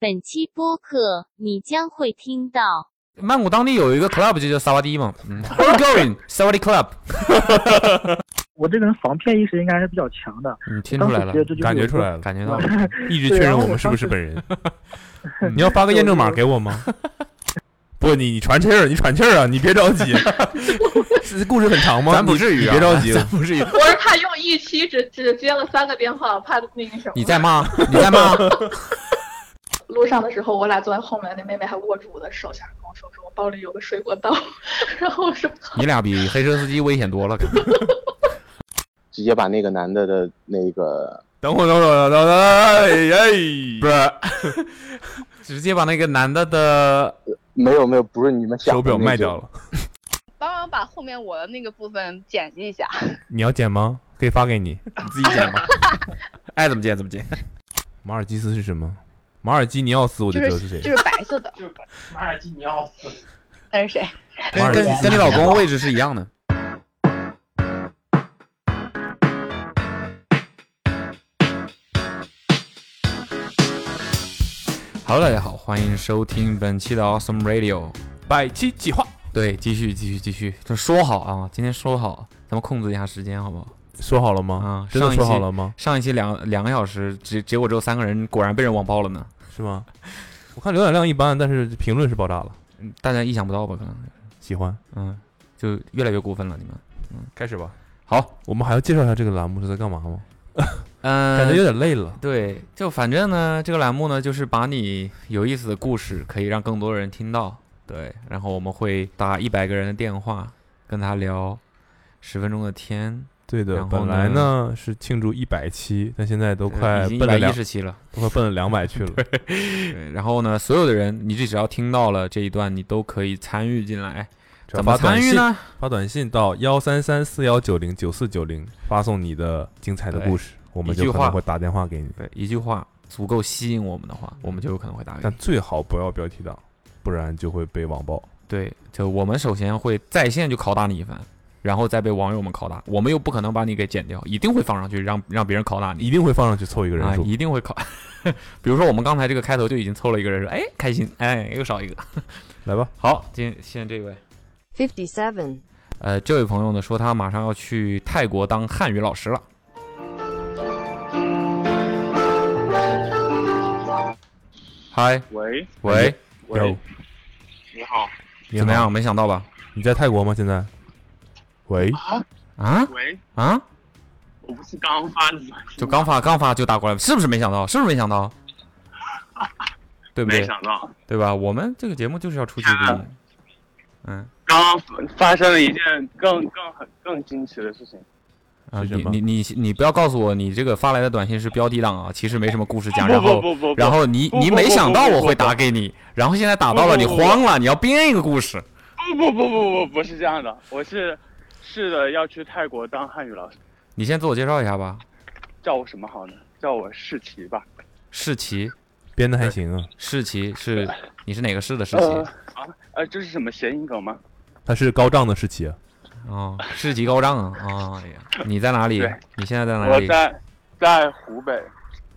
本期播客你将会听到。曼谷当地有一个 club 就叫萨瓦迪嘛，嗯，We're going 萨瓦迪 club，我这个人防骗意识应该还是比较强的。嗯，听出来了当时觉得，这就是感觉出来了，感觉到了。一直确认我们是不是本人。你要发个验证 码给我吗？ 不，你你喘气儿，你喘气儿啊！你别着急，是故事很长吗？咱不至于啊你别着急，不是我是怕用一期只只接了三个电话，我怕那个什么。你在骂，你在骂，路上的时候，我俩坐在后面，那妹妹还握住我的手，想着跟我说说我包里有个水果刀， 然后我说你俩比黑车司机危险多了。直接把那个男的的那个等会儿，等会儿，等会儿等会儿，哎 哎，不是， 直接把那个男的的没有没有，不是你们想手表卖掉了。了，帮忙把后面我的那个部分剪辑一下。你要剪吗？可以发给你。你自己 剪吧，爱怎么剪怎么剪。马尔济斯是什么？马尔基尼奥斯，我就知道是谁。就是白色的，马尔基尼奥斯，那是谁？跟马尔跟基尼跟你老公位置是一样的。Hello，大家好，欢迎收听本期的 Awesome Radio。百期计划，对，继续继续继续，这说好啊，今天说好，咱们控制一下时间好不好？说好了吗啊？真的上一说好期了吗？上一期两两个小时，结结果只有三个人，果然被人网爆了呢。是吗？我看浏览量一般，但是评论是爆炸了，嗯大家意想不到吧？可能，喜欢。嗯，就越来越过分了，你们。开始吧。好，我们还要介绍一下这个栏目是在干嘛吗？嗯、感觉有点累了。对，就反正呢，这个栏目呢，就是把你有意思的故事，可以让更多人听到。对，然后我们会打一百个人的电话，跟他聊十分钟的天，对的然，后本来呢是庆祝一百期，但现在都快已经奔一了百一两，十期了。都快奔了两百去了。 对，然后呢，所有的人，你只要听到了这一段，你都可以参与进来。只要怎发么短参与信？呢？发短信到幺三三四幺九零九四九零，发送你的精彩的对故事，我们哎一就句可话能会打电话给你。对，一句话足够吸引我们的话，我们就有可能会打给但你。最好不要标题党，不然就会被网暴。对，就我们首先会在线就拷打你一番，然后再被网友们拷打。我们又不可能把你给剪掉，一定会放上去，让让别人拷打你。一定会放上去凑一个人啊，数。一定会考。 比如说我们刚才这个开头就已经凑了一个人说，哎，开心，哎，又少一个。来吧，好，今现在这位， Fifty seven. 呃，这位朋友呢说他马上要去泰国当汉语老师了。嗨，喂喂，有喂，你好你怎么好？样？没想到吧？你在泰国吗？现在？喂，啊，啊喂，啊！我不是刚发你吗？就刚发刚发就打过来了，是不是没想到？是不是没想 到？对不没对？想到，对吧？我们这个节目就是要出其不意啊。嗯刚刚发生了一件更更很更惊奇的事情。啊，是什你么你你你不要告诉我你这个发来的短信是标题党啊，其实没什么故事讲，不然后不不不不然后你不不你不没不想不到不我不会不打给你，然后现在打到了，不你不不慌了，你要编一个故事。不不不不不不是这样的，我是是的要去泰国当汉语老师，你先自我介绍一下吧，叫我什么好呢？叫我世奇吧。世奇，编的还行啊。世奇是你是哪个市的世奇？呃啊呃，这是什么谐音梗吗？他是高涨的时期啊，哦，世奇高涨啊！哦哎呀，你在哪里对？你现在在哪我里？在在湖北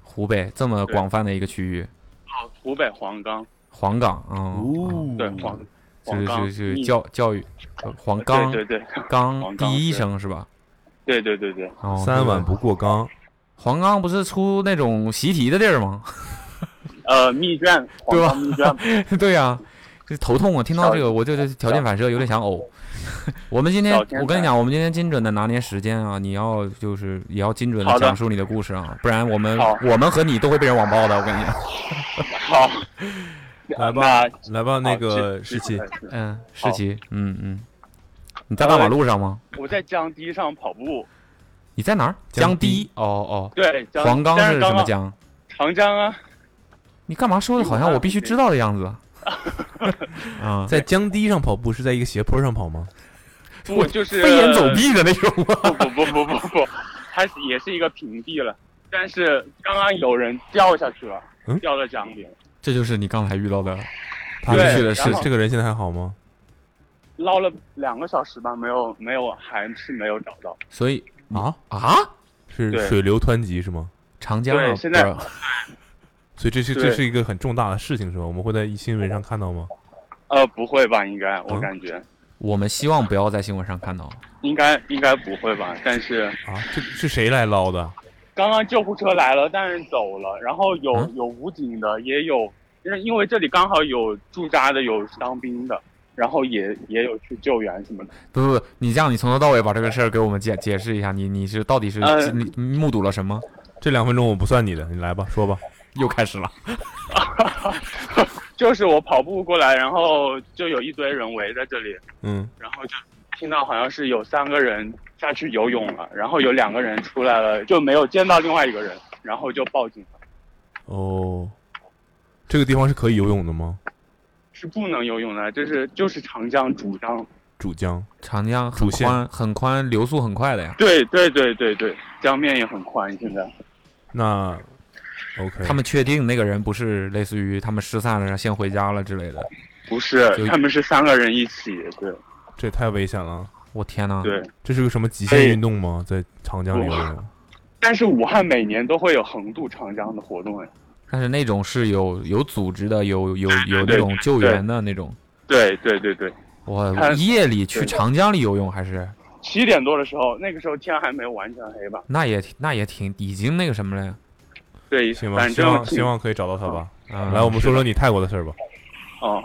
湖北这么对广泛的一个区域，啊，湖北黄冈，黄冈啊，对黄就哦黄是冈就是就是密教教育，呃黄冈对对对冈黄第冈一对声是吧？对对对对，哦，三对碗不过冈。黄冈不是出那种习题的地儿吗？ 呃，密卷黄冈密卷，对呀、这头痛啊！听到这个，我就就条件小反射，有点想呕。 我们今天小，天才我跟你讲，我们今天精准的拿捏时间啊，你要就是也要精准的好的讲述你的故事啊，不然我们好我们和你都会被人网暴的。我跟你讲， 好，来吧那来吧，那个好时期，嗯，好诗琪，嗯嗯，你在大马路上吗？我在江堤上跑步，你在哪儿？江江堤堤？哦对，哦，江黄冈但是什刚么刚江？长江 啊，你干嘛说的好像我必须知道的样 子？啊，在江堤上跑步是在一个斜坡上跑吗？不就是飞檐走？壁的那种 吗？ 不不不不不不，它是也是一个平地了，但是刚刚有人掉下去了，嗯掉到江里了，这就是你刚才遇到的他对是去的然是后这个人现在还好吗？捞了两个小时吧，没有没有，还是没有找到。所以啊，啊，是对水流湍急是吗？长江啊，对现在不是所以这是对这是一个很重大的事情，是吧？我们会在新闻上看到吗？呃，不会吧？应该我嗯感觉、我们希望不要在新闻上看到。应该应该不会吧？但是啊，这是谁来捞的？刚刚救护车来了，但是走了，然后有、嗯有武警的，也有，因为因为这里刚好有驻扎的，有当兵的，然后也也有去救援什么的。不不，不，你这样，你从头到尾把这个事儿给我们解解释一下，你你是到底是呃经历目睹了什么？这两分钟我不算你的，你来吧，说吧。又开始了。就是我跑步过来，然后就有一堆人围在这里，嗯，然后就听到好像是有三个人下去游泳了，然后有两个人出来了，就没有见到另外一个人，然后就报警了，哦，这个地方是可以游泳的吗？是不能游泳的，这是就是长江主张。主江长江很主线宽，很宽，流速很快的呀。对对对对对，江面也很宽，现在。那 OK，他们确定那个人不是类似于他们失散了，然后先回家了之类的。不是就，他们是三个人一起，对这也太危险了。我天啊呐！对。这是个什么极限运动吗？在长江里游泳？但是武汉每年都会有横渡长江的活动，哎，但是那种是有有组织的，有有有那对种救对援的那种。对对对对，我他夜里去对长江里游泳还是七点多的时候，那个时候天还没完全黑吧？那也挺那也挺已经那个什么了呀。对，行吧，反希正嗯望挺希望可以找到他吧。啊来，我们说说你泰国的事儿吧。哦，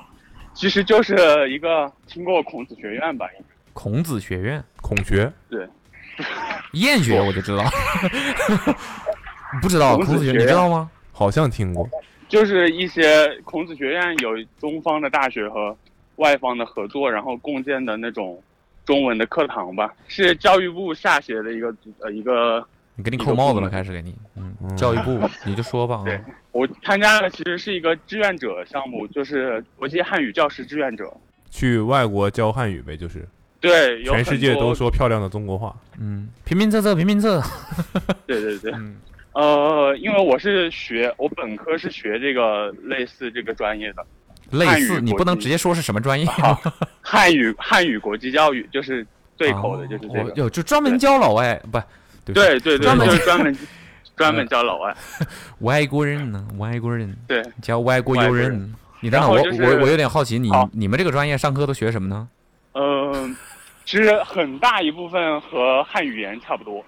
其实就是一个听过孔子学院吧，应该孔子学院、孔学，厌学我就知道， 不知道孔子孔子学学啊你院知道吗？好像听过。就是一些孔子学院有中方的大学和外方的合作，然后共建的那种中文的课堂吧，是教育部下辖的一个呃一个你给你一扣个帽子部了，门开始给你，嗯，嗯教育 部你就说吧啊，对我参加的其实是一个志愿者项目，就是国际汉语教师志愿者。去外国教汉语呗，就是对，有全世界很多都说漂亮的中国话。嗯，平平仄仄平平仄，对对对，嗯，呃，因为我是学我本科是学这个类似这个专业的类汉语似你国不能际直接说是什么专业， 汉语汉语国际教育，就是对口的，哦就是这我个。有就专门教老外不对不起对对对，专门就是专门 专门教老外。外国人呢，外国人对，教外国外友国人人。你等等，然后我就是啊我我有点好奇，你好你们这个专业上课都学什么呢？嗯，其实很大一部分和汉语言差不多，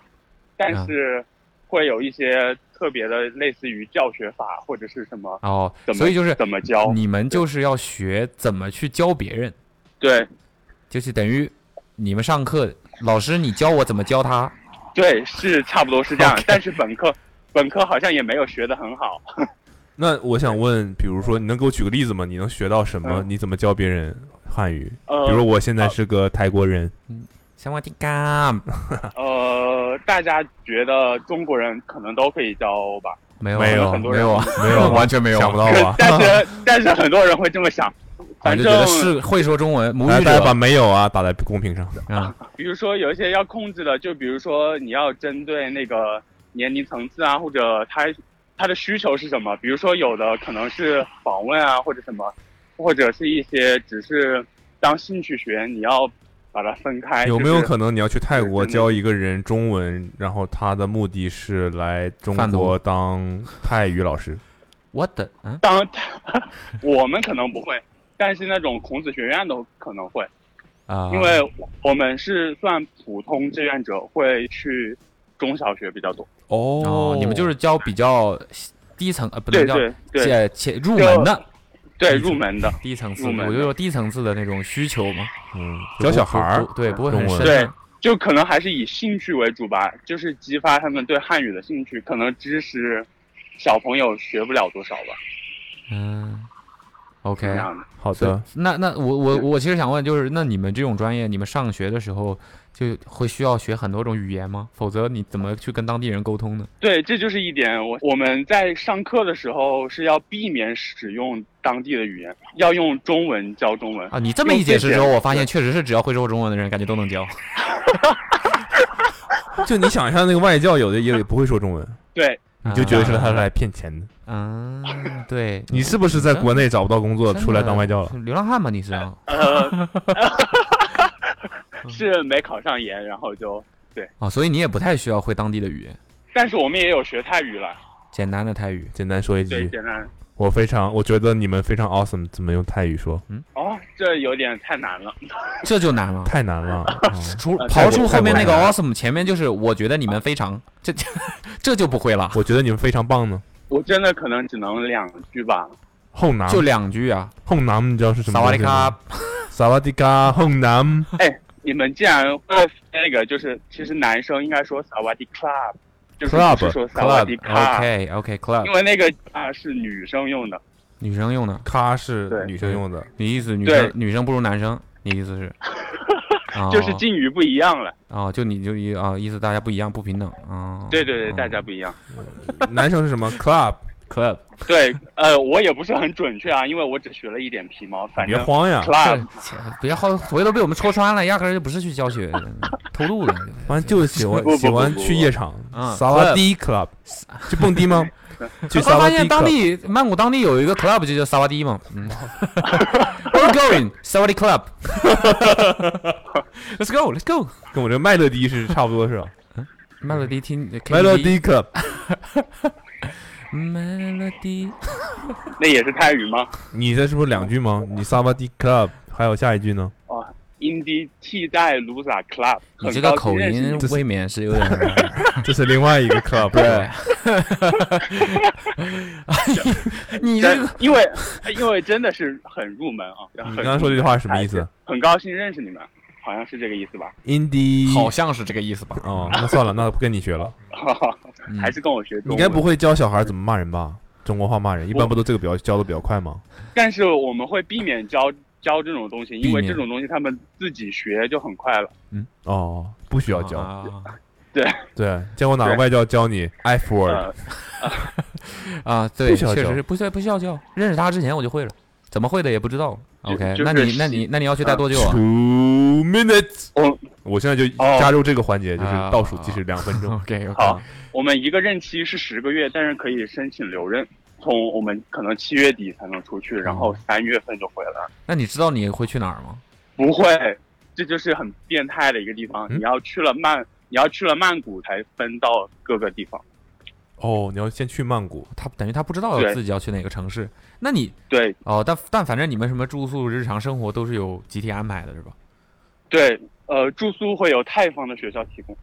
但啊是会有一些特别的，类似于教学法或者是什么，哦怎，么所以就是怎么教？你们就是要学怎么去教别人，对就是等于你们上课，老师你教我怎么教他，对，是差不多是这样。但是本科本科好像也没有学得很好。那我想问，比如说，你能给我举个例子吗？你能学到什么？嗯你怎么教别人汉语？呃，比如我现在是个泰国人，像我的干呃，大家觉得中国人可能都可以教吧？没有没有很多没人？有啊没 有完全没有想不到吧但是但是很多人会 这么啊想，我啊反就正觉得是会说中文母来，语大家把者没有啊打在公屏上。啊，比如说有一些要控制的，就比如说你要针对那个年龄层次啊，或者他他的需求是什么？比如说有的可能是访问啊，或者什么，或者是一些只是当兴趣学，你要把它分开。有没哎就有是可能你要去泰国就是那教一个人中文，然后他的目的是来中贩毒国当泰语老师？我的嗯，当 我们可能不会，但是那种孔子学院的可能会。啊，因为我们是算普通志愿者，会去中小学比较多。哦，你们就是教比较低层呃，不对能叫对对且且入门的对，入门的。低层次，入门我的就说低层次的那种需求嘛，嗯，就教不小孩儿不不对，不会很中深文的，对就可能还是以兴趣为主吧，就是激发他们对汉语的兴趣。可能知识，小朋友学不了多少吧，嗯是，OK，这样的。好所以的，那那我我我其实想问，就是那你们这种专业，你们上学的时候就会需要学很多种语言吗？否则你怎么去跟当地人沟通呢？对，这就是一点。我我们在上课的时候是要避免使用当地的语言，要用中文教中文。啊，你这么一解释之后，我发现确实是只要会说中文的人，感觉都能 教。就你想一下，那个外教有的也不会 说中文，对，你就觉得是他啊来骗钱的。啊， 对，你是不是在国内找不到工作，嗯真出来的当外教了？是流浪汉吧？你 是啊？呃，嗯是没考上研，然后就，哦啊，所以你也不太需要会当地的语言。但是我们也有学泰语了。简单的泰语，简单说一对，句，简单。我非常，我觉得你们非常 awesome，怎么用泰语说？哦，这有点太难了。这就难了。太 难了，哦除呃刨出泰国后面那个泰国 awesome，前面就是我觉得你们非常，这 这就不会了，我觉得你们非常棒呢。我真的可能只能两句吧。后南，就两句啊。后南，你知道是什么萨瓦迪东西吗？卡，萨瓦迪卡，后南，你们既然会那个，就是其实男生应该说萨瓦迪 club，就是不 Club，是说萨瓦迪卡， OK OK club，因为那个啊是女生用的。女生用的，卡是对女生用的，你意思女对生女生不如男生，你意思是？哦 就是境遇不一样了，哦，就你就一啊、意思大家不一样，不平等啊。哦对对对，哦大家不一样。男生是什 么 club？ club 对，呃，我也不是很准确啊，因为我只学了一点皮毛，反别正慌啊呀， club 切别好，回头被我们戳穿了，压根儿就不是去教学 的，偷渡的。反正就喜欢不不不喜欢去夜场嗯，萨瓦迪 club，去蹦 迪吗？去就萨发瓦现迪当 club，地曼谷当地有一个 club 就叫萨瓦迪嘛，嗯，We're going 萨瓦迪 club。Let's go, let's go。跟我这麦乐迪是差不 多是吧 Melody 听？Melody club， Melody，Melody 那也是泰语吗你这是不是两句吗？你萨瓦迪 club，还有下一句呢？ ？Indi 替代 Lusa club，你这很个高口级认识音你未免是有点 这是另外一个 club，对。你这真个因为因为真的是很入门啊。你很刚刚说这句话是什么意思很高兴认识你们，好像是这个意思吧？ ？Indie，好像是这个意思吧？哦，那算了，那不跟你学了。嗯还是跟我学中文？你该不会教小孩怎么骂人吧？中国话骂人，一般不都这个比较教的比较快吗？但是我们会避免教教这种东西，因避为免这种东西他们自己学就很快了。哦，不需要教。啊对，见过哪个对外教教你 F word？呃，啊，对，不需要确教实是不需要不需要教。认识他之前我就会了，怎么会的也不知道。就 OK，就那是你那你那你要去待多久啊 Two？minutes，我我现在就哦加入这个环节，就是啊倒数计时两分 钟。 OK OK，啊好我们一个任期是十个月，但是可以申请留任，从我们可能七月底才能出去，然哦后三月份就回来了。那你知道你会去哪儿吗？不会，这就是很变态的一个地方。嗯你要去了曼，你要去了曼谷才分到各个地方。哦，你要先去曼谷，他等于他不知道对自己要去哪个城市。那你对哦，但但反正你们什么住宿、日常生活都是有集体安排的，是吧？对，呃，住宿会有泰方的学校提供。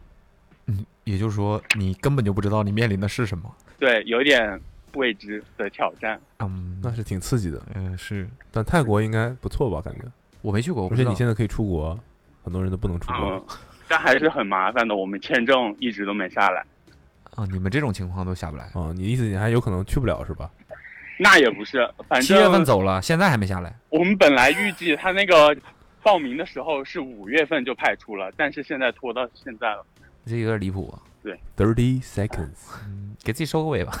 嗯，也就是说你根本就不知道你面临的是什么。对，有点未知的挑战。嗯，那是挺刺激的。嗯、是但泰国应该不错吧？感觉，我没去过，我不而知且你道啊现在可以出国，很多人都不能出嗯国。，但还是很麻烦的。我们签证一直都没下来。啊，你们这种情况都下不来。哦，你意思你还有可能去不了是吧？那也不是，反七月份正走了，现在还没下来。我们本来预计他那个报名的时候是五月份就派出了，但是现在拖到现在了。这有点离谱啊！ Thirty seconds。嗯，给自己收个尾吧，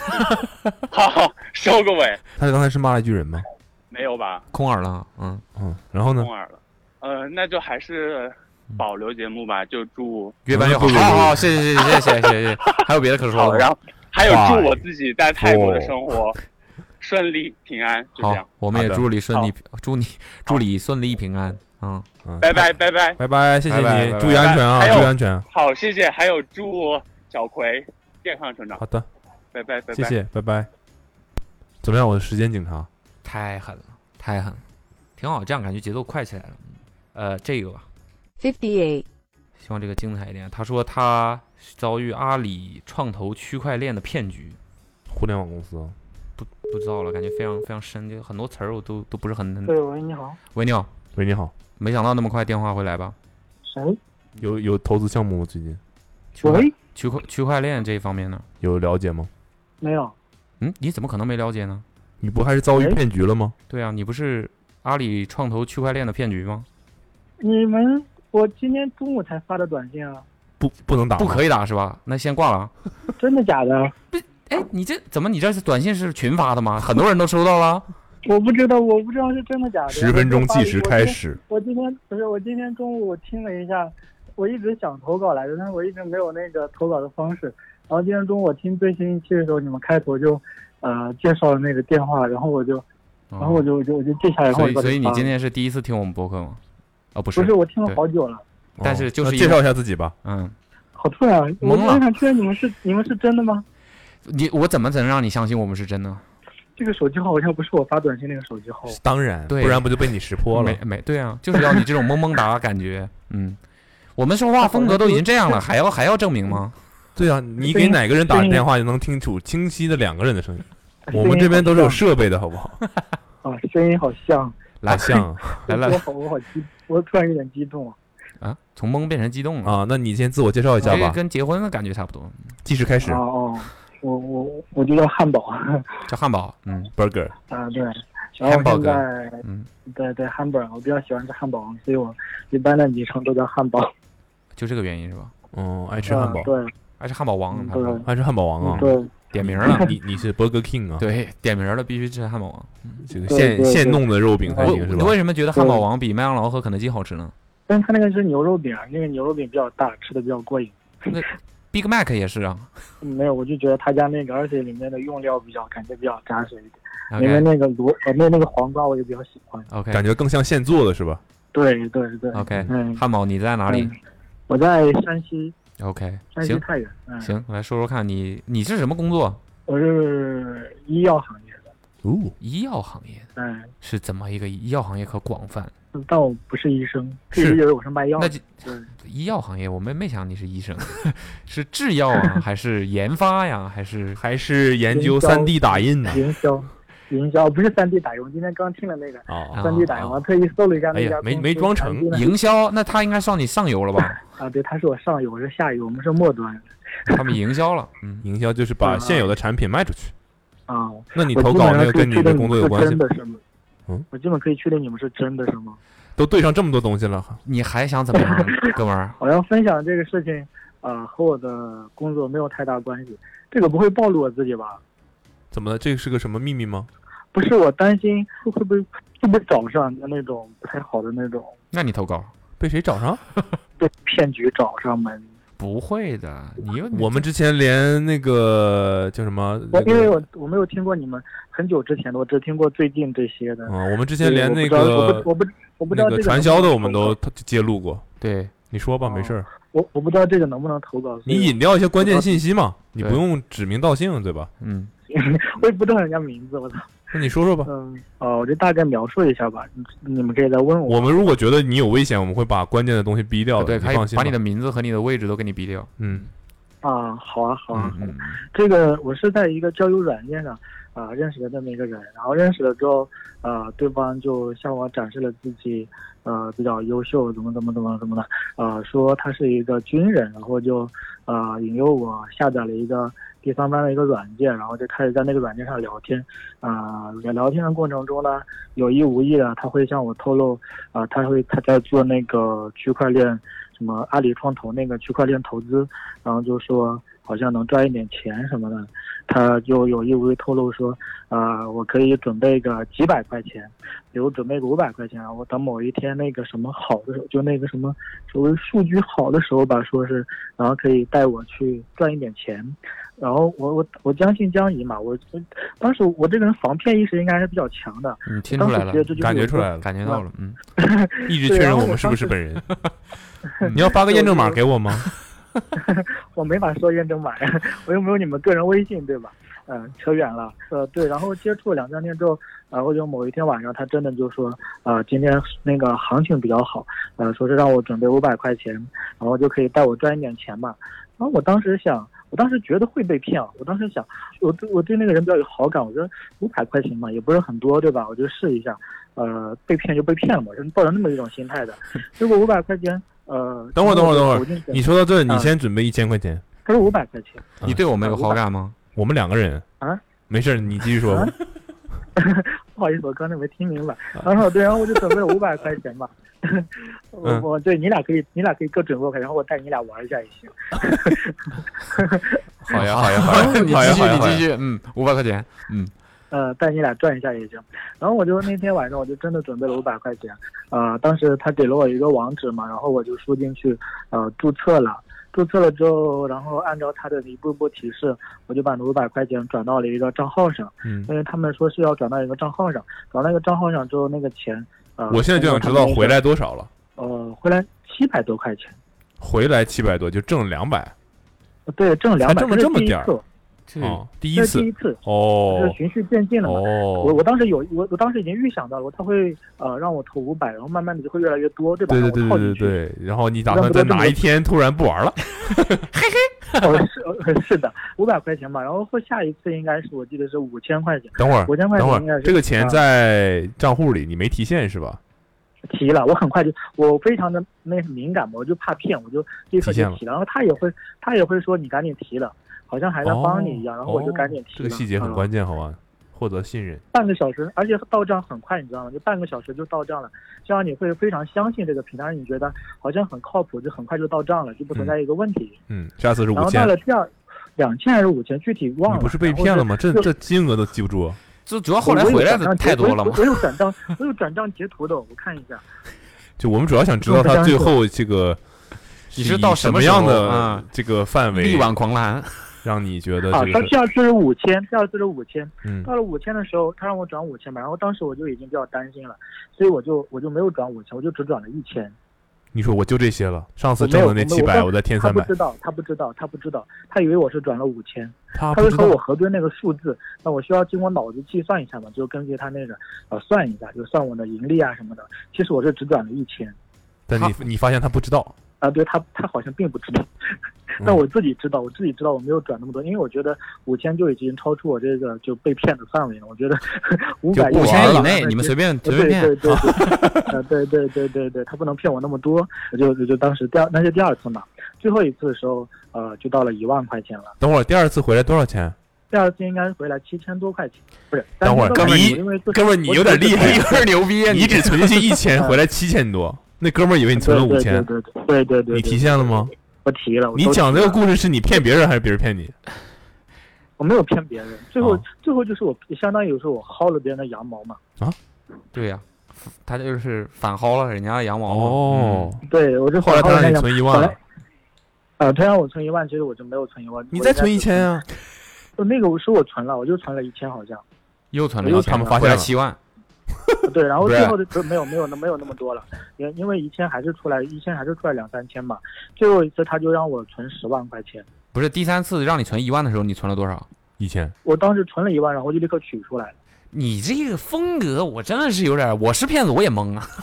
好好，收个尾，他刚才是骂了一句人吗？没有吧？空耳了。嗯，嗯，然后呢空？耳了。呃，那就还是保留节目吧，就祝越办越好。不不不好好，谢谢谢谢谢谢谢谢谢，还有别的可说好，的然吗？后还有祝我自己在泰国的生活顺利平安，就这样好，，我们也好的祝你顺利，祝你祝你顺利平安。嗯，嗯，拜拜拜拜。拜拜，谢谢拜拜拜你，拜注意安全啊，还有注意安全。好，谢谢，还有祝小葵健康成长好，的，拜拜拜拜。谢谢，拜拜。怎么样，我的时间警察？太狠了，太狠了，挺好，这样感觉节奏快起来了。嗯呃，这个吧， 58. 希望这个精彩一点。啊他说他遭遇阿里创投区块链的骗局，互联网公司啊，不知道了，感觉非常非常深，就很多词儿我都都不是很能。嗯对，喂，你好，喂，你好，喂，你好，没想到那么快电话会来吧？嗯谁？有有投资项目吗？最近区块喂，区块区块链这一方面呢？有了解吗？没有，嗯，你怎么可能没了解呢？你不还是遭遇喂骗局了吗？对啊，你不是阿里创投区块链的骗局吗？你们，我今天中午才发的短信啊，不，不能打，不可以打是吧？那先挂了啊。真的假的？哎，你这怎么？你这是短信是群发的吗？很多人都收到了。我不知道，我不知道是真的假的。十分钟计时开。始。我今天不是，我今天中午我听了一下，我一直想投稿来着，但是我一直没有那个投稿的方式。然后今天中午我听最新一期的时候，你们开头就呃介绍了那个电话，然后我就，然哦后我就我就我就记下来，然后所我以就把它所以你发今了天是第一次听我们播客吗？哦，不是，不是我听了好久了，但是就是哦那因介为绍一下自己吧。嗯，好突然啊！我懵了就想确认你们是你们是真的吗？你我怎么才能让你相信我们是真的？这个手机号好像不是我发短信那个手机号，当然，哦对不然不就被你识破了没？没对啊，就是要你这种萌萌哒感觉。嗯，我们说话风格都已经这样了，还要还要证明吗？对啊，你给哪个人打电话就能听楚清晰的两个人的 声音？哎我们这边都是有设备的，好不好？啊，声音好像，来像来来我好我好激，我突然有点激动啊。啊，从懵变成激动了，啊，那你先自我介绍一下这个吧，跟结婚的感觉差不多，计时开始哦哦，我我我就叫汉堡 叫汉堡。嗯，Burger。啊，对。然后我现 Hamburger 在嗯，对对汉堡，我比较喜欢吃汉堡，所以我一般的昵称都叫汉堡。就这个原因是吧？嗯，爱吃啊汉堡，对还是汉堡王，嗯他说对爱吃汉堡王啊嗯，对，点名了。 你你是 Burger King 啊？，对，点名了，必须吃汉堡王。这个对现对对现弄的肉饼才我行哎是你吧？为什么觉得汉堡王比麦当劳和肯德基好吃呢但是它那个是牛肉饼，那个牛肉饼比较大，吃的比较过瘾。 ？Big Mac 也是啊。没有，我就觉得他家那个，而且里面的用料比较感觉比较扎实一点。里 OK 面那个萝，呃，那那个黄瓜我也比较喜欢。感 OK 觉更像现做的是吧？对对对 OK，嗯，汉堡你在哪里嗯我在山西， ？OK，山西行太原。嗯，行，来说说看你你是什么工作？我是医药行业的，哦，医药行业嗯，是怎么一个医药行业可广泛？但我不是医生，是一直以为我是卖药的。那就对，医药行业，我们没想你是医生， 是制药啊，还是研发呀，还 是还是研究营销三 D 打印呢？营 销，营销不是三 D 打印，我今天刚听了那个啊啊三 D 打印，我还特意搜了一下哎那呀家没公司没装成 3D 呢营销？那他应该算你上游了吧？啊，对，他是我上游，我是下游，我们是末端他们营销了，嗯，营销就是把嗯现有的产品卖出去。啊。那你我投基本稿上那可个以跟你确的定工作是有关系真，的是吗？嗯，我基本可以确定你们是真的，是吗？都对上这么多东西了，你还想怎么样，哥们儿？我要分享这个事情，呃，和我的工作没有太大关系。这个不会暴露我自己吧？怎么了？这是个什么秘密吗？不是，我担心会不会会不会找上的那种不太好的那种那你投稿被谁找上？被骗局找上门。不会的，你 又我们之前连那个叫什么？嗯我那个因为我我没有听过你们很久之前的，我只听过最近这些的。啊，我们对之前连我不那知道个我不我不我不知道那这个个传能销不的，能我们投都稿揭露过。对你说哦吧，没事儿，我我不知道这个能不能投稿。所你以引掉一些关键信息嘛，你对不用指名道姓，对吧？嗯，我也不知道人家名字， 我操。那你说说吧。嗯，哦，我就大概描述一下吧，你你们可以再问我。我们如果觉得你有危险，我们会把关键的东西逼掉的。对，你可以放心吧。把哦你的名字和你的位置都给你逼掉。嗯，啊，好啊，好啊嗯，嗯，这个我是在一个交友软件上啊、认识的这么一个人，然后认识了之后，啊，对方就向我展示了自己，呃，比较优秀，怎么怎么怎么怎么的，啊，说他是一个军人，然后就啊、引诱我下载了一个第三方的一个软件，然后就开始在那个软件上聊天，啊、在聊天的过程中呢，有意无意的他会向我透露，啊、他会他在做那个区块链，什么阿里创投那个区块链投资，然后就说好像能赚一点钱什么的，他就有意无意透露说，啊、我可以准备个几百块钱，比如准备个五百块钱，啊我等某一天那个什么好的时候，就那个什么所谓数据好的时候吧，说是，然后可以带我去赚一点钱，然后我我我将信将疑嘛，我我当时我这个人防骗意识应该还是比较强的，嗯你听当出时来觉得这了，就是感觉有出来了，感觉到了，嗯，一直对确认然后我我们是不当是时本人。嗯你要发个验证码给我 吗？我没法说验证码呀，我又没有你们个人微信，对吧？嗯、扯远了。呃，对，然后接触两三天之后，然后就某一天晚上，他真的就说，呃，今天那个行情比较好，呃，说是让我准备五百块钱，然后就可以带我赚一点钱嘛。然后我当时想，我当时觉得会被骗，啊我当时想，我对我对那个人比较有好感，我觉得五百块钱嘛，也不是很多，对吧？我就试一下，呃，被骗就被骗了嘛，人抱着那么一种心 态的。结果五百块钱，呃，等会儿等会儿等会儿投进去你说到这，你啊先准备一千块钱。他说五百块钱。你对我们有好感吗？我们两个人啊，没事儿，你继续说吧。不好意思，我刚才没听明白。然后对，然后我就准备 了五百块钱吧。我嗯我对你俩可以，你俩可以各准备五百块钱，然后我带你俩玩一下也行。嗯 好呀，好呀，好呀，你好呀继续，好呀你好呀继续，嗯，五百块钱，嗯，呃，带你俩转一下也行。然后我就那天晚上我就真的准备了五百块钱，呃，当时他给了我一个网址嘛，然后我就输进去，呃，注册了。注册了之后，然后按照他的一步步提示，我就把那五百块钱转到了一个账号上，嗯，因为他们说是要转到一个账号上，转到一个账号上之后，那个钱，呃，我现在就想知道回，来多少了。呃，回来七百多块钱。回来七百多，就挣两百。对，挣两才百，挣了是这么第一点儿次，这哦，第一这是次第一次，哦就是循序渐进的嘛。我哦我当时有我我当时已经预想到了，他会呃让我投五百，然后慢慢的就会越来越多，对吧？对对然对后我套对进去对 对，然后你打算在哪一天突然不玩了？哦， 是哦是的，五百块钱吧。然后后下一次应该是我记得是五千块钱，等会儿，五千块啊等会钱应该儿，哦是啊这个钱在账户里，你没提现是吧？提了。我很快就我非常的那敏感嘛，我就怕骗，我就立刻提现就了提了。然后他也会他也会说你赶紧提了，好像还在帮你一样。哦然后我就赶紧提这了。个细节很嗯关键，好吧？获得信任，半个小时，而且到账很快，你知道吗？就半个小时就到账了，这样你会非常相信这个平台，你觉得好像很靠谱，就很快就到账了，就不存在一个问题。嗯，下次是然五后千到，了第二两千还是五千，具体忘你了。不是被骗了吗？吗？这就这金额都记不住，啊就主要后来我有回来的转账截太多了嘛我。有我有转账，我有转账截图的，我看一下。就我们主要想知道他最后这个你是是到以什什么么时候样的啊这个范围力，挽狂澜，让你觉得啊，呃这他个第是二次是五千，第二次是五千。嗯到了五千的时候，他让我转五千嘛，然后当时我就已经比较担心了，所以我就我就没有转五千，我就只转了一千。你说我就这些了，上次我没挣有的那我没七有百，我我再添他三不百，知道，他不知道，他不知道，他以为我是转了五千。啊他他不就知和道我核对那个数字，那我需要经过脑子计算一下嘛，就根据他那个呃算一下，就算我的盈利啊什么的。其实我是只转了一千但你你发现他不知道，啊，对他他好像并不知道， 但嗯我自己知道，我自己知道我没有转那么多，因为我觉得五千就已经超出我这个就被骗的范围了。我觉得 五就百五千以了，内，你们随便随便对对骗。对 对，呃，对对对对对，他不能骗我那么多，我就我就当时第二那是第二次嘛，最后一次的时候，呃，就到了一万块钱了。等会儿第二次回来多少钱？第二次应该回来七千多块钱，不是？等会儿3000多块你钱因为哥们儿你有点厉 害有点牛逼啊！ 你只存进去一 千，回来七千多，那哥们儿以为你存了五千，对对对对对，你提现了吗？我提了，我你都讲提这个了故事是你骗别人还是别人骗你？我没有骗别人，最后哦最后就是我相当于有时候我薅了别人的羊毛嘛，对呀，他就是反薅了人家的羊毛嘛。嗯哦，对我就后来他薅了让人你家存一本万来了，呃，他让我存一万，其实我就没有存一万，你我再应该存一千是，啊？呃那个我是我存了，我就存了一千好像，又存了然后一他千，们发回现来了，七万，对，然后不是最后的不是没有没有那没有那么多了，因因为一千还是出来一千还是出来两三千嘛，最后一次他就让我存十万块钱，不是第三次让你存一万的时候，你存了多少？一千，我当时存了一万，然后就立刻取出来了，你这个风格，我真的是有点，我是骗子我也懵 啊。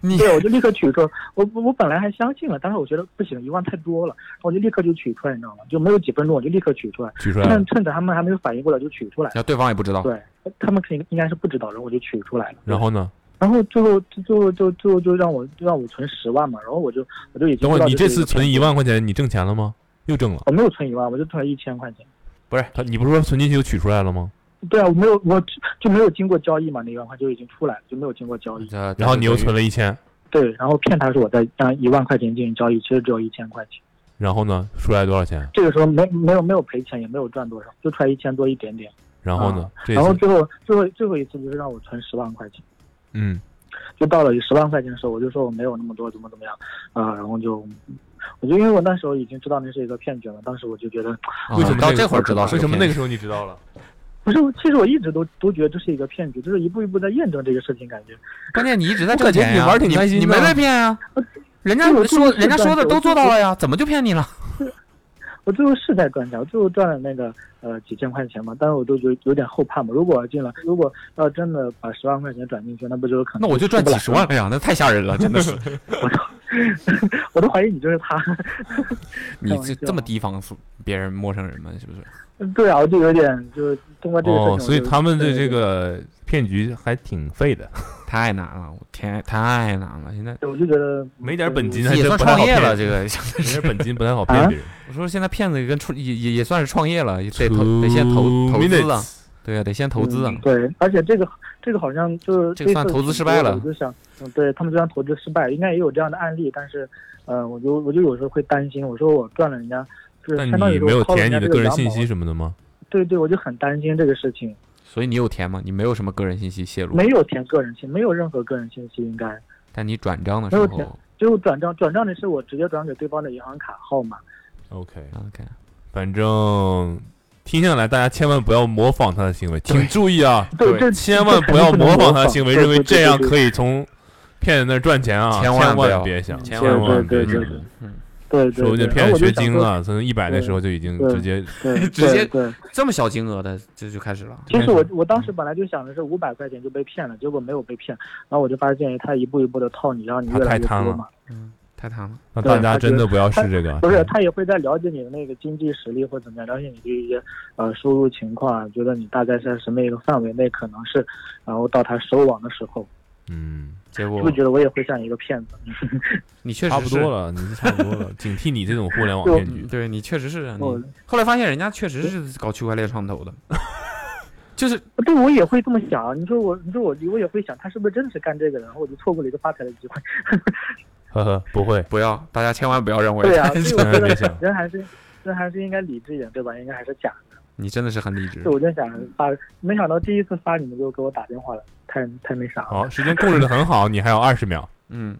你对，我就立刻取出来。我我我本来还相信了，但是我觉得不行，一万太多了，我就立刻就取出来，你知道吗？就没有几分钟，我就立刻取出来，取出来了趁，趁着他们还没有反应过来就取出来了。那对方也不知道，对，他们肯定应该是不知道，然后我就取出来了。然后呢？然后最后最后就最后就让我就让我存十万嘛，然后我就我就已经等会知儿道你这这是次个存骗一局，万块钱，你挣钱了吗？又挣了，我没有存一万，我就存了一千块钱。不是他，你不是说存进去就取出来了吗？对啊，我没有我就就没有经过交易嘛，那一万块就已经出来了，就没有经过交易。这然后你又存，了一千，对，然后骗他说我在让一万块钱进行交易，其实只有一千块钱。然后呢？出来多少钱？这个时候没没有没有赔钱，也没有赚多少，就出来一千多一点点。然后呢？这啊然后次，最后最后最后一次就是让我存十万块钱，嗯，就到了十万块钱的时候，我就说我没有那么多，怎么怎么样啊、然后就我就因为我那时候已经知道那是一个骗局了，当时我就觉得啊为什么到那个这会儿知道？为什么那个？时候你知道了？不是，其实我一直都都觉得这是一个骗局，就是一步一步在验证这个事情，感觉关键你一直在我挣感觉钱你呀，玩儿挺开心你的没被骗呀。人家对我说做的人家说的是都我做到了呀，怎么就骗你了？我最后是在赚钱，我最后赚了那个呃几千块钱嘛，但是我都有有点后怕嘛，如果我进了，如果要真的把十万块钱转进去，那不就是可能那我就赚出不几来十万了呀，那太吓人了，真的是。我都怀疑你就是他。你开玩这笑这么提防别人陌生人吗？是不是？对啊，我就有点就是通过这个事情哦我，就，所以他们的对这个骗局还挺费的，太难了，我天，太难了！现在对我就觉得没点本金还也真算不太创好业了，骗。这个 没点本金不啊太好骗别人。我说现在骗子跟创也也也算是创业了，也得投得先投 Two 投资啊 minutes，对啊，得先投资啊嗯。对，而且这个这个好像就是这个算次投资失败了我就想，嗯，对他们虽然投资失败，应该也有这样的案例，但是，呃，我就我就有时候会担心，我说我赚了人家，就是那相当于你没有我薅了人填你家的这个人羊信毛息，什么的吗？对对，我就很担心这个事情，所以你有填吗？你没有什么个人信息泄露，没有填个人信，没有任何个人信息，应该但你转账的时没有候填只有转账，转账的是我直接转给对方的银行卡号码， OK， ，OK，反正听下来，大家千万不要模仿他的行为，请注 意啊，对这千万不要模仿他的行为，认为这样以。可以从骗人那儿赚钱啊，千千万不要别想，千千万万对别对想对。对嗯，对对说对，有点然骗后我就学想精说，了，从一百的时候就已经对直接对直接对对。这么小金额的这就开始了。其实我我当时本来就想的是五百块钱就被骗了，结果没有被骗，然后我就发现他一步一步的套你，让你他越来太越贪多了嘛。嗯，太贪了。那对大家他真觉的得不要试这个。啊不是，他也会在了解你的那个经济实力或怎么样，了解你的一些呃收入情况啊，觉得你大概是在什么一个范围内可能是，然后到他收网的时候，嗯，结是果不是觉得我也会像一个骗子？你确实差不是多，了，你是差不多了，警惕你这种互联网就骗局嗯。对你确实是啊。我你后来发现人家确实是搞区块链创投的， 就是 对，我也会这么想。啊你说我，你说我，我也会想，他是不是真的是干这个的？然后我就错过了一个发财的机会。 呵呵，不会，不要大家千万不要认为 对呀、啊这所以种我觉别想得人还是人还是应该理智一点，对吧？应该还是假的。你真的是很理智所以。我就想发，没想到第一次发你们就给我打电话了，太太那啥哦了。好，时间控制的很好，你还有二十秒。 嗯，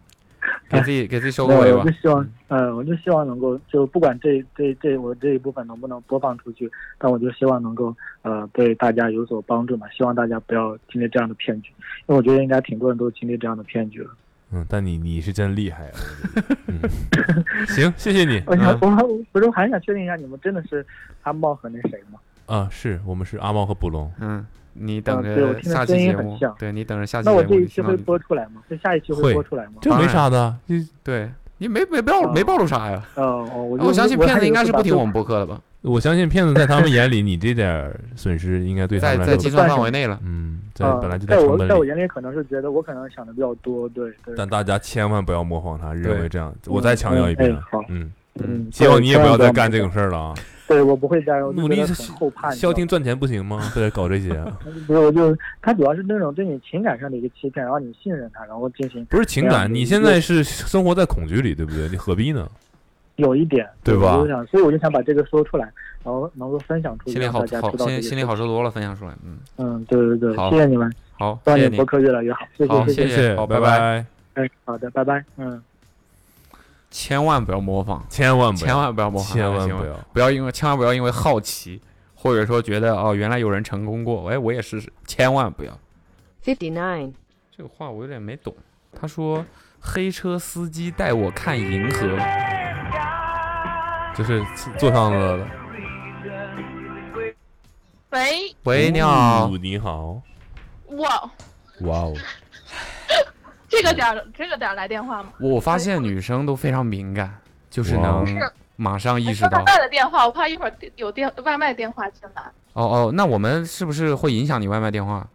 给自己给自己收没个有尾我吧就。希望，呃，我就希望能够，就不管这这这我这一部分能不能播放出去，但我就希望能够，呃，对大家有所帮助嘛。希望大家不要经历这样的骗局，因为我觉得应该挺多人都经历这样的骗局了。嗯，但你你是真厉害啊！我觉得嗯， 行，谢谢你。我想嗯，我还我说还想确定一下，你们真的是阿茂和那谁吗？啊，是我们是阿茂和捕龙。嗯，你等嗯对我着听着下期声音节很目像，对你等着下期那我节这目一你期听到会你播出来吗？就下一期会播出来吗？这没啥的，就对你没没暴没暴露啥呀？哦哦，我就我相信还以骗子为应该是把不听这我们播客的吧，我相信骗子在他们眼里，你这点儿损失应该对他在们在来说计不，算范围内了。嗯，在啊本来就在成我本在我里。眼里可能是觉得我可能想的比较多，对对。但大家千万不要模仿他，认为对这样。我再强调一遍嗯哎好，嗯，嗯，希望你也不要再干这个。种事儿了啊！对，我不会再，我就努觉力得是很后怕。你知道消吗停赚钱不行吗？不得搞这些 啊，不是，我就他主要是那种对你情感上的一个欺骗，然后你信任他，然后进行不是情哎呀感，你现在是生活在恐惧里，对不对？你何必呢？有一点，对吧我就想，所以我就想把这个说出来，然后能够分享出去，心里让好大家好知道这心个心里事好受多了，分享出来。嗯，嗯，对对对好，谢谢你们，好，希望谢你谢们你。博客越来越好，谢好谢谢谢谢，谢好拜拜拜，哎，好的，拜拜，嗯。千万不要模仿，千万嗯不千要，万不要模仿，千万不不要，不要因为千万不要因为好奇，或者说觉得哦原来有人成功过，哎我也试试，千万不要。 Fifty nine. 这个话我有点没懂。他说黑车司机带我看银河，就是坐上了。喂，喂你哦好，你好，哇，哇哦，这个点儿这个点儿来电话吗？我发现女生都非常敏感，就是哇能是马上意我识哎说到外。卖的电话，我怕一会儿有电外卖电话进来。哦哦，那我们是不是会影响你外卖电话？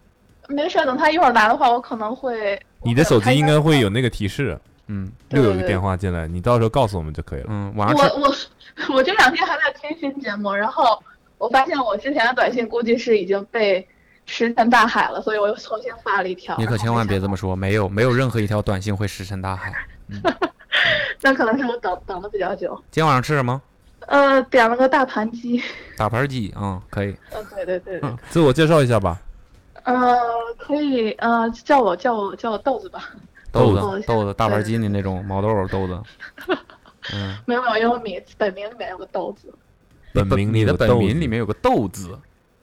没事儿，等他一会儿来的话，我可能会。你的手机应该会有那个提示，嗯又对有一个电话进来，你到时候告诉我们就可以了。嗯，晚我上吃我 我这两天还在听新节目，然后我发现我之前的短信估计是已经被石沉大海了，所以我又重新发了一条。你可千万别这么说，没有没有任何一条短信会石沉大海。那可能是我等等的比较久。今天晚上吃什么？呃，点了个大盘鸡。 打盘鸡啊、嗯，可以。呃，对对对嗯对。自我介绍一下吧，呃，可以，呃，叫我叫我叫我豆子吧。豆豆子子豆子大盘对鸡里那种毛豆儿豆子。 嗯，没有没有，因为我名本名里面有个豆子。本名你有的个本豆名子里面有个豆字，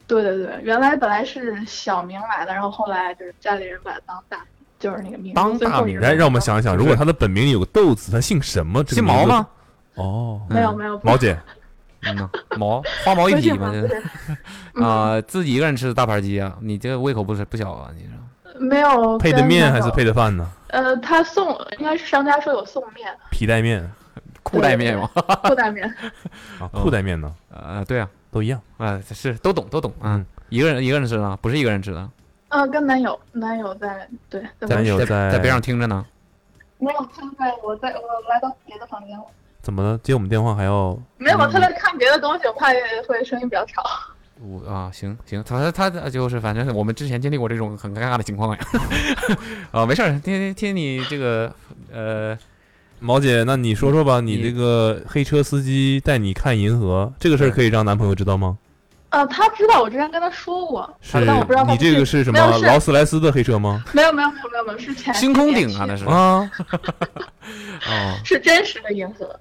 对对对，原来本来是小名来的，然后后来就是家里人把它当大，就是那个名字。当最大后嗯名一个哎来让我们想一想，就是如果他的本名里有个豆子，他姓什么？这个姓毛名字 吗？？哦，没有嗯没有，毛姐，嗯呐，毛花毛一不体是嘛，不就是是 啊、自己一个人吃大盘鸡啊，你这个胃口不是不小啊，你说没有配的跟面那还是个配的 饭呢？呃，他送应该是商家说有送 面、皮带面裤带面吗？ 裤带面，啊，哦裤带面呢？呃，对啊，都一样。啊、是都懂都懂啊、嗯一个人一个人吃的，啊不是一个人吃的，嗯、跟男友男友在对，在咱我有在在在边上听着呢。没有他在我在我来到别的房间了，怎么了？接我们电话嗯还要没有他在看别的东西，我怕会声音比较吵。我啊，行行，他他他就是，反正我们之前经历过这种很尴尬的情况呀。 啊，没事儿，听听你这个呃，毛姐？那你说说吧，你你这个黑车司机带你看银河这个事儿，可以让男朋友知道吗？呃，他知道我之前跟他说过，是但我不知道他你这个是什么没有是劳斯莱斯的黑车吗？没有没有没有没有没有是前星空顶啊，那是是啊，哦，是真实的银河，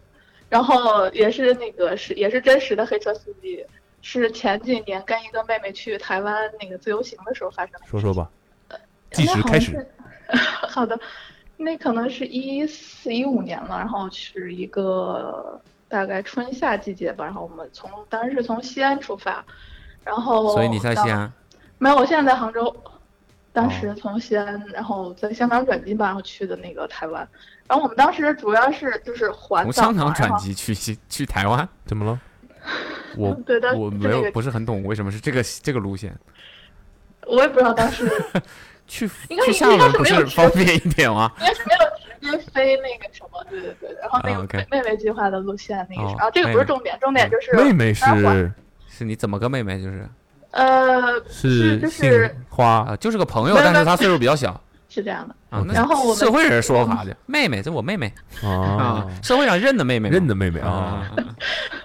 然后也是那个是也是真实的黑车司机，是前几年跟一个妹妹去台湾那个自由行的时候发生的。说说吧，那计时 好像开始是。好的，那可能是一四一五年了，然后是一个大概春夏季节吧，然后我们从当时是从西安出发，然后所以你在西安？哦没有，我现在在杭州。当时从西安，然后在香港转机吧，然后去的那个台湾。然后我们当时主要是就是环从岛香港嘛然转后机去西去台湾？怎么了？我嗯对当时我就没那有个不是很懂为什么是这个这个路线。我也不知道当时 去应该去应厦该门是不没有是直方便一点吗？应该是没有直接飞那个什么，对对对。然后那啊个，OK 妹妹妹计划的路线那个是哦嗯啊，这个不妹妹是重点，重点就是妹妹当时环是是你怎么个妹妹？就是呃是就杏是花，啊，就是个朋友，没有但没是有她岁数比较 小是这样的，啊。那然后我们嗯社会人说法的妹妹，这我妹妹啊啊，，社会上认的妹妹嘛，认的妹妹啊啊。啊，啊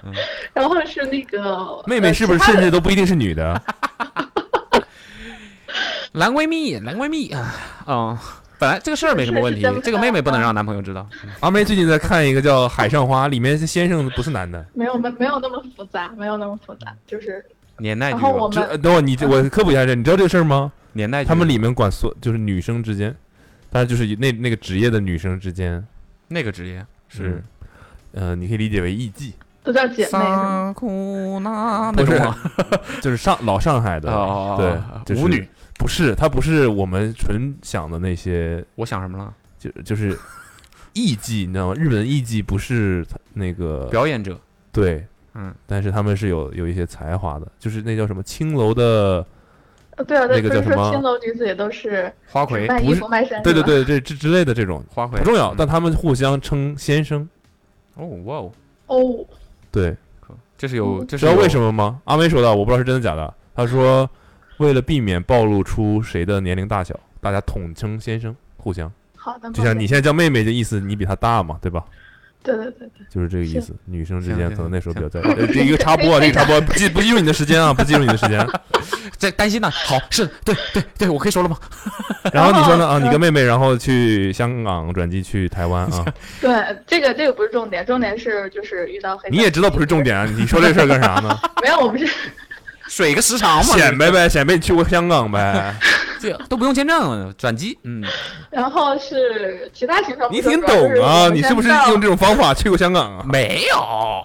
啊然后是那个妹妹呃是不是其他甚的至都不一定是女 的？男闺蜜，男闺蜜啊，嗯，本来这个事儿没什么问题是是，这个妹妹不能让男朋友知道。阿梅最近在看一个叫《海上花》，里面先生不是男的。没有没没有那么复杂，没有那么复杂，就是年代剧然后哦我嗯吧，们这呃等会儿你我科普一下这，你知道这个事儿吗？年代剧他们里面管所就是女生之间，当然就是以那那个职业的女生之间那个职业是，呃，你可以理解为艺妓，都叫姐妹是萨吗？库纳不那是种吗就是上老上海的，哦对哦，就是舞女。不是，她不是我们纯想的那些，我想什么了？就就是艺妓，你知道吗？日本的艺妓不是那个表演者，对，嗯，但是他们是有有一些才华的，就是那叫什么青楼的，呃对啊，对，那个不叫是什么说青楼女子也都是花魁，卖不衣是服卖身，对对是吧，对，这这之类的这种花魁不重要，嗯但他们互相称先生，哦哇哦，哦，对，可这是嗯有，这是知道为什么？么吗？阿梅说的，我不知道是真的假的。他说，为了避免暴露出谁的年龄大小，大家统称先生，互相。好的，就像你现在叫妹妹的意思，你比她大嘛，对吧？对对对对，就是这个意思。女生之行间行可能那时候比行较在。呃这一个插播啊，这个插播不记不记住你的时间啊，不记住你的时间。在担心呢？好，是对对对，我可以说了吗？然后你说呢？哦啊，你跟妹妹然后去香港转机去台湾啊， 对这个这个不是重点，重点是就是遇到黑你道也知道不是重 点啊，你说这事儿干啥呢？没有，我不是水个时长嘛，显摆呗，显摆你去过香港 呗。这都不用签证，转机，嗯，然后是其他行程不你说，挺主要懂啊，就你是不是我们用到这种方法去过香港啊？没有，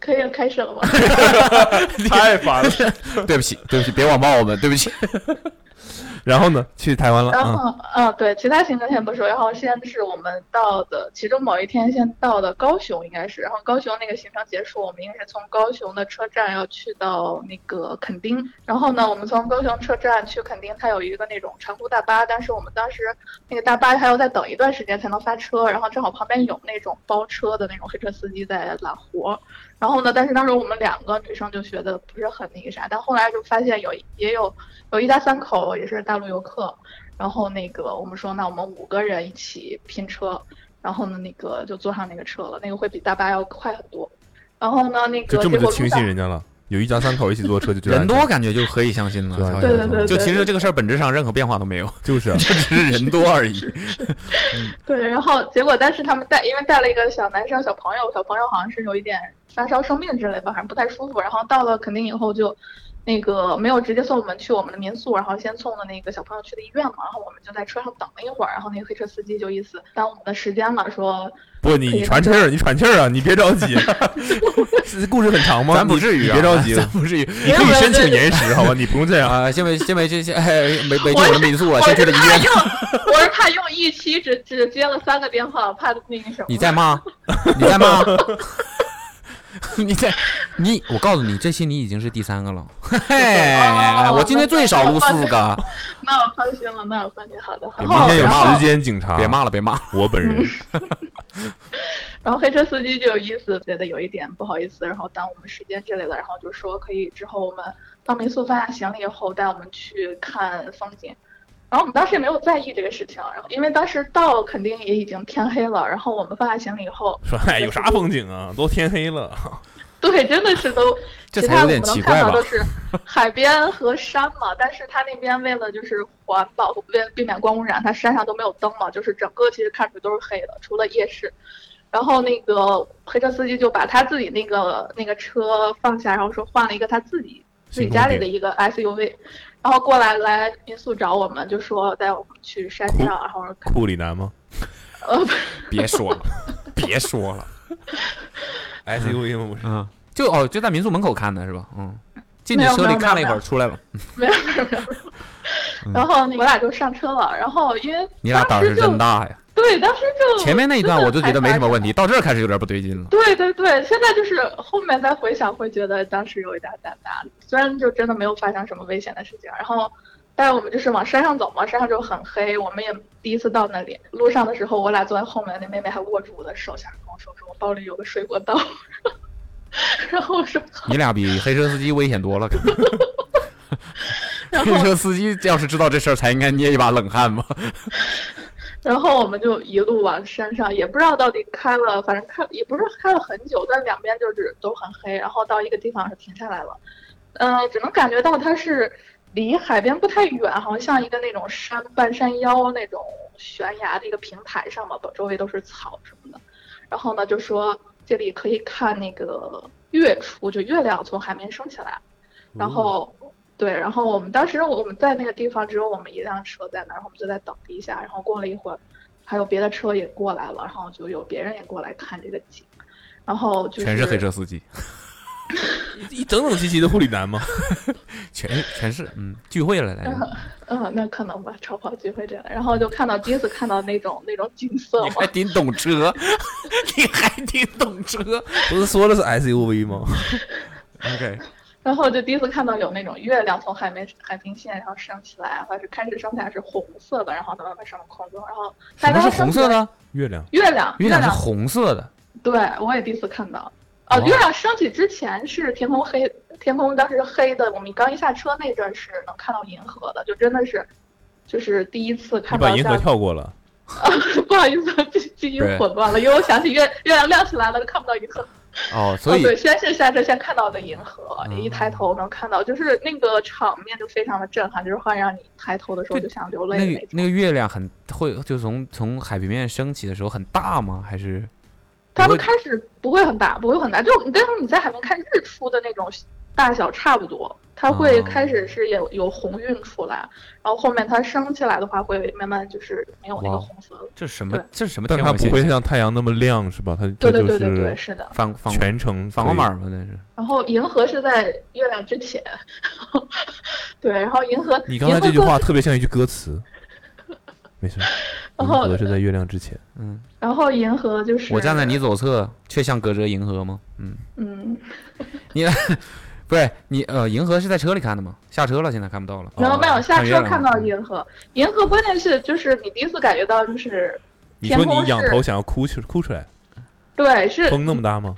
可以开始了吗？太烦了。 对不起，对不起，别网暴我们，对不起，然后呢，去台湾了然啊。后，嗯，对，其他行程先不说。然后先是我们到的，其中某一天先到的高雄，应该是。然后高雄那个行程结束，我们应该是从高雄的车站要去到那个垦丁。然后呢，我们从高雄车站去垦丁，它有一个那种长途大巴，但是我们当时那个大巴还要再等一段时间才能发车。然后正好旁边有那种包车的那种黑车司机在揽活儿。然后呢，但是当时我们两个女生就觉得不是很那个啥，但后来就发现有也有有一家三口也是大陆游客。然后那个我们说，那我们五个人一起拼车，然后呢，那个就坐上那个车了，那个会比大巴要快很多。然后呢，那就个这么结就果轻路信上，人家了。有一家三口一起坐车就觉得人安多全，感觉就可以相信了，对好像对对对，就其对实这个事儿本质上任何变化都没有， 就是 啊就只是人多而已。 对，然后结果但是他们带，因为带了一个小男生小朋友，小朋友好像是有一点发烧生病之类吧，反正不太舒服。然后到了垦丁以后就，那个没有直接送我们去我们的民宿，然后先送的那个小朋友去的医院嘛。然后我们就在车上等了一会儿，然后那个黑车司机就意思耽误我们的时间了，说不，你你喘气儿，你喘气儿啊，你别着 急。是故事很长吗？咱不你至于你啊，别着急，咱不至于你可以申请延时，好吧？你不用这样啊。啊，先没先没这些，哎，没没去我我的民宿了，我先去是了医怕院。用，我是怕用一期只只接了三个电话，怕那个什么。你在骂？你在骂？ 你在你，我告诉你，这期你已经是第三个了。嘿，哦我今天最少录四个，那我放心了，那我放心，好的。然明后天有然后时间警察，别，骂了，别骂。我本 人。然后黑车司机就有意思，觉得有一点不好意思，然后耽误我们时间之类的，然后就说可以之后我们到民宿放下行李以后带我们去看风景。然后我们当时也没有在意这个事情，然后因为当时到肯定也已经天黑了，然后我们放下行李以后，说哎，有啥风景啊？都天黑了。 对，真的是都， 这其才他有我们点能奇怪看到吧都 是海边和山嘛，但是它那边为了就是环保，为了避免光污染，它山上都没有灯嘛，就是整个其实看出去都是黑的，除了夜市。然后那个黑车司机就把他自己那个那个车放下，然后说换了一个他自己自己新家空里间的一个 SUV，然后过来来民宿找我们，就说带我们去山上，哭然后看库里南吗？呃，别说了， 别说了， SUV 吗？不是，嗯，就哦，就在民宿门口看的是吧？嗯，进去没有车没里有看了没一有会儿，出来了。没有没有没有。然后我俩就上车了，然后因为嗯你俩胆当儿时是就真大呀！ 对，当时就前面那一段我就觉得没什么问题。题，到这儿开始有点不对劲了。对对对，现在就是后面再回想，会觉得当时有一点胆大，虽然就真的没有发生什么危险的事情，然后，但是我们就是往山上走嘛，山上就很黑，我们也第一次到那里，路上的时候，我俩坐在后面，那妹妹还握住我的手，想跟我说说我包里有个水果刀， 然后我说，你俩比黑车司机危险多了。 然黑后车司机要是知道这事儿，才应该捏一把冷汗吧？然后我们就一路往山上，也不知道到底开了，反正开也不是开了很久，但两边就是都很黑。然后到一个地方是停下来了，嗯、只能感觉到它是离海边不太远，好像一个那种山半山腰那种悬崖的一个平台上嘛，周围都是草什么的。然后呢，就说这里可以看那个月出，就月亮从海面升起来。哦然后，对，然后我们当时我们在那个地方只有我们一辆车在那儿，然后我们就在等一下，然后过了一会儿，还有别的车也过来了，然后就有别人也过来看这个景，然后 就是全是黑车司机，一整整齐齐的库里南吗？全全是嗯，聚会了来着。嗯，那可能吧，超跑聚会这样，然后就看到第一次看到那种那种景色你嘛还，挺懂车， 你还挺懂车。不是说的是 SUV 吗？ OK，然后就第一次看到有那种月亮从海面海平线上升起来，它是开始升起来是红色的，然后它慢慢上了空中，然后什大么概是红色的？月亮月亮，月亮是亮红哦色的。对，我也第一次看到。呃，哇月亮升起之前是天空黑，天空当时是黑的。我们刚一下车那阵儿是能看到银河的，就真的是，就是第一次你看把到银这河样。跳过了， 不好意思，记记忆对混乱了，因为我想起月月亮亮起来了，就看不到银河。哦，所以哦、对，先是下车先看到的银河，嗯一抬头能看到，就是那个场面就非常的震撼，就是会让你抬头的时候对就想流泪那那个种。那个月亮很会，就从从海平面升起的时候很大吗？还是它不们会开始不会很大，不会很大，就你跟你在海边看日出的那种大小差不多。它会哦开始是有有红晕出来，然后后面它升起来的话，会慢慢就是没有那哇个红色了。这什么对这是什么但天它文不现会象？像太阳那么亮，是吧？它它对对就对对对，是是的。反反全程反可光以板吗？那是然后银河是在月亮之前， 对，然后银河， 你刚才银河这句更话特别像一句歌词，没事。银然后河是在月亮之前，嗯，然后银河就是我站在你，左侧，却像隔着银河吗？嗯，嗯，不是你呃，银河是在车里看的吗？下车了，现在看不到了。然后没有下哦看月车亮看了到嗯银河，银河关键是就是你第一次感觉到就是你说天空你仰是头想要哭出哭出来，对是风那么大吗？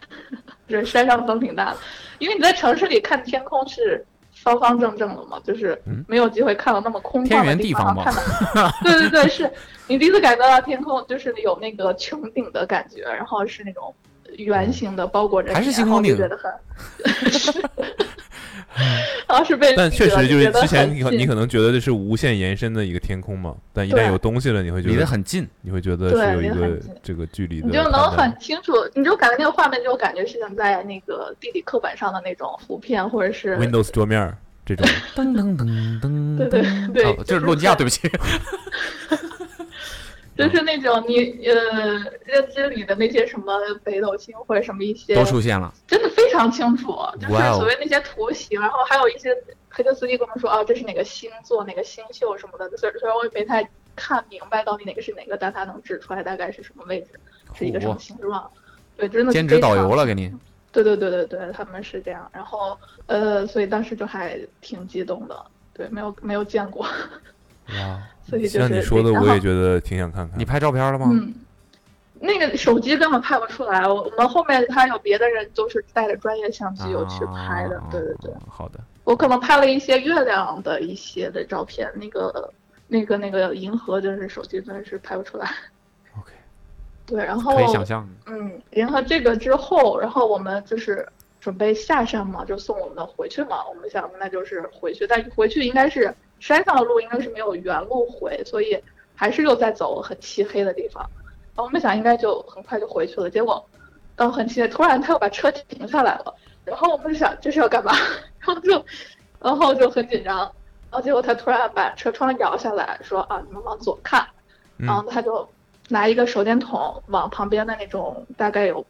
就是山上风挺大的，因为你在城市里看天空是方方正正的嘛，就是嗯没有机会看到那么空天旷的圆地地方方，嘛看到。对对对，是你第一次感觉到天空就是有那个穹顶的感觉，然后是那种圆形的包裹着你，还是星然后空就顶觉得很。 然后是被但记确得实就觉是得之前很你可你近可能觉得这是无限延伸的一个天空嘛，但一对啊旦有东西了，你会觉离得得很近，你会觉得对是有离一得个很近这个距离的你判就断，能很清楚，你就感觉那个画面就感觉是像在那个地理课本上的那种图片，或者是 Windows 桌面儿这 种，噔噔噔噔。对对对哦，这是诺基亚，对 不起。就是那种你呃认知里的那些什么北斗星或者什么一些都，出现了，真的非常清楚，就是哇哦所谓那些图形，然后还有一些黑客司机跟我们说啊，这是哪个星座、哪个星宿什么的，虽虽然我也没太看明白到底哪个是哪个，但他能指出来大概是什么位置，是一个什么嚯形状。对，真的兼职非常导游了，给你。对对对对对，他们是这样。然后呃，所以当时就还挺激动的，对，没有没有见过， 哇，所以就是像你说的，然我后也觉得挺想看看。你拍照片了吗？嗯，那个手机根本拍不出来，我我们后面他有别的人都是带着专业相机有去拍的，啊对对对，，好的。我可能拍了一些月亮的一些的照片，那个那个那个银河就是手机真的是拍不出来， OK，对，然后可以想象。嗯，银河这个之后，然后我们就是准备下山嘛，就送我们回去嘛。我们想那就是回去，但回去应该是山上的路应该是没有原路回，所以还是又在走很漆黑的地方。然后我们想应该就很快就回去了，结果到很漆黑，突然他又把车 停下来了，然后我们就想这是要干嘛，然后就然后就很紧张，然后结果他突然把车窗摇下来，说啊，你们往左看。然后他就拿一个手电筒往旁边的那种大概有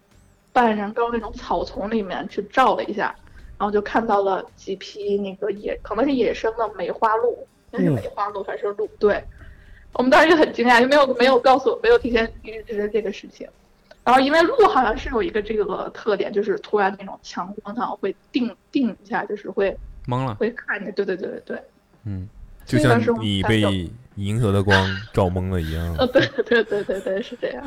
半人高那种草丛里面去照了一下，然后就看到了几匹那个野，可能是野生的梅花鹿，那是梅花鹿还是鹿？对，我们当时就很惊讶，就没有没有告诉我，没有提前预知这个事情。然后因为鹿好像是有一个这个特点，就是突然那种强光它会定定一下，就是会懵了，会看你。对对对对对，嗯，就那像个时候你感 受被银河的光照懵了一样。呃，对对对对对，是这样。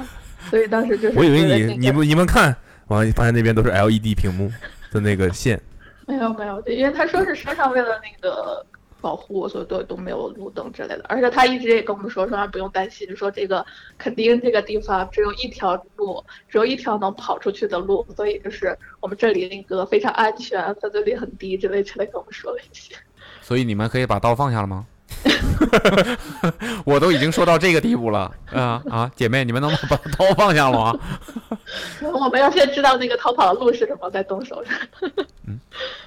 所以当时就是我以为觉得那你个你们你们看，完了发现那边都是 LED 屏幕的那个线， 没有没有，因为他说是山上为了那个保护，所以都都没有路灯之类的。而且他一直也跟我们说，说啊不用担心，说这个肯定这个地方只有一条路，只有一条能跑出去的路，所以就是我们这里那个非常安全，犯罪率很低之类之类跟我们说了一些。 所以你们可以把刀放下了吗？ 我都已经说到这个地步了，啊啊，姐妹，你们能把刀放下了吗？然后我们要先知道那个逃跑的路是什么，再动手。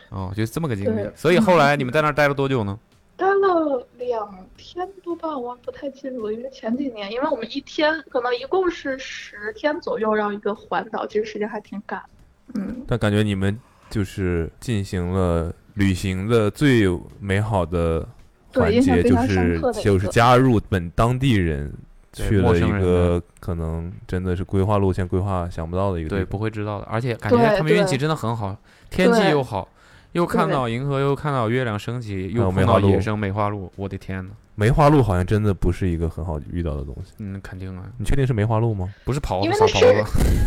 哦，就这么个经历对。嗯所以后来你们在那儿待了多久呢？待了两天多吧，我不太清楚，因为前几年，因为我们一天可能一共是十天左右绕一个环岛，其实时间还挺赶。嗯，但感觉你们就是进行了旅行的最美好的环对印象节，非就常深是刻的一个就是加入本当地人。对去陌了生一人个可能真的是规划路线规划想不到的一个地对，方不会知道的。而且感觉对他们运对气真的很好，天气对又好，又看对到银河，又看到月亮升起，还又有碰梅花到野鹿生梅花鹿。我的天呐，梅花鹿好像真的不是一个很好遇到的东西。嗯，肯定啊，你确定是梅花鹿吗？不是袍因子，为傻它袍是子。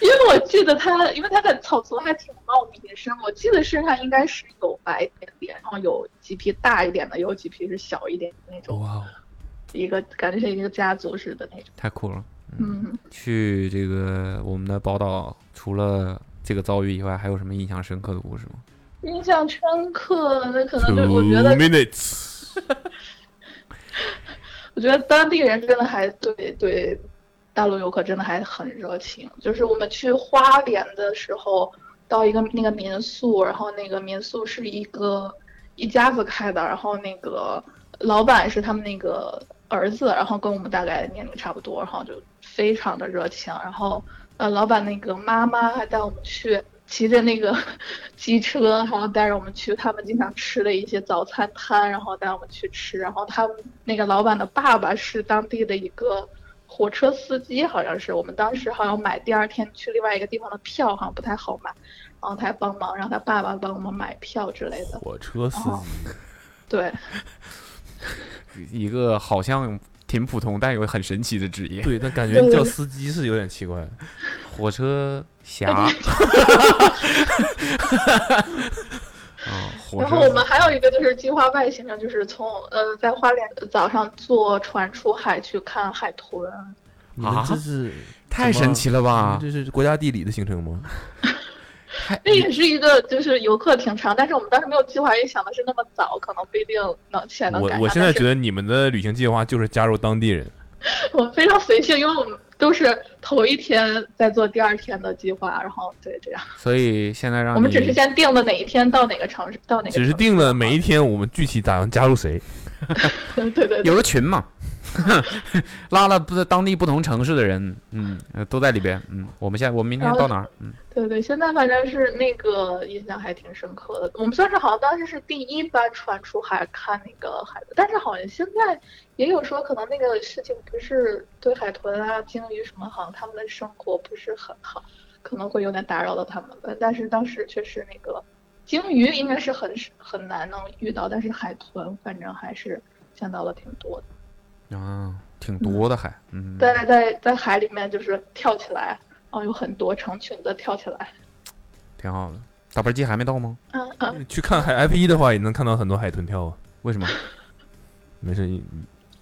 因为我记得它，因为它的草丛还挺茂密深，我记得身上应该是有白点点，然后有几匹大一点的，有几匹是小一点的那种，哇哦，一个感觉像一个家族似的那种。太酷了！嗯，去这个我们的宝岛，除了这个遭遇以外，还有什么印象深刻的故事吗？印象深刻，那可能就是呃我觉得 Two minutes，我觉得当地人真的还对对大陆游客真的还很热情。就是我们去花莲的时候，到一个那个民宿，然后那个民宿是一个一家子开的，然后那个老板是他们那个儿子，然后跟我们大概年龄差不多，然后就非常的热情。然后呃，老板那个妈妈还带我们去。骑着那个 机车，然后带着我们去他们经常吃的一些早餐摊，然后带我们去吃。然后他们那个老板的爸爸是当地的一个火车司机，好像是。我们当时好像买第二天去另外一个地方的票，好像不太好买，然后他还帮忙让他爸爸帮我们买票之类的。火车司哦机。对，一个好像挺普通但又很神奇的职业，对，但感对觉对叫对司机是有点奇怪。火车哎侠。 啊，火然后我车们还有一个就是计划外行程，就是从呃在花莲早上坐船出海去看海豚，你们啊这是太神奇了吧！这是国家地理的行程吗？太这也是一个就是游客挺长，但是我们当时没有计划，也想的是那么早，可能不一定能现在能赶我上。我现在但是觉得你们的旅行计划就是加入当地人，我们非常随性，因为我们都是头一天在做第二天的计划，然后对这样，所以现在让我们只你是先定了哪一天到哪个城市，到哪个只是定了每一天我们具体打算加入谁。城市 对对对，有了群嘛， 拉了不当地不同城市的人，嗯，呃都在里边，嗯，我们现在我们明天然后到哪儿？嗯，对对，现在反正是那个印象还挺深刻的。我们算是好像当时是第一班船出海看那个海豚，但是好像现在也有说可能那个事情不是对海豚啊、鲸鱼什么，好像他们的生活不是很好，可能会有点打扰到他们了。但是当时确实那个鲸鱼应该是很很难能遇到，但是海豚反正还是见到了挺多的，啊，挺多的还，嗯，在在在海里面就是跳起来，然后有很多成群的跳起来，挺好的。大班机还没到吗？嗯嗯。去看海 F 一的话，也能看到很多海豚跳啊。为什么？没事，你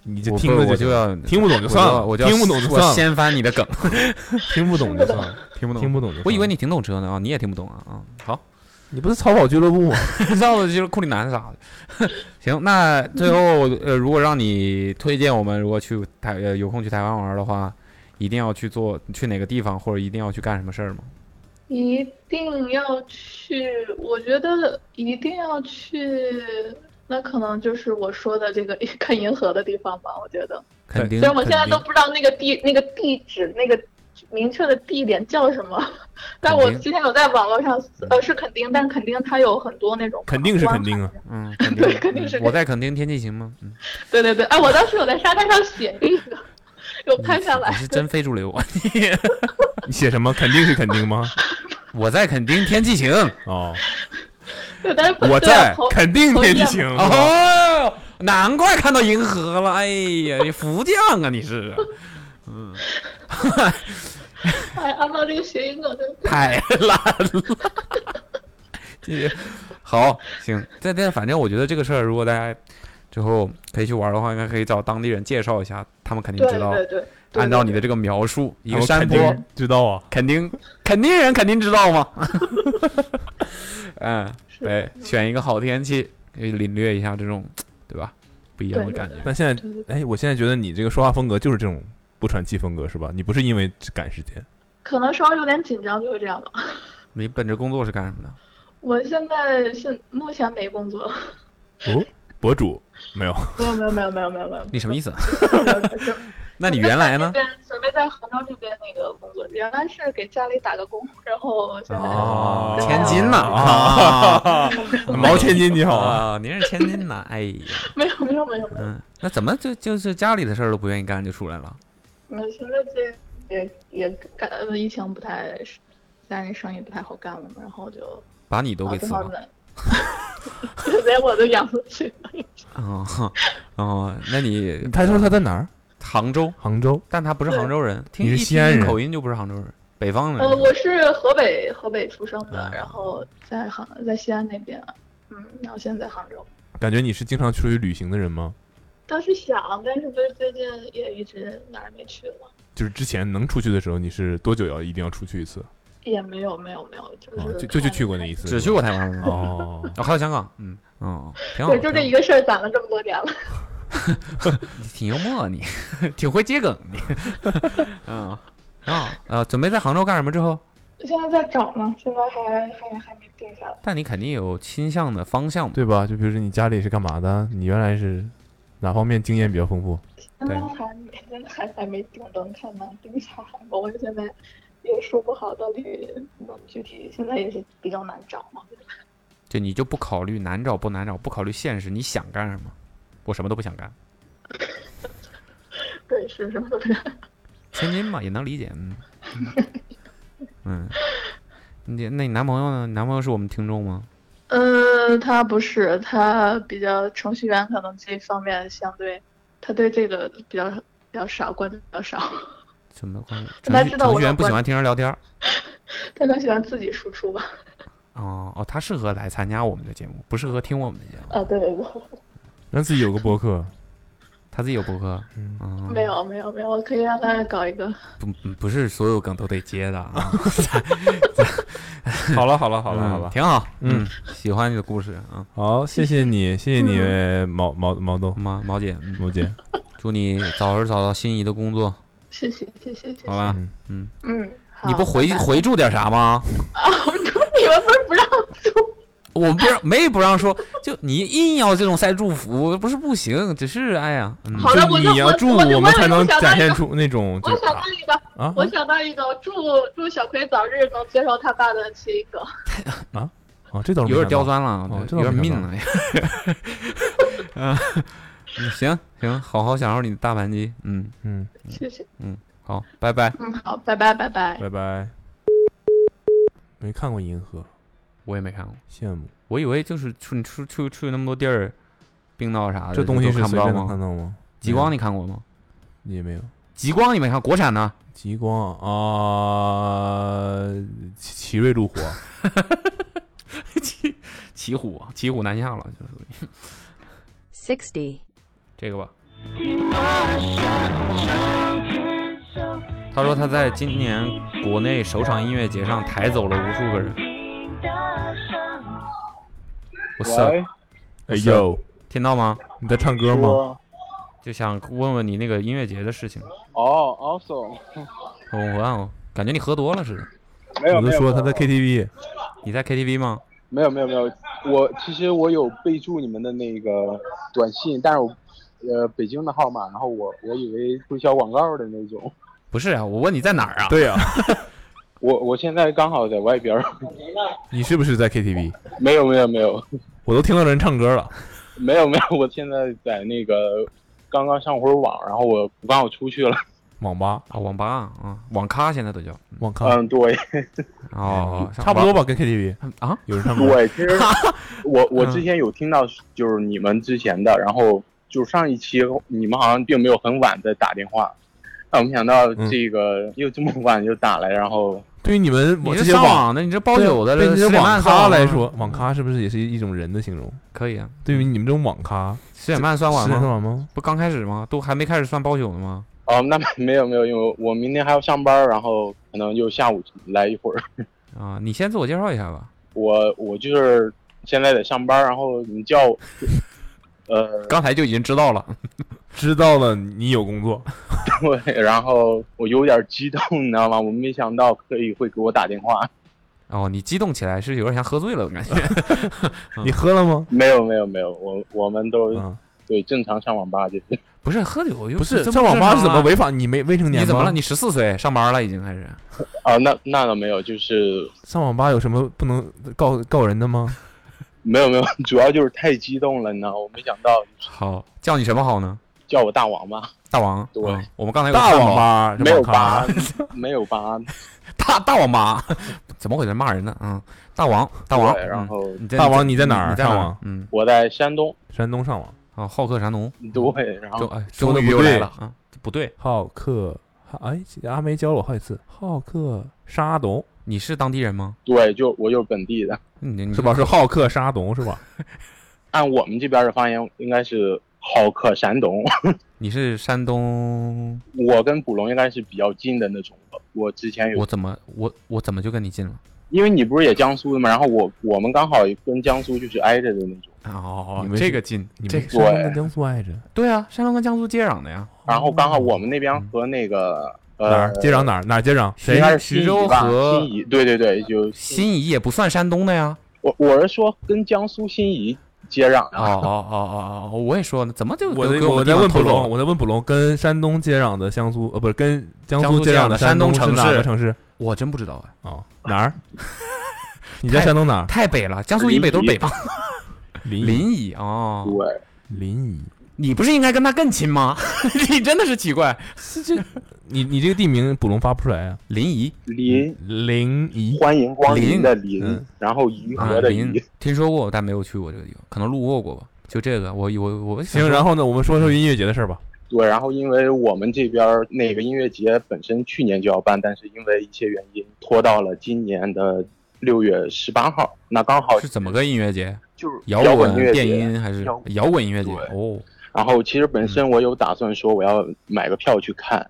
你你就我听不着我行就要听不懂就我算要了，我就要听不懂就我算了，掀翻你的梗，听不懂就算了， 听不听不懂就算了。我以为你挺懂车呢啊，你也听不懂啊啊，好。你不是草跑俱乐部吗？绕的就是库里南啥的。 行，那最后呃，如果让你推荐我们，如果去台呃有空去台湾玩的话，一定要去做去哪个地方，或者一定要去干什么事儿吗？一定要去，我觉得一定要去，那可能就是我说的这个看银河的地方吧。我觉得，肯定。虽然我现在肯定都不知道那个地那个地址那个明确的地点叫什么， 但肯我定之前有在网络上，呃，是垦丁，但垦丁它有很多那种肯定是观肯定啊， 嗯，肯定对肯定嗯是我在垦丁天气晴吗？嗯，对对对，哎，我当时有在沙滩上写这个， 有拍下来你。是真非主流。你写什么？肯定是肯定吗？我在垦丁天气晴。哦， 对，啊但是不我对在头肯定天气晴。哦，哦，难怪看到银河了。哎呀，你福将啊，你是。哎，按照这个谐音梗，真的 太烂了。这个好行，但但反正我觉得这个事儿，如果大家之后可以去玩的话，应该可以找当地人介绍一下，他们肯定对知道。对对，对按照你的这个描述，一个山哦肯坡，定知道啊。哦肯定肯定人肯定知 道嘛。嗯，对，选一个好天气，可以领略一下这种，对吧？不一样的对对感觉。但现在对对，哎，我现在觉得你这个说话风格就是这种不喘气风格是吧？你不是因为赶时间，可能稍微有点紧张就会这样吧。你本职工作是干什么的？我现在现目前没工作，哦，博主没 有，没有没有没有没有没有没有。你什么意 思？啊思？ 那你原来 呢？准备在这边准备在杭州这边那个工作，原来是给家里打个工，然后现在、哦，对天津呐啊啊，毛天津你好啊，啊，您是天津的，哎呀， 没有没有没有没有，嗯，那怎么就就是家里的事儿都不愿意干就出来了？那现在这也也干呃疫情不太，家里生意不太好干了嘛，然后就把你都啊给正辞好了，在， 连我都养不起。 哦 哦，那你啊他说他在哪儿？杭州，杭州。但他不是杭州人，听你是一西安听人口音就不是杭州人，北方呃，人。我是河北河北出生的啊，然后在杭在西安那边，嗯，然后现在在杭州。感觉你是经常出去旅行的人吗？当时想，但是就是最近也一直哪儿没去了，就是之前能出去的时候，你是多久要一定要出去一次？也没有没有没有，就啊是、，就就就去过那一次，只去过台湾哦， 哦，哦，还有香港，嗯，哦，挺好，对，就这一挺个事儿攒了这么多年了。 好挺幽默啊你， 挺会接梗你， 嗯，挺好。呃，准备在杭州干什么之后？现在在找呢，现在还还还没定下来。但你肯定有倾向的方向嘛，对吧？就比如说你家里是干嘛的？你原来是哪方面经验比较丰富？现对在还没，现在还还没定，等看能定下来吧。我现在也说不好到底能具体，现在也是比较难找嘛。就你就不考虑难找不难找，不考虑现实，你想干什么？我什么都不想干，对，是是是。 天津嘛也 能理解，嗯，嗯，你那你男朋友呢？你男朋友是我们听众吗？呃，他不是，他比较程序员，可能这方面相对，他对这个比较比较少，关注比较少，什么关系？大家程序知道程我序员老不喜关欢听人聊天儿。他更喜欢自己输出吧。哦哦，他适合来参加我们的节目，不适合听我们的节目。啊，对对对，让自己有个博客，他自己有博客，嗯，没有没有没有，我可以让他搞一个。不嗯不是所有梗都得接的啊。 好了好了好嗯了好了，挺 好，嗯嗯，喜欢你的故事啊，好，谢谢你，谢谢你，毛毛毛豆毛毛姐，嗯毛姐，祝你早日找到心仪的工作，谢谢谢谢谢好谢。吧？嗯嗯，你不好 回回注点啥吗？你们不是不让住？我们不让没不让说，就你硬要这种晒祝福，不是不行，只是哎呀，嗯，好的，就我就你要我祝我就我们我才有能想到展一现个出那种我就是想到一个，啊我想到一个，祝祝小葵早日能接受他爸的谐音梗。啊，这倒是有点没想到刁，钻了，哦这有倒点没命想到了。哎 嗯，行行，好好享受你的大盘鸡，嗯，嗯，谢谢。好，拜拜。嗯，好，拜拜拜拜。拜拜。没看过银河，我也没看过，羡慕。我以为就是出你出出去那么多地儿，冰岛啥的，这东西啊都是看不随嗯到便能看吗？到吗？极光你看过嗯吗？你也没有。极光你没看，国产 的，极光啊，奇奇瑞路虎 啊，骑骑虎，骑虎难下了，就属于 sixty. 这个吧。他说他在今年国内首场音乐节上抬走了无数个人。我操，喂，哎呦，听到吗？你在唱歌吗？我就想问问你那个音乐节的事情。哦，awesome，我我哦，感觉你喝多了似的。没有我就没有说他没在有 KTV，你在 KTV 吗？没有没有没有，我其实我有备注你们的那个短信，但是我呃北京的号码，然后我我以为推销广告的那种。不是啊，我问你在哪儿啊？对呀、我我现在刚好在外边儿， 你是不是在 KTV？没有没有没有我都听到人唱歌了。没有没有，我现在在那个刚刚上会儿网，然后我我刚好出去了。网吧，啊，网吧啊，啊网咖现在都叫网咖，嗯，对哦，上哎嗯差不多网吧，跟 KTV 啊。有人唱歌。对，其实 我我嗯之前有听到就是你们之前的，然后就上一期你们好像并没有很晚的打电话，但我没想到嗯这个又这么晚就打来，然后。对于你们你我这这些上网网的，你这包酒的，对对你十这点半网上咖网来吗说，网咖是不是也是一种人的形容？可以啊。对于你们这种网咖，十点半算晚是算吗？晚嗯吗？不刚开始吗？都还没开始算包酒呢吗？哦，那 没有没有，因为我明天还要上班，然后可能就下午来一会儿。啊，你先自我介绍一下吧。我我就是现在在上班，然后你叫我，呃，刚才就已经知道了，知道了，你有工作，对，然后我有点激动，你知道吗？我没想到可以会给我打电话，哦，你激动起来是有点像喝醉了，我感觉。 嗯你喝了吗？没有没有没有，我我们都、嗯，对正常上网吧就是。不是喝酒又不是，这上网吧是怎么正常啊违法？你没未成年你吗？怎么了？你十四岁上班了已经开始？啊，那那倒没有，就是上网吧有什么不能告告人的吗？没有没 有，主要就是太激动了，你知道吗，我没想到好，叫你什么好呢？叫我大王吧，大王。对嗯我们刚才有个 大网吧，吧没有吧吧？， 没有吧，大大王吧， 怎么回事？骂人呢？嗯，大王， 大王。对，然嗯后你在大王你在哪儿你在哪大王嗯，我在山东，山东上网，啊，好客禅奴，对，然终后哎，说终得于不又来对了啊！不对，好客，哎，阿梅教了我好几次，好客沙龙你是当地人吗？对，就我就是本地的，你你是吧？是好客沙龙是吧？按我们这边的方言应该是好客山东，你是山东，我跟古龙应该是比较近的那种了。我之前有我，怎么我我怎么就跟你近了？因为你不是也江苏的嘛，然后我我们刚好跟江苏就是挨着的那种，哦你们是近，你这们个山东跟江苏挨着，对啊，山东跟江苏接壤的 呀，然后刚好我们嗯那边和那个、哪儿呃接壤哪儿哪儿接壤？应谁该是徐新州沂吧和新沂，对对对，就新沂也不算山东的 呀。我我是说跟江苏新沂接壤哦哦哦哦哦，我也说呢，怎么就我给在我我们在地方问透普露龙，了？我在问普龙，跟山东接壤的江苏呃，不是跟江江苏苏接接壤壤的的山东东是城哪市个城市？我真不知道哎，哦，哪 儿？你太在山东哪儿？太北了，江苏以北都是北方。临临沂哦，对，临沂，你不是应该跟他更亲吗？ 你真的是奇怪，你你这个地名普龙发不出来啊？临沂临临沂，欢迎光临的临，嗯然后颐啊，和的颐，临听说过，但没有去过这个地方，可能路过过吧。就这个，我我我行，然后后呢，我们说说音乐节的事儿吧。对，然后因为我们这边儿那个音乐节本身去年就要办，但是因为一些原因拖到了今年的六月十八号。那刚好是怎么个音乐节？就是摇滚音乐电节？音还是哎摇滚摇滚音乐节？对哦，然后其实本身我有打算说我要买个票去看，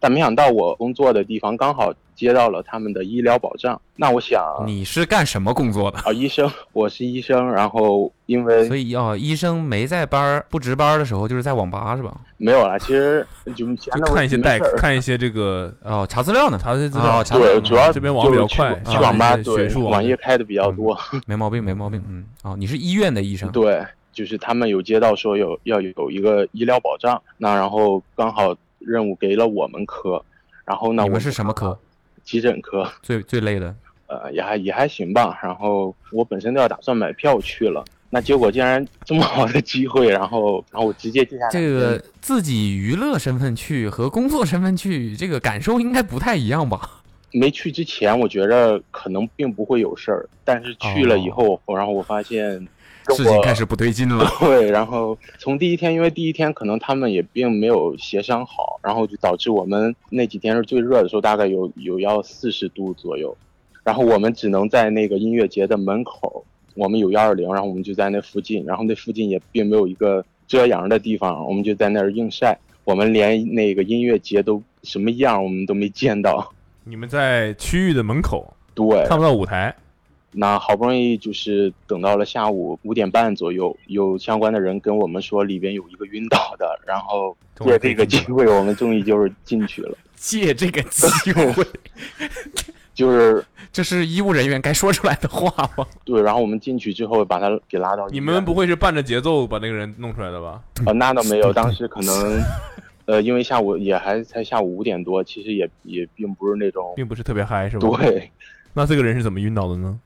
但没想到我工作的地方刚好接到了他们的医疗保障。那我想你是干什么工作的？啊，医生，我是医生，然后因为所以哦，医生没在班儿不值班儿的时候，就是在网吧是吧？没有了，其实就闲就的看一些代代课，看一些这个哦，查资料呢，查一些资哦料，查对，主要这边网比较快就是去啊去网吧一些对学术网网页开的比较嗯多。没毛病，没毛病。嗯，哦，你是医院的医生，对，就是他们有接到说有要有一个医疗保障，那然后刚好任务给了我们科，然后呢，你我们是什么科？急诊科，最最累的呃，也还也还行吧。然后我本身都要打算买票去了，那结果竟然这么好的机会，然后然后我直接接下来这个自己娱乐身份去和工作身份去，这个感受应该不太一样吧？没去之前，我觉着可能并不会有事儿，但是去了以后，然后我发现跟哦事情我开始不对劲了。 对，然后从第一天，因为第一天可能他们也并没有协商好，然后就导致我们那几天是最热的时候，大概有有要四十度左右，然后我们只能在那个音乐节的门口，我们有幺二零，然后我们就在那附近，然后那附近也并没有一个遮阳的地方，我们就在那儿硬晒，我们连那个音乐节都什么样我们都没见到。 你们在区域的门口对，看不到舞台，那好不容易就是等到了下午五点半左右，有相关的人跟我们说里边有一个晕倒的，然后终于借可以这个进机去会，我们终于就是进去了。借这个机会，就是这是医务人员该说出来的话吗？对，然后我们进去之后把他给拉到医你院们不会是伴着节奏把那个人弄出来的吧？呃，那倒没有，当时可 能，呃，因为下午也还才下午五点多，其实也也并不是那种并不是特别嗨，是吧？。对。那这个人是怎么晕倒的呢？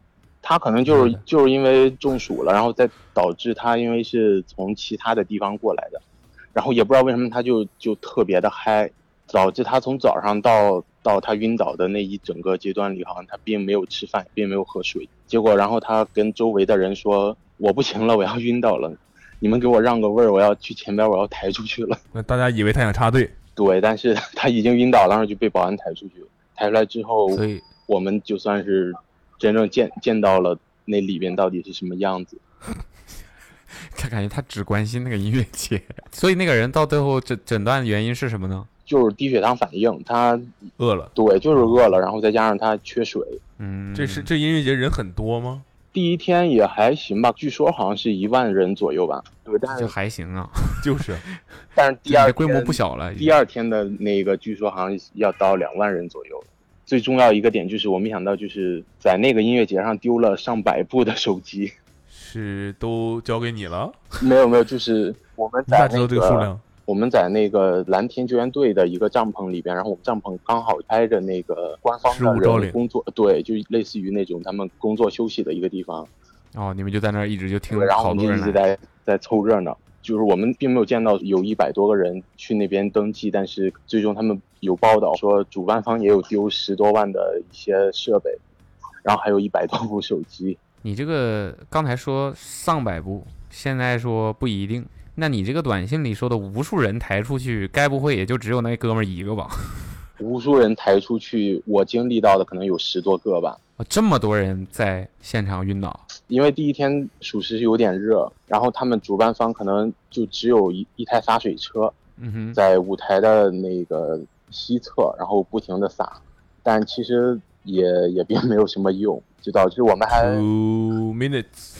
他可能就是嗯明白就是因为中暑了，然后再导致他因为是从其他的地方过来的，然后也不知道为什么他就就特别的嗨，导致他从早上到到他晕倒的那一整个阶段里，好像他并没有吃饭，也并没有喝水。结果然后他跟周围的人说：“我不行了，我要晕倒了，你们给我让个位儿，我要去前边，我要抬出去了。 那大家以为他想插队，”对，但是他已经晕倒了，然后就被保安抬出去了。抬出来之后，所以我们就算是真正见见到了那里边到底是什么样子。他感觉他只关心那个音乐节，所以那个人到最后诊诊断原因是什么呢？就是低血糖反应，他饿了。对就是饿了，然后再加上他缺水。嗯，这是这音乐节人很多吗？ 第一天也还行吧，据说好像是一万人左右吧。对，但就是还行啊，就是，但是第二这天规模不。小了。第二二天的那个据说好像要到两万人左右。最重要一个点就是我没想到，就是在那个音乐节上丢了上百部的手机。 是都交给你了？没有没有，就是我们你在咋那知道这个数量？我们在那个蓝天救援队的一个帐篷里边，然后我们帐篷刚好挨着那个官方失的物招人领工作，对，就类似于那种他们工作休息的一个地方。哦，你们就在那儿一直就听对，然后我好们多就一人直来，在在凑热闹。就是我们并没有见到有一百多个人去那边登记，但是最终他们有报道说，主办方也有丢十多万的一些设备，然后还有一百多部手机。你这个刚才说上百部，现在说不一定。那你这个短信里说的无数人抬出去，该不会也就只有那哥们儿一个吧？ 无数人抬出去，我经历到的可能有十多个吧。哦这么多人在现场晕倒，因为第一天属实有点热，然后他们主办方可能就只有一一台洒水车嗯哼，在舞台的那个西侧，然后不停的洒，但其实也也并没有什么用，就导致我们还嗯 Two minutes，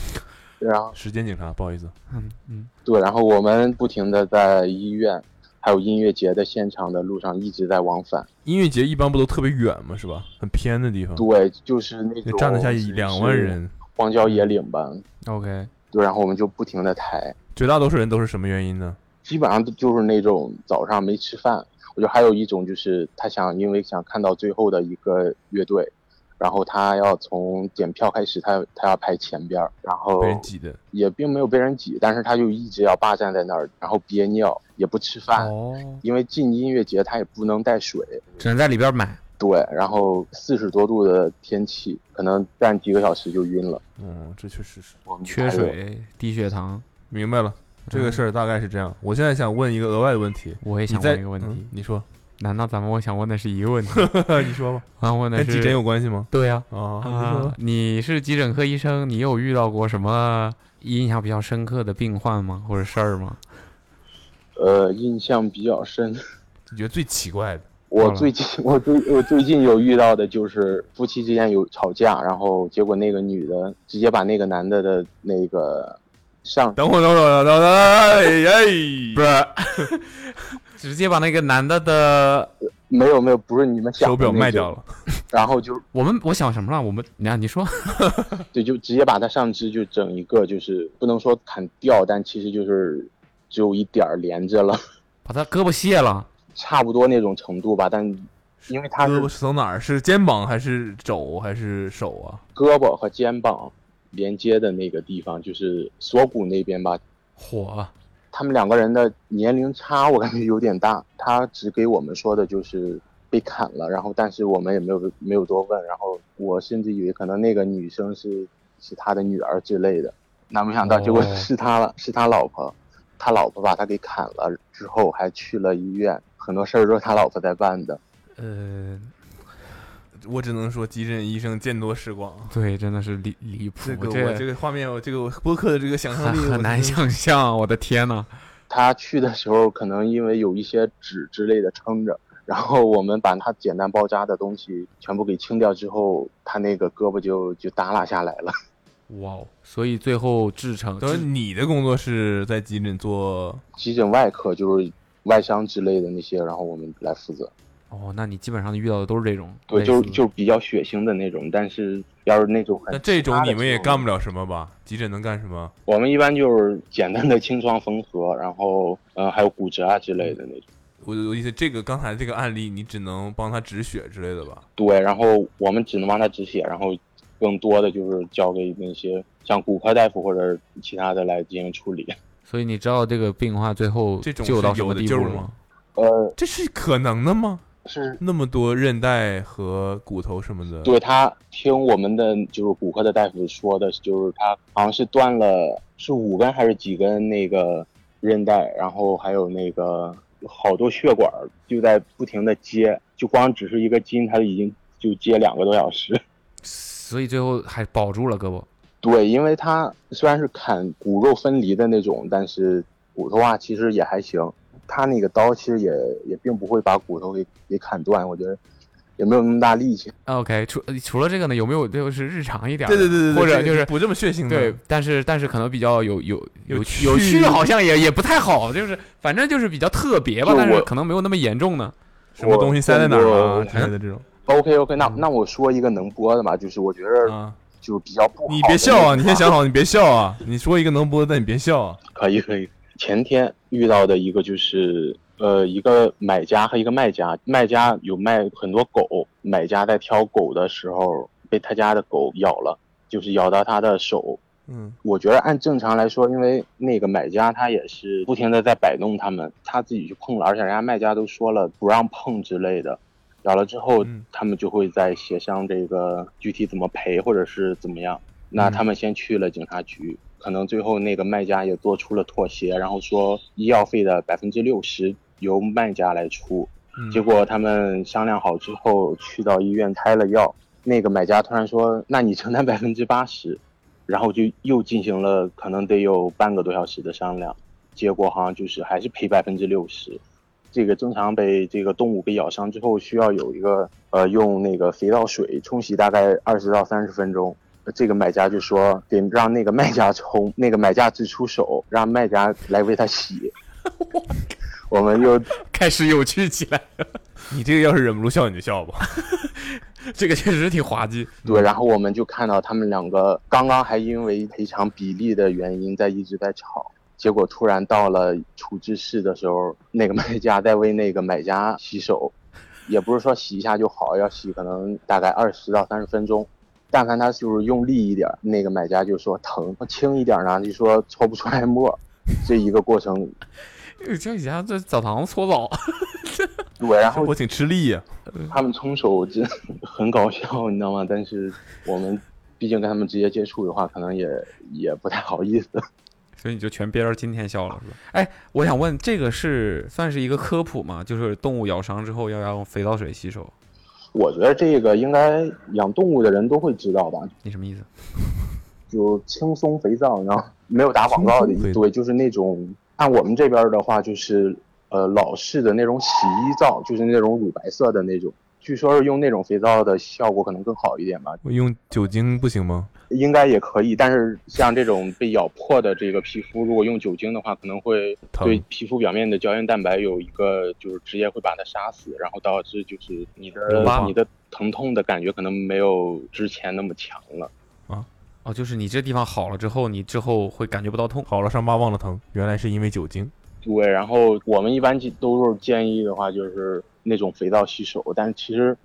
然后时间警察，不好意思，嗯嗯，对，然后我们不停的在医院还有音乐节的现场的路上一直在往返，音乐节一般不都特别远吗？是吧？很偏的地方，对，就是那那种站得下两万，人，荒郊野岭吧， ，OK，对，然后我们就不停的抬，绝大多数人都是什么原因呢？基本上就是那种早上没吃饭。我觉得还有一种就是他想，因为想看到最后的一个乐队，然后他要从检票开始，他他要排前边儿，然后被人挤的。也并没有被人挤，但是他就一直要霸占在那儿，然后憋尿，也不吃饭，哦，因为进音乐节他也不能带水，只能在里边买。对，然后四十多度的天气，可能站几个小时就晕了。嗯，这确实是。我们缺还有水、低血糖，明白了，这个事儿大概是这样。我现在想问一个额外的问题，我也嗯你想在问一个问嗯题，你说，难道咱们我想问的是一个问题？ 你说吧，我想问的跟是急诊有关系吗？对呀、啊，你啊说，你是急诊科医生，你有遇到过什么印象比较深刻的病患吗？或者事儿吗？呃，印象比较深。你觉得最奇怪的，我最近， 我最我最近有遇到的就是夫妻之间有吵架，然后结果那个女的直接把那个男的的那个上等会儿，等会儿，等会儿，哎哎，不是直接把那个男的的，没有没有不是你们想手的表那卖种掉，了，然后就我们我想什么了？我们你看你说，对就直接把他上肢就整一个就是不能说砍掉，但其实就是只有一点儿连着了，把他胳膊卸了，差不多那种程度吧。但因为他是胳膊是从哪儿？是肩膀还是肘还是手啊？胳膊和肩膀连接的那个地方，就是锁骨那边吧。火，他们两个人的年龄差，我感觉有点大。他只给我们说的就是被砍了，然后但是我们也没有没有多问。然后我甚至以为可能那个女生是是他的女儿之类的，那没想到哦结果是他了，是他老婆，他老婆把他给砍了之后还去了医院，很多事儿都是他老婆在办的。呃，我只能说急诊医生见多识广。对，真的是离离谱，这个这我这个画面，我这个我播客的这个想象很力我很难真的想象，我的天呐！他去的时候可能因为有一些纸之类的撑着，然后我们把他简单包扎的东西全部给清掉之后，他那个胳膊就就耷拉下来了。哇哦，所以最后制成等于你的工作是在急诊做急诊外科就是外伤之类的那些，然后我们来负责。哦，那你基本上遇到的都是这种，对，类就似是的就比较血腥的那种。但是要是那种很那这种你们也干不了。了什么吧？急诊能干什么？我们一般就是简单的清创缝合，然后呃还有骨折啊之类的那种。我我意思，这个刚才这个案例，你只能帮他止血之类的吧？对，然后我们只能帮他止血，然后更多的就是交给那些像骨科大夫或者其他的来进行处理。所以你知道这个病患最后这种救是到什有么的地救步吗？？呃，这是可能的吗？是那么多韧带和骨头什么的，对他听我们的就是骨科的大夫说的，就是他好像是断了是五根还是几根那个韧带，然后还有那个好多血管儿就在不停的接，就光只是一个筋，他已经就接两个多小时。 所以最后还保住了胳膊。对，因为他虽然是砍骨肉分离的那种，但是骨头啊其实也还行，他那个刀其实也也并不会把骨头给给砍断，我觉得也没有那么大力气。 OK，除呃除了这个呢，有没有就是日常一点儿对的？对对对，或者这个就是不这么血腥的。对，但是但是可能比较有有有有趣有趣，好像也也不太好，就是反正就是比较特别吧，就但是我可能没有那么严重呢。什么东西塞在哪儿啊我之类的这种 OK 嗯 OK，那那我说一个能播的吧，就是我觉得啊，就是比较不好的你那种。别笑啊！你先想好，你别笑啊！你说一个能播的，但你别笑啊！可以可以。前天遇到的一个就是，呃，一个买家和一个卖家，卖家有卖很多狗，买家在挑狗的时候被他家的狗咬了，就是咬到他的手。嗯，我觉得按正常来说，因为那个买家他也是不停的在摆弄他们，他自己去碰了，而且人家卖家都说了不让碰之类的。咬了之后嗯，他们就会再协商这个具体怎么赔或者是怎么样。那他们先去了警察局，可能最后那个卖家也做出了妥协，然后说医药费的百分之六十由卖家来出。嗯结果他们商量好之后，去到医院开了药。那个买家突然说：“那你承担百分之八十。”然后就又进行了可能得有半个多小时的商量，结果好像就是还是赔百分之六十。这个正常被这个动物被咬伤之后，需要有一个呃用那个肥皂水冲洗大概二十到三十分钟。呃这个买家就说给让那个卖家冲，那个买家只出手，让卖家来为他洗。我们又 开始有趣起来，你这个要是忍不住笑，你就笑吧。 这个确实挺滑稽。对，然后我们就看到他们两个刚刚还因为赔偿比例的原因在一直在吵，结果突然到了处置室的时候，那个卖家在为那个买家洗手，也不是说洗一下就好，要洗可能大概二十到三十分钟。但凡他就是用力一点儿，那个买家就说疼；轻一点儿呢，就说搓不出来沫儿。这一个过程，就以前在澡堂搓澡， 对，然后 我挺吃力呀、他们冲手真很搞笑，你知道吗？但是我们毕竟跟他们直接接触的话，可能也也不太好意思。所以你就全憋到今天笑了，是吧？哎，我想问，这个是算是一个科普吗？就是动物咬伤之后要用肥皂水洗手，我觉得这个应该养动物的人都会知道吧，你什么意思？就轻松肥皂，然后没有打广告的轻松肥一皂堆，就是那种按我们这边的话，就是呃老式的那种洗衣皂，就是那种乳白色的那种，据说是用那种肥皂的效果可能更好一点吧，我用酒精不行吗？应该也可以。但是像这种被咬破的这个皮肤，如果用酒精的话，可能会疼对皮肤表面的胶原蛋白有一个就是直接会把它杀死，然后导致就是有你的疤你的疼痛的感觉可能没有之前那么强了。哦，就是你这地方好了之后，你之后会感觉不到痛。好了，伤疤忘了疼，原来是因为酒精。对，然后我们一般建都是建议的话，就是那种肥皂洗手，但是其实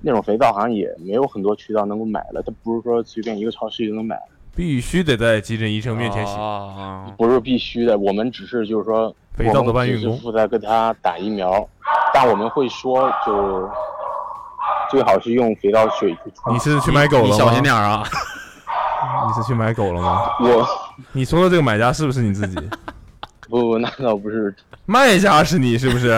那种肥皂好像也没有很多渠道能够买了，它不是说随便一个超市就能买，必须得在急诊医生面前洗。啊，不是必须的。我们只是就是说，肥皂的搬运工我们只是负责给他打疫苗，但我们会说就最好是用肥皂水去冲你。是去买狗了吗？你小心点儿啊！你是去买狗了吗？我你说的这个买家是不是你自己？不不，那倒不是，卖家是你是不是？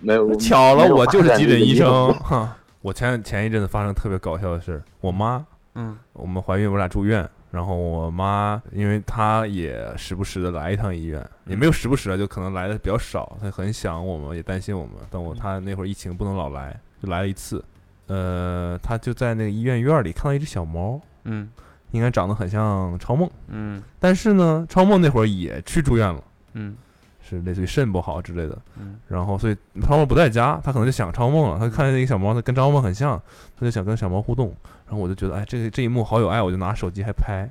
没有。巧没了，有我就是发现急诊这个医地方 生。哼，我前前一阵子发生特别搞笑的事儿，我妈，嗯，我们怀孕，我俩住院，然后我妈因为她也时不时的来一趟医院，也没有时不时啊，就可能来的比较少，她很想我们，也担心我们，但嗯我她那会儿疫情不能老来，就来了一次，呃，她就在那个医院院儿里看到一只小猫，嗯应该长得很像超梦，嗯但是呢，超梦那会儿也去住院了。嗯，是类似于肾不好之类的。嗯然后所以超梦不在家，他可能就想超梦了。他看见那个小猫，他跟超梦很像，他就想跟小猫互动。然后我就觉得，哎，这个这一幕好有爱，我就拿手机还拍。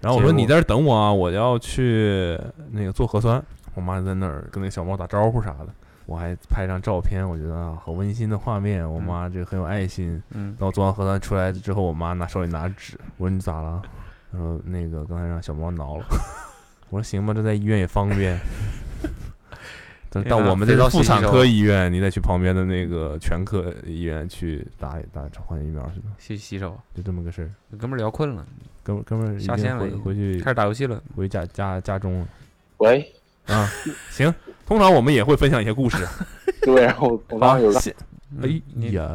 然后我说结果你在这儿等我啊，我要去那个做核酸。我妈在那儿跟那个小猫打招呼啥的，我还拍张照片，我觉得啊，好温馨的画面。我妈这个很有爱心。嗯，等我做完核酸出来之后，我妈拿手里拿着纸，我说你咋了？她说那个刚才让小猫挠了。 我说行吧，这在医院也方便。 但天但哪我们这肥皂是妇洗洗产手科医院，你得去旁边的那个全科医院去打打换疫苗去的，去洗手。就这么个事儿。哥们儿聊困了，哥们哥们儿已下线经了回已经回去开始打游戏了。回家家家中了喂，啊。行，通常我们也会分享一些 故事。 对，然后我刚刚有个谢哎哎，你呀，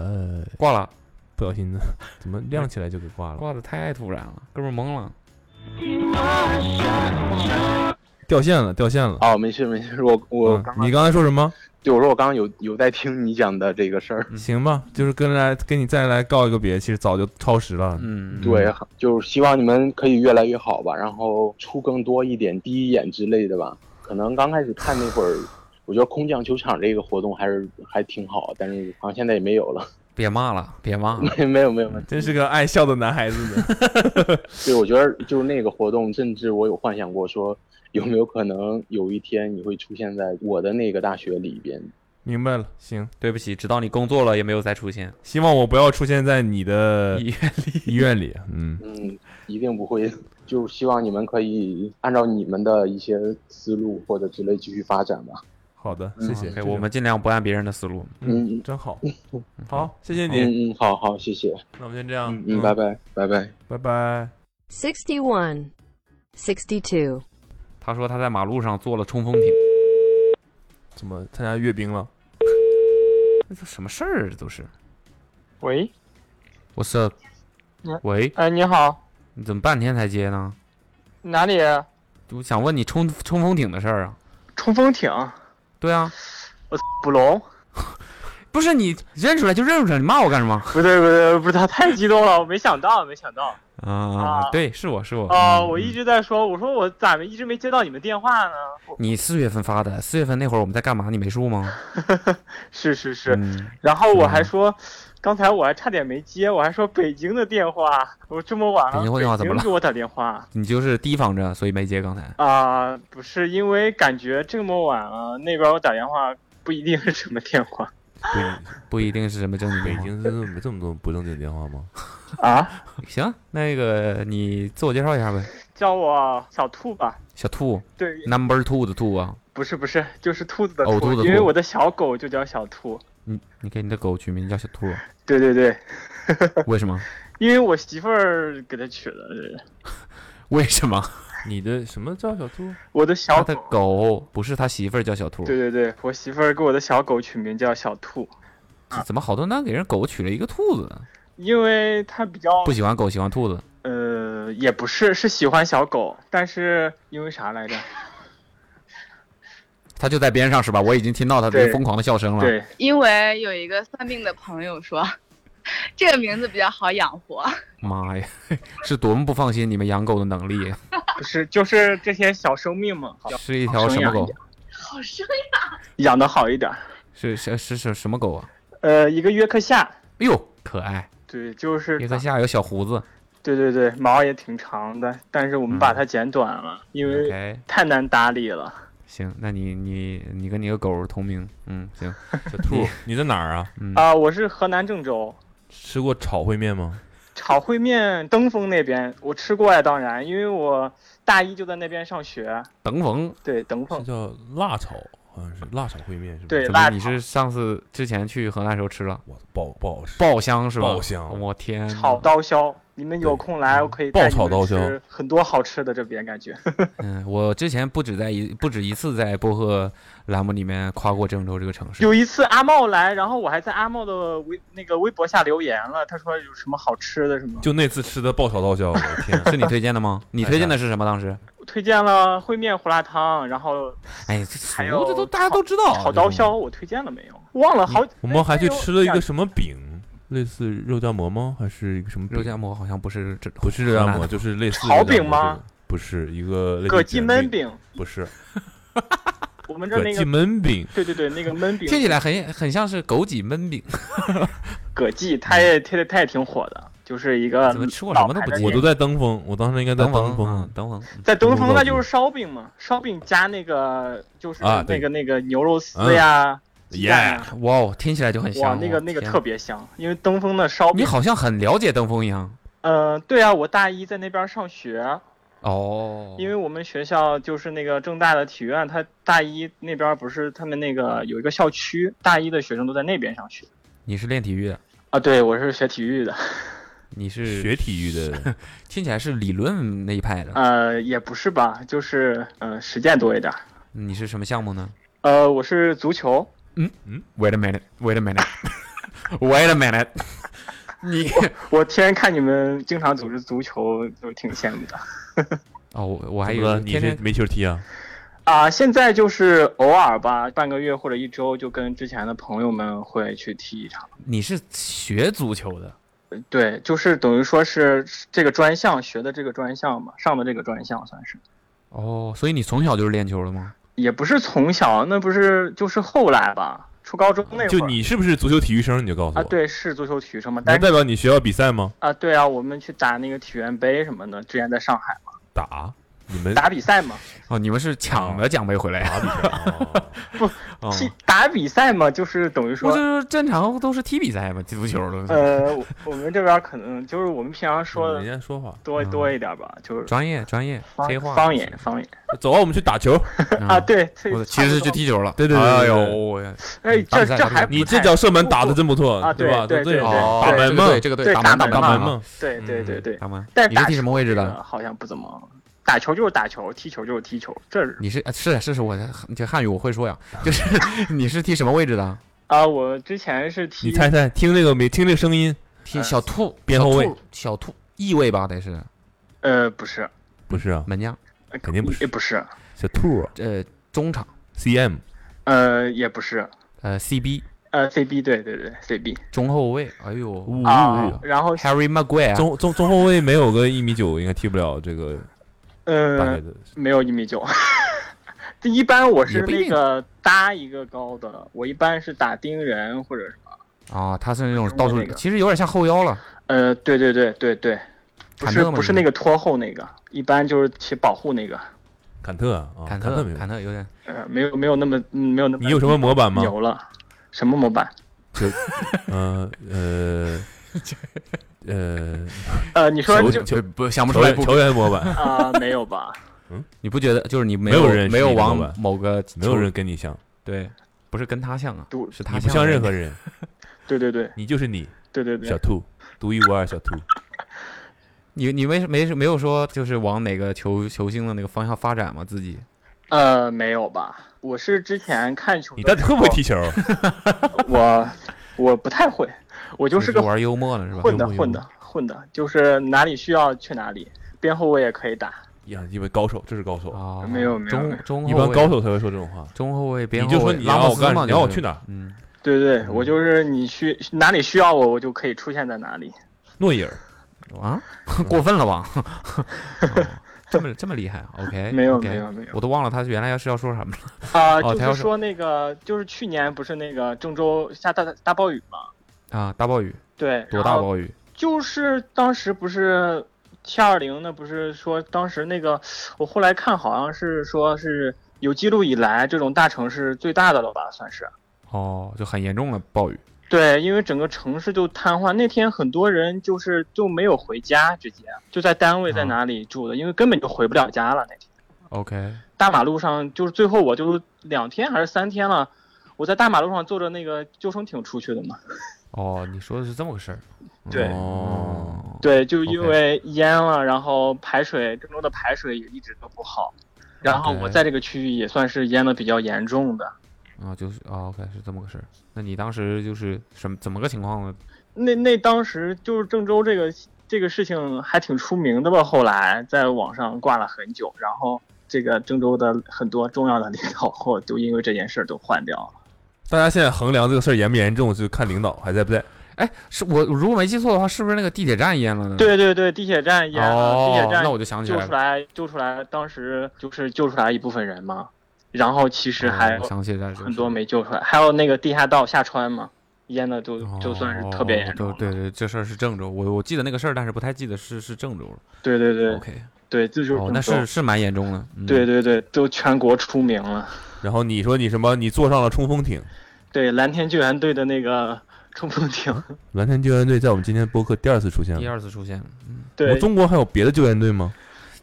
挂了，不小心的，怎么亮起来就给挂了？挂的太突然了，哥们儿懵了。掉线了，掉线了。哦，没事没事，我我嗯刚你刚刚才说什么？对我说我刚刚有有在听你讲的这个事儿，嗯行吧，就是跟来跟你再来告一个别，其实早就超时了。嗯，啊对，就是希望你们可以越来越好吧，然后出更多一点第一眼之类的吧。可能刚开始看那会儿，我觉得空降球场这个活动还是还挺好，但是好像现在也没有了。别骂了，别骂 了。 没没有没有，没有真是个爱笑的男孩子呢。对，我觉得就是那个活动，甚至我有幻想过说，有没有可能有一天你会出现在我的那个大学里边？明白了，行，对不起，直到你工作了也没有再出现。哎希望我不要出现在你 的医院里，医院里。嗯，嗯，一定不会。就希望你们可以按照你们的一些思路或者之类继续发展吧。好的，谢谢。 OK，我们尽量不按别人的思路。嗯，真好，好，谢谢你。嗯嗯，好好，谢谢。那我们先这样嗯，嗯，拜，拜，拜拜。拜拜。 61, 62, 他说他在马路上做了冲锋艇，怎么参加阅兵了？这都什么事儿？这都是。喂，我是你，喂，哎，你好，你怎么半天才接呢？哪里？我想问你冲冲锋艇的事儿啊。冲锋艇，对啊，我 捕龙？不是你认出来就认出来，你骂我干什么？不对不对，不是他太激动了，我没想到，没想到。啊，啊对，是我是我。哦，嗯我一嗯直在说，我说我咋一直没接到你们电话呢？你四月份发的，四月份那会儿我们在干嘛？你没数吗？是是是，嗯然后我还嗯说，刚才我还差点没接，我还说北京的电话，我这么晚北了，京的电话怎么了啊北京给我打电话你就是提防着，所以没接刚才。啊、不是因为感觉这么晚了，那边我打电话不一定是什么电话北不一定是什么正经北情况。京真的没这么多不正经电话吗？啊，行，那个你自我介绍一下呗，叫我小兔吧。小兔对， ，Number Two 的兔啊，不是不是，就是兔子的呕吐的因哦为兔我的小狗就叫小兔。你你给你的狗取名叫小兔，啊对对对，为什么？因为我媳妇儿给它取的。对为什么？ 你的什么叫小兔？我的他小的狗，狗不是他媳妇儿叫小兔，对对对，我媳妇儿给我的小狗取名叫小兔，这怎么好多人给人狗取了一个兔子呢？因为它比较不喜欢狗，喜欢兔子。呃，也不是是喜欢小狗，但是因为啥来着？他就在边上是吧？我已经听到他的对疯狂的笑声了。对，因为有一个算命的朋友说，这个名字比较好养活。妈呀， 是多么不放心你们养狗的能力，啊不是就是这些小生命嘛，好是一条什么狗？好生养的好一点。是是是是什么狗啊？呃，一个约克夏，哎呦，可爱！对，就是约克夏有小胡子。对对对，毛也挺长的，但是我嗯们把它剪短了，因为 OK，太难打理了。行，那你你你跟你个狗同名，嗯， 行，小兔，你在哪儿啊？嗯，啊、我是河南郑州吃过炒烩面吗？炒烩面登封那边，我吃过呀，当然，因为我大一就在那边上学。等逢，对，登是封，叫辣炒，好像是辣炒烩面，是吧？对怎么辣炒你是上次之前去河南时候吃了我爆不好吃，爆香是吧？嗯爆香我天呐，炒刀削。你们有空来，我可以爆带你炒们刀削吃很多好吃的，这边感觉。嗯，我之前不止在一不止一次在播客栏目里面夸过郑州这个城市有，一次阿茂来，然后我还在阿茂的微那个微博下留言了，他说有什么好吃的什么，就那次吃的爆炒刀削，我的天！啊 是你推荐的吗？你推荐的是什么？当时，推荐了烩面胡辣汤，然后哎，这俗还有这都嗯大家都知道，炒刀削，我推荐了没有？忘了好，我们还去吃了一个哎什么饼，类似肉夹馍吗？还是一个什么饼肉夹馍好像不是这，不是肉夹馍，就是类似炒肉夹饼馍吗似的？不是一个类似葛卷记焖饼，饼，不是。我们这儿葛那记个，焖饼，对对对，那个焖饼，听起来很很像是枸杞焖饼，葛记，它也它也它也挺火的，就是一个嗯怎么吃过老什么都牌不的记我店都在登峰，我当时应该在等登等峰嗯，，等等，在东风东那风就是烧饼嘛，烧饼加那个就是啊那对嗯个那个牛肉丝呀，鸡蛋呀哇哦，听起来就很哇，香哦，那个那个天特别香，因为东风的烧你饼，好像很了解登峰一样呃，对啊，我大一在那边上学，哦，因为我们学校就是那个正大的体院，它大一那边不是他们那个有一个校区，大一的学生都在那边上学你是练体育的，啊，对我是学体育的，你是学体育 的听起来是理论那一派的，呃，也不是吧，就是呃实践多一点儿，你是什么项目呢呃，我是足球， ？Wait a minute, wait a minute, wait a minute，你我天天看你们经常组织足球，就挺羡慕的。哦，我我还还以有为你天是天没球踢啊？啊、现在就是偶尔吧，半个月或者一周，就跟之前的朋友们会去踢一场。你是学足球的，呃对，就是等于说是这个专项学的这个专项嘛，上的这个专项算是，哦，所以你从小就是练球的吗？也不是从小，那不是就是后来吧，初高中那会儿。就你是不是足球体育生？你就告诉我，啊，，对，是足球体育生嘛，但能是代表你学校比赛吗？啊，对啊，我们去打那个体院杯什么的，之前在上海嘛打你们打比赛嘛，哦，你们是抢了奖杯回 来呀？打比赛哦哦，踢打比赛嘛，就是等于不说就是正常都是踢比赛嘛，踢足球的。呃，我我们这边儿可能就是我们平常说人的家说话，多嗯多一点吧，就是专业专业，方黑话方言方言走啊，我们去打球。 啊，，对，这嗯我其实差就不多踢球了。对对对哎对对呦对我也，打哎，比这赛这打比赛还不你这太脚射门打的真不错啊对吧？对对吧对哦，打门这个嘛对，，这个对啊打门打打门打门嘛，嘛，对对对对，打门。哎但是嗯你是打踢什么位置这的？个好像不怎么，打球就是打球，踢球就是踢球，这是你是呃是是是，我这汉语我会说呀，就是 你是踢什么位置的？啊，我之前是你踢猜猜，听这个没？听这个声音，踢呃小兔边小后卫兔小兔翼位吧，得是呃不是，不是啊，门将，呃肯定不是也不是，小兔啊呃中场， ，CM 呃也不是，呃 CB 呃 CB 对对对 CB 中后卫，哎呦啊，然后，Harry Maguire，中中中后卫没有个一米九，应该踢不了这个大概呃的。没有一米九。这一般我也是不一那定个搭一个高的，我一般是打盯人或者是啊，他是那种中到卫处那，个其实有点像后腰了，呃，对对对对对，不坎是特吗不是你那个拖后那个，一般就是起保护那个，坎特啊，啊坎特特没有坎特有点呃，没有没有那么嗯没有那么你有什么模板吗？牛了，什么模板？嗯呃呃，呃，你说球就就不想不出球来员不球员模板，啊、没有吧？你不觉得就是你没没有有人没是有一个往老板某个没有球人跟你像，对，不是跟他像啊，独是他你不像人 任何人，对对对你就是你，对对小对，兔，独一无二小兔。你你没没没有说就是往哪个球球星的那个方向发展吗？自己呃，没有吧？我是之前看球，你到底会不会踢？球？我我不太会，我就是你个玩幽默呢是吧？混的幽默混，的混的，就是哪里需要去哪里，边后卫也可以打。呀，因为高手，这是高手，啊，没有没有没中有中一后般卫高手才会说这种话。中后卫边你后就说卫你拉让莫我斯干，嘛，你让我就是去哪？儿？嗯，对对，我就是你需哪里需要我，我就可以出现在哪里。诺伊尔，啊， 过分了吧？ 哦这么这么厉害？OK，啊没有 OK 没有没有我都忘了他原来要是要说什么了。啊、哦他就要是是说那个，就是去年不是那个郑州下大大暴雨嘛？啊，大暴雨，对，多然大后暴雨？就是当时不是 T 二零那不是说当时那个，我后来看好像是说是有记录以来这种大城市最大的了吧，算是。哦，就很严重了，暴雨。对，因为整个城市就瘫痪。那天很多人就是就没有回家，直接就在单位在啊哪里住的，因为根本就回不了家了。那天 OK，大马路上就是最后我就是两天还是三天了，我在大马路上坐着那个救生艇出去的嘛。哦，你说的是这么个事儿。对哦，对，就因嗯 OK 为淹了，然后排水，郑州的排水也一直都不好。然后 OK 我在这个区域也算是淹的比较严重的。啊，就是啊，OK，是这么个事儿。那你当时就是什么怎么个情况呢？那那当时就是郑州这个这个事情还挺出名的吧？后来在网上挂了很久，然后这个郑州的很多重要的领导后都因为这件事儿都换掉了。大家现在衡量这个事儿严不严重，就看领导还在不在。哎，是我如果没记错的话，是不是那个地铁站淹了呢？，对对对，地铁站淹了，哦地铁，那站我就想起救来出了。来救出来，当时就是救出来一部分人嘛。然后其实还哦我想起来了很多没救出来，还有那个地下道下川嘛，淹的就就算是特别哦严重了。对对对，这事儿是郑州，我我记得那个事儿，但是不太记得是是郑州了。对对对 OK，对，这就是哦，那郑州是是蛮严重的。嗯、对对对，都全国出名了。然后你说你什么？你坐上了冲锋艇。对，蓝天救援队的那个冲锋 艇，蓝天救援队在我们今天播客第二次出现第了。二次出现了，嗯，我对，中国还有别的救援队吗？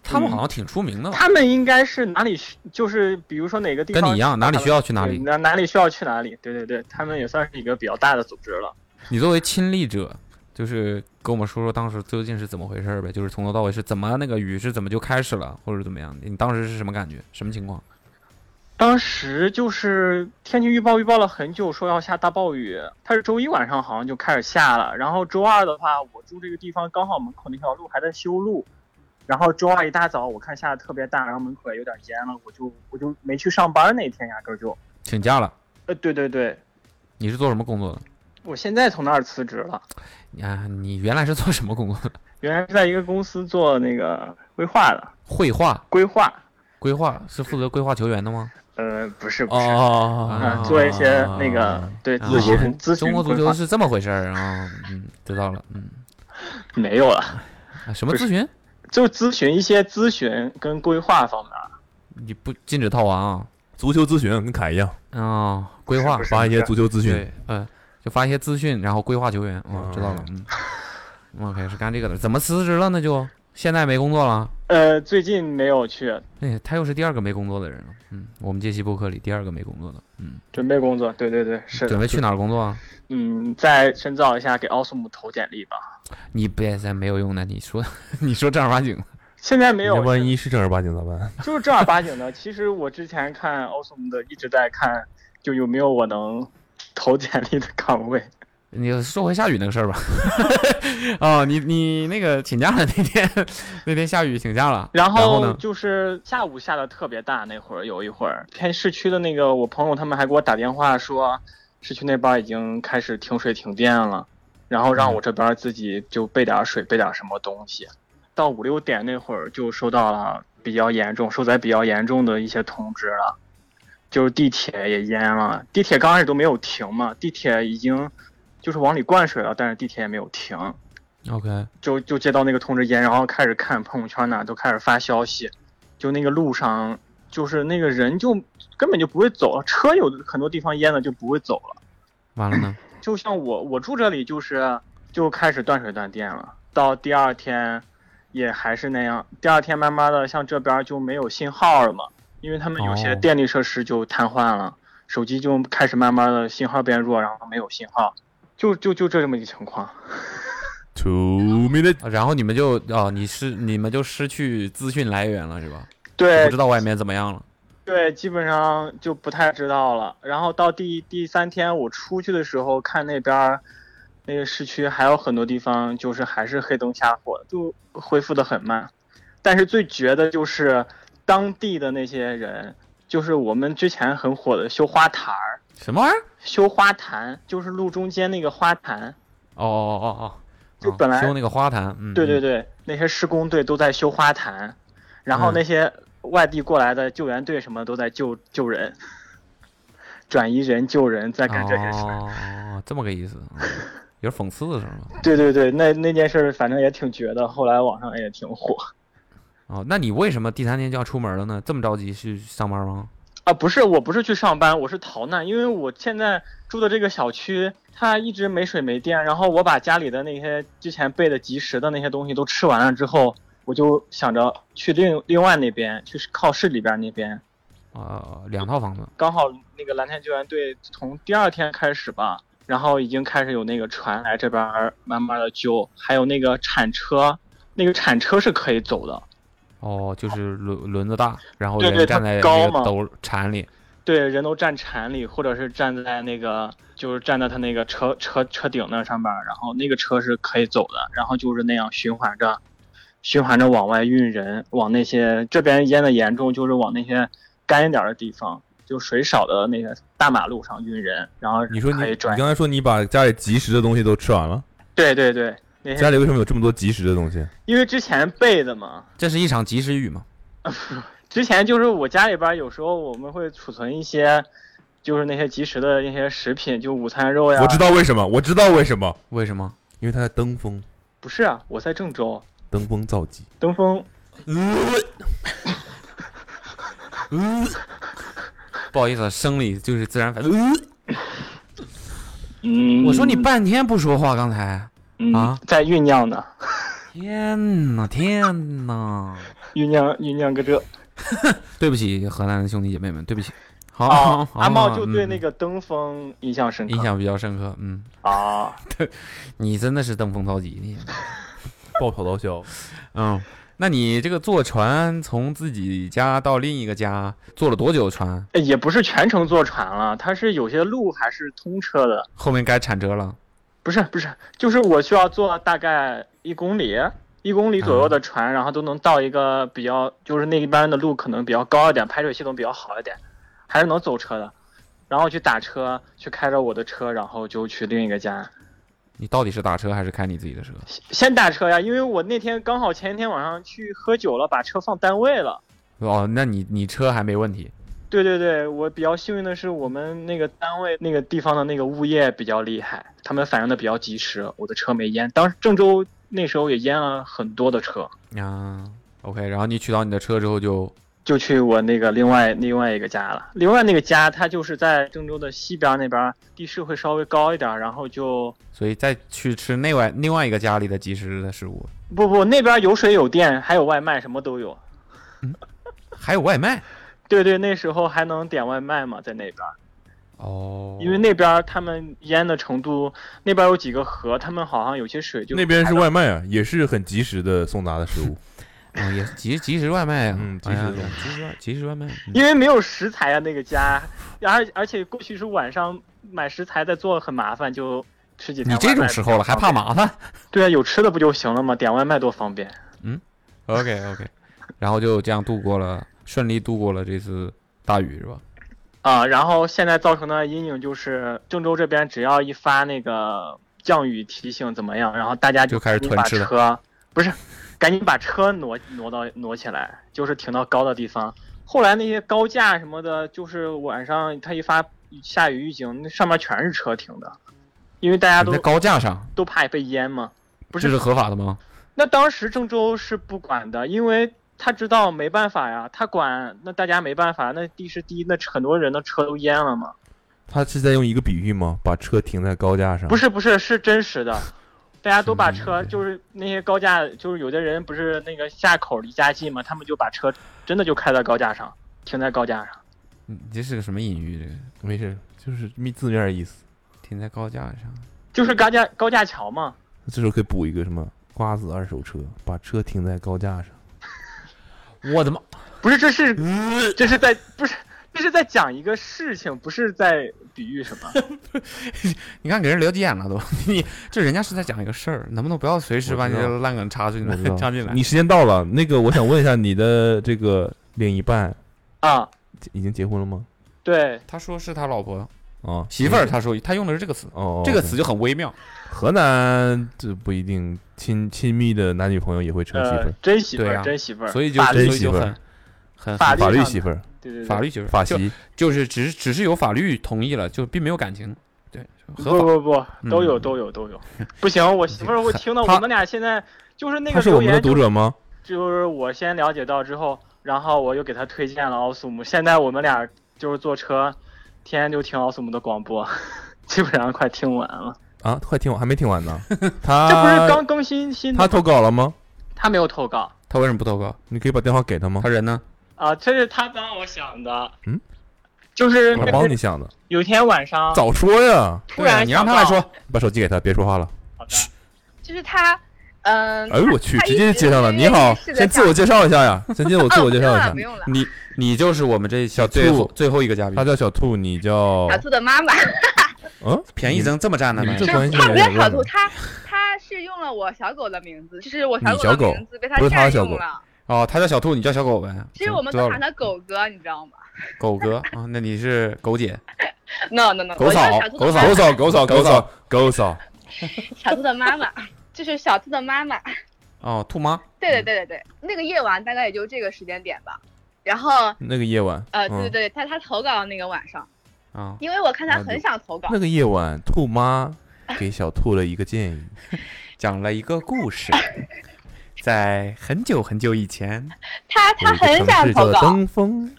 他们好像挺出名的吧，嗯他们应该是哪里需，就是比如说哪个地方跟你一样，哪里需要去哪对里。哪哪里需要去哪里，对对对，他们也算是一个比较大的组织了。你作为亲历者，就是跟我们说说当时究竟是怎么回事儿呗，就是从头到尾是怎么那个雨是怎么就开始了，或者怎么样？你当时是什么感觉？什么情况？当时就是天气预报预报了很久，说要下大暴雨。它是周一晚上好像就开始下了，然后周二的话，我住这个地方刚好门口那条路还在修路，然后周二一大早我看下的特别大，然后门口也有点淹了，我就我就没去上班那天压根儿就，请假了？呃，对对对，你是做什么工作的？我现在从那儿辞职了，你啊，你原来是做什么工作的？ 原来是在一个公司做那个规划的绘画，规划，规划是负责规划球员的吗？呃，不是不是。哦嗯，做一些那个对啊咨询咨询中国足规球划是这么回事儿啊，嗯，知道了，嗯，没有了，啊什么不是咨询？就咨询一些咨询跟规划方面。你不禁止套娃啊？足球咨询跟凯一样，哦，规划发一些足球资讯。对，呃，就发一些资讯，然后规划球员，哦，知道了，嗯，OK 是干这个的，怎么辞职了呢？就现在没工作了。呃，最近没有去哎，他又是第二个没工作的人了。嗯，我们这期播客里第二个没工作的。嗯，准备工作，对对对，是准的，备去哪儿工作啊？嗯，再深造一下，给奥斯姆投简历吧。你别再没有用的，你说你说正儿八经的，现在没有那，万一是正儿八经咋 办？就是正儿八经的。其实我之前看奥斯姆的，一直在看，就有没有我能投简历的岗位。你说回下雨那个事儿吧。哦，你你那个请假了那天，那天下雨请假了。然后后呢？就是下午下的特别大，那会儿有一会儿偏市区的那个，我朋友他们还给我打电话说，市区那边儿已经开始停水停电了，然后让我这边儿自己就备点儿水，备点儿什么东西。到五六点那会儿就收到了比较严重、受灾比较严重的一些通知了，就是地铁也淹了，地铁刚开始都没有停嘛，地铁呃已经就是往里灌水了，但是地铁也没有停。 OK，就就接到那个通知烟，然后开始看朋友圈呐，都开始发消息，就那个路上，就是那个人就根本就不会走了，车有很多地方淹了就不会走了。完了呢？就像我我住这里就是就开始断水断电了，到第二天也还是那样，第二天慢慢的像这边就没有信号了嘛，因为他们有些哦电力设施就瘫痪了，手机就开始慢慢的信号变弱，然后没有信号，就就就这么一个情况。 Two minute，啊然后你们就哦，你是你们就失去资讯来源了是吧？对，就不知道外面怎么样了。对，基本上就不太知道了。然后到第第三天我出去的时候，看那边儿那个市区还有很多地方就是还是黑灯瞎火，就恢复的很慢。但是最绝的就是当地的那些人，就是我们之前很火的修花坛儿，什么玩意儿？修花坛就是路中间那个花坛。哦哦哦哦，就哦本来修那个花坛，嗯，对嗯，对对，那些施工队都在修花坛，然后嗯那些外地过来的救援队什么都在救救人，转移人救人，在干这些事儿。哦，哦这么个意思，嗯有点讽刺的是吗？对对对，那那件事儿反正也挺绝的，后来网上也挺火哦，那你为什么第三天就要出门了呢？这么着急去上班吗？啊。不是，我不是去上班，我是逃难，因为我现在住的这个小区它一直没水没电，然后我把家里的那些之前备的及时的那些东西都吃完了之后，我就想着去另另外那边，去靠市里边那边。呃，两套房子，刚好那个蓝天救援队从第二天开始吧，然后已经开始有那个船来这边儿慢慢的救，还有那个铲车，那个铲车是可以走的，哦，就是轮轮子大，然后对人对站它在高那个嘛斗铲里，对，人都站铲里，或者是站在那个就是站在他那个车车车顶那上面儿，然后那个车是可以走的，然后就是那样循环着。循环着往外运人，往那些这边淹的严重，就是往那些干一点儿的地方，就水少的那个大马路上运人，然后你说你可以你转刚才说你把家里及时的东西都吃完了，对对对，那家些里为什么有这么多及时的东西？因为之前备的嘛，这是一场及时雨嘛？之前就是我家里边儿有时候我们会储存一些，就是那些即食的那些食品，就午餐肉呀。我知道为什么，我知道为什么，为什么？ 因为他在登峰，不是啊，我在郑州登峰造极。登峰，不好意思啊，生理就是自然反应。嗯，我说你半天不说话，刚才。嗯啊在酝酿呢，天呐，天呐！酝酿酝酿个这。对不起，荷兰的兄弟姐妹们，对不起。好，啊， 好阿茂就对那哦嗯个登峰印象深刻。印象比较深刻。嗯，啊，你真的是登峰造极，你。爆炒刀削，嗯，那你这个坐船从自己家到另一个家，坐了多久船？呃也不是全程坐船了，它是有些路还是通车的。后面该铲车了。不是不是，就是我需要坐大概一公里，一公里左右的船，然后都能到一个比较，就是那一般的路可能比较高一点，排水系统比较好一点，还是能走车的。然后去打车，去开着我的车，然后就去另一个家。你到底是打车还是开你自己 的车？先打车呀，因为我那天刚好前一天晚上去喝酒了，把车放单位了。哦，那你你车还没问题。对对对，我比较幸运的是，我们那个单位那个地方的那个物业比较厉害，他们反应的比较及时，我的车没淹。当时郑州那时候也淹了很多的车，啊，OK，然后你取到你的车之后就就去我那个另外另外一个家了。另外那个家，它就是在郑州的西边那边，地势会稍微高一点，然后就所以再去吃那外另外一个家里的即食的食物，不不那边有水有电，还有外卖，什么都有。还有外卖对对，那时候还能点外卖嘛，在那边，哦，因为那边他们淹的程度，那边有几个河，他们好像有些水就那边是排到外卖啊，也是很及时的送达的食 物。哦也即即食外卖啊，嗯哎呀即食即食外即食外卖，嗯因为没有食材啊，那个家，而而且过去是晚上买食材再做很麻烦，就吃几天。你这种时候了还怕？麻烦对啊，有吃的不就行了吗？点外卖多方便。 ？OK OK，然 后就这样度过了，顺利度过了这次大雨是吧？啊、然后现在造成的阴影就是郑州这边只要一发那个降雨提醒怎么样，然后大家就开始赶紧囤吃的把车不是，赶紧把车挪挪到挪起来，就是停到高的地方。后来那些高架什么的，就是晚上它一发下雨预警，那上面全是车停的，因为大家你都在高架上，都怕被淹嘛。不这是是合法的吗？那当时郑州是不管的，因为他知道没办法呀，他管那大家没办法，那地势低，那很多人的车都淹了嘛。他是在用一个比喻吗？把车停在高架上？不，是不是是真实的，大家都把什么意车思就是那些高架，就是有的人不是那个下口离家近嘛，他们就把车真的就开到高架上，停在高架上。你嗯这是个什么隐喻？这个没事，就是字面意思。停在高架上，就是高架高架桥嘛，这时候可以补一个什么？瓜子二手车，把车停在高架上。我的妈！不是这是这是在不是这是在讲一个事情，不是在比喻什么。你看给人留急眼了都， 你这人家是在讲一个事儿，能不能不要随时把你我知道这烂梗插进我来知 道插进来？你时间到了，那个我想问一下，你的这个另一半啊，已经结婚了吗？对，他说是他老婆啊，啊媳妇儿，他说他用的是这个词，哦，这个 OK 词就很微妙。河南这不一定亲亲密的男女朋友也会称媳妇呃儿，，真媳妇对儿，啊真媳妇儿，所以就法所律以真媳就妇儿很很法很律法律上媳妇儿、对对对，法律就是法就媳，就是只只是有法律同意了，就并没有感情，对，合不法。不不，都有嗯都有都有，不行，我媳妇儿会听到他我们俩现在就是那他个是我留们的言读就，者吗？就是我先了解到之后，然后我又给她推荐了奥斯姆，现在我们俩就是坐车，天天就听奥斯姆的广播， 基本上快听完了。啊，快听完，还没听完呢。这不是他刚更新新他的，投稿了吗？他没有投稿他为什么不投稿？你可以把电话给他吗他？人呢？啊，这是他帮我想的，嗯，就是我帮你想的，有一天晚上早说呀！突对啊，然你让想他来到说，把手机给他，别说话了。就是他，嗯、哎呦我去，他直一接直接上了。你好，是个先自我介绍一下呀，先 介我哦自我介绍一啊下不。用了，不用了。你你就是我们这小最兔后最后一个嘉他宾，叫小兔，你叫小兔的妈妈，嗯，便宜你成这么占的你吗们？这关系他有不是点小乱兔，了。他他是用了我小狗的名字，就是我你小小狗的名字被他不是他的占小用狗了。哦，他叫小兔，你叫小狗呗。其实我们知道都了喊他狗哥，你知道吗狗哥啊，那你是狗姐， ？No No No，狗我叫嫂小兔狗的嫂妈妈，狗嫂，狗嫂，狗嫂，狗嫂，小兔的妈妈，就是小兔的妈妈。哦，兔妈。对对对对对，那个夜晚大概也就这个时间点吧。然后那个夜晚，呃，对嗯对对，在他投稿的那个晚上，啊，因为我看他那很就想投稿，那个夜晚，兔妈给小兔了一个建 议，讲了一个故事，在很久很久以前，他他有一很个城想市叫投做稿， 登峰，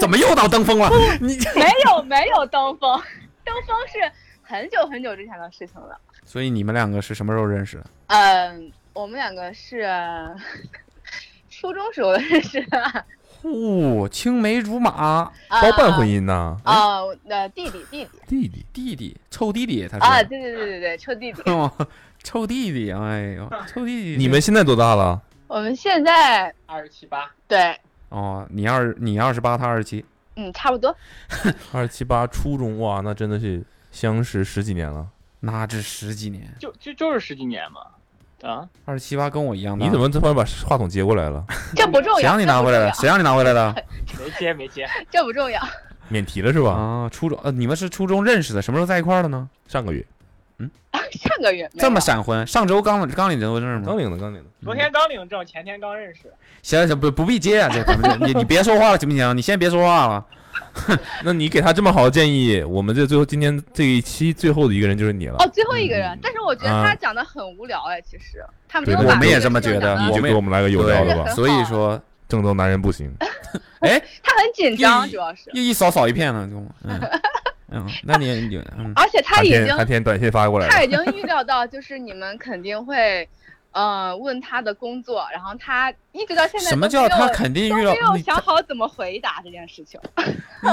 怎么又到登峰了？你没有没有登峰， 登峰是很久很久之前的事情了。所以你们两个是什么时候认识的？嗯，我们两个是 初中时候认识的，哦，青梅竹马，包办婚姻呐，啊，我呃，弟弟弟弟弟弟，弟弟，臭弟弟，他是哎啊，对对对对对，臭弟弟。哦，臭弟弟，哎呦，臭弟弟，你们现在多大了？我们现在二十七八，对，哦，你二你二十八，他二十七，嗯，差不多。二七八初中哇，那真的是相识十几年了。那这十几年，就就就是十几年嘛，啊，二十七八跟我一样大。你怎么突然把话筒接过来 了？这不重要，谁啊让你这拿不回来重的？谁让你拿回来的？没接没接，要这不重要。 免提了是吧？啊，初中呃，你们是初中认识的，什么时候在一块儿的呢？上个月，上个月没这么有闪婚？上周刚刚领结婚证吗嗯刚？领的，刚领的。昨天刚领证，前天刚认识，行行，不不必接 啊，这咱们这你你别说话了行不行？你先别说话了。那你给他这么好的建议，我们这最后今天这一期最后的一个人就是你了。哦，最后一个人，但是我觉得他啊讲的很无聊哎，其实他没对有我把们这也个这么事觉情讲得得你就给我们来个有聊的对吧，所以说哎正宗男人不行。他很紧嗯张，主要是，一一扫扫一片了，就 嗯嗯，那你你嗯而且 他韩已天，经韩天短信发过来他了，已经预料到，就是你们肯定会，呃，问他的工作，然后他一直到现在什么都叫没他有肯定都预料没？有你想好怎么回答这件事情。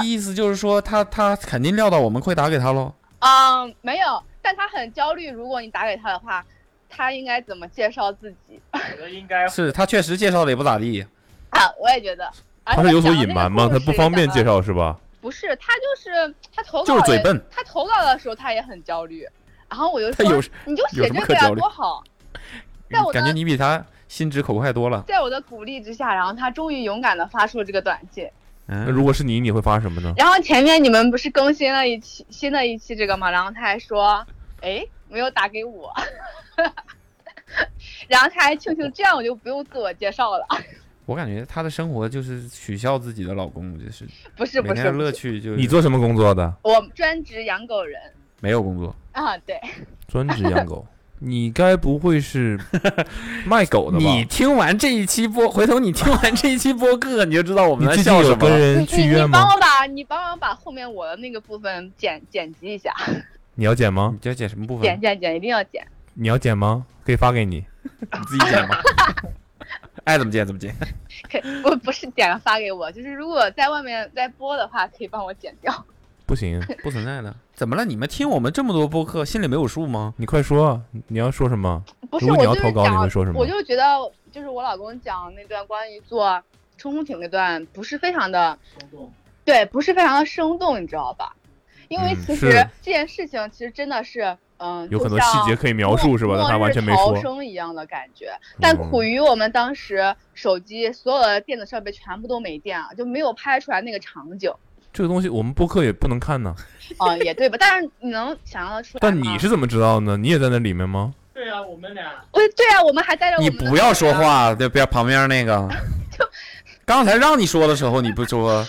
你意思就是说他他肯定料到我们会打给他喽？嗯，没有，但他很焦虑，如果你打给他的话，他应该怎么介绍自己我觉得应该是他确实介绍的也不咋地，啊？哎我也觉得，而他且是有所讲的隐那个瞒吗？故他事不也方讲便得介绍是吧？不是，他就是他投稿就是嘴也笨。他投稿的时候他也很焦虑，然后我就他说有你就有写什么这可个呀焦虑多好。在我感觉的你比他心直口快多了。在我的鼓励之下，然后他终于勇敢的发出了这个短信。嗯，那如果是你，你会发什么呢？然后前面你们不是更新了一期新的一期这个吗？然后他还说，哎，没有打给我。 然后他还庆幸这样我就不用自我介绍了， 我感觉她的生活就是取笑自己的老公，就是不是每不天是的不乐是，趣就是你做什么工作的？我专职养狗人 没有工作。啊，对，专职养狗。 你该不会 是卖狗的吧？你听完这一期播，回头你听完这一期播客，你就知道我你们在自己笑有什么跟了。人你去你约帮吗？我把你帮我把后面我的那个部分剪剪辑一下，你要剪吗你？要剪什么嗯部分剪？剪剪，一定要剪。你要剪吗？可以发给你。你自己剪吧， 爱怎么剪怎么剪。可以不不是剪了发给我，就是如果在外面在播的话，可以帮我剪掉。不 行，不存在的。怎么了？你们听我们这么多播客，心里没有数吗？你快说啊，你要说什么？不是，如我果你要就是投稿你讲会说什么我就觉得就是我老公讲那段关于坐冲锋艇那段，不是非常的，对，不是非常的生动，你知道吧？因为嗯其是实这件事情其实真的是，嗯，有就很多细像节可以描述是吧？末但他完全没末日逃说。嗯生一样的感觉，但苦于我们当时手机所有的电子设备全部都没电啊了，就没有拍出来那个场景。这个东西我们播客也不能看 呢。嗯，也对吧？但是你能想象得出来但吗你是怎么知道呢？你也在那里面吗？对啊，我们俩对对啊，我们还带着我你们的不要说手机啊，话，对，不要旁边那 个。刚才让你说的时候你不说，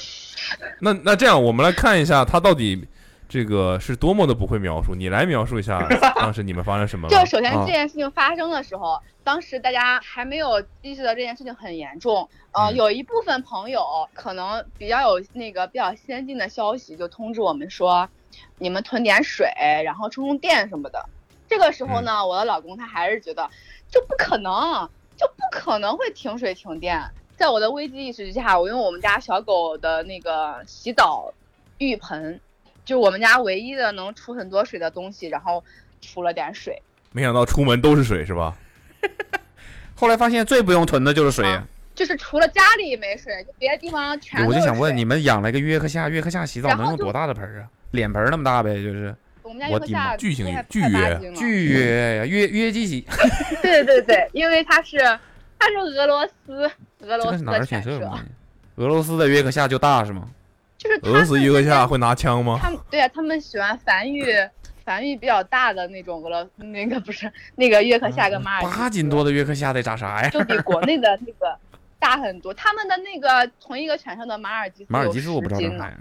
那那这样，我们来看一下他到底这个是多么的不会描述。你来描述一下当时你们发生什么了？ 就首先啊这件事情发生的时候，当时大家还没有意识到这件事情很严重。呃，嗯有一部分朋友可能比较有那个比较先进的消息，就通知我们说，你们囤点水，然后充充电什么的。这个时候嗯呢，我的老公他还是觉得，就不可能，就不可能会停水停电。在我的危机意识之下，我用我们家小狗的那个洗澡浴盆，就是我们家唯一的能储很多水的东西，然后储了点水。没想到出门都是水是吧？后来发现最不用囤的就是水。啊就是除了家里没水，就别的地方全都我是就想问，水你们养了一个约克夏，约克夏洗澡然后能用就多大的盆儿啊？脸盆儿那么大呗，就是我们家我约克的妈夏巨型快巨快八约斤了巨约呀，约约基洗， 对对对，因为它是它是俄罗斯俄这罗个斯是哪儿的的犬选秀舍，吗？俄罗斯的约克夏就大是吗？就是俄罗斯约克夏下，会拿枪吗？他们对啊，他们喜欢繁育繁育比较大的那种俄罗那个不是那个约克夏跟马尔济斯八斤多的约克夏得长啥呀？就比国内的那个大很多。他们的那个同一个犬上的马尔济斯，马尔济斯我不知道有叫10斤呢啥呀，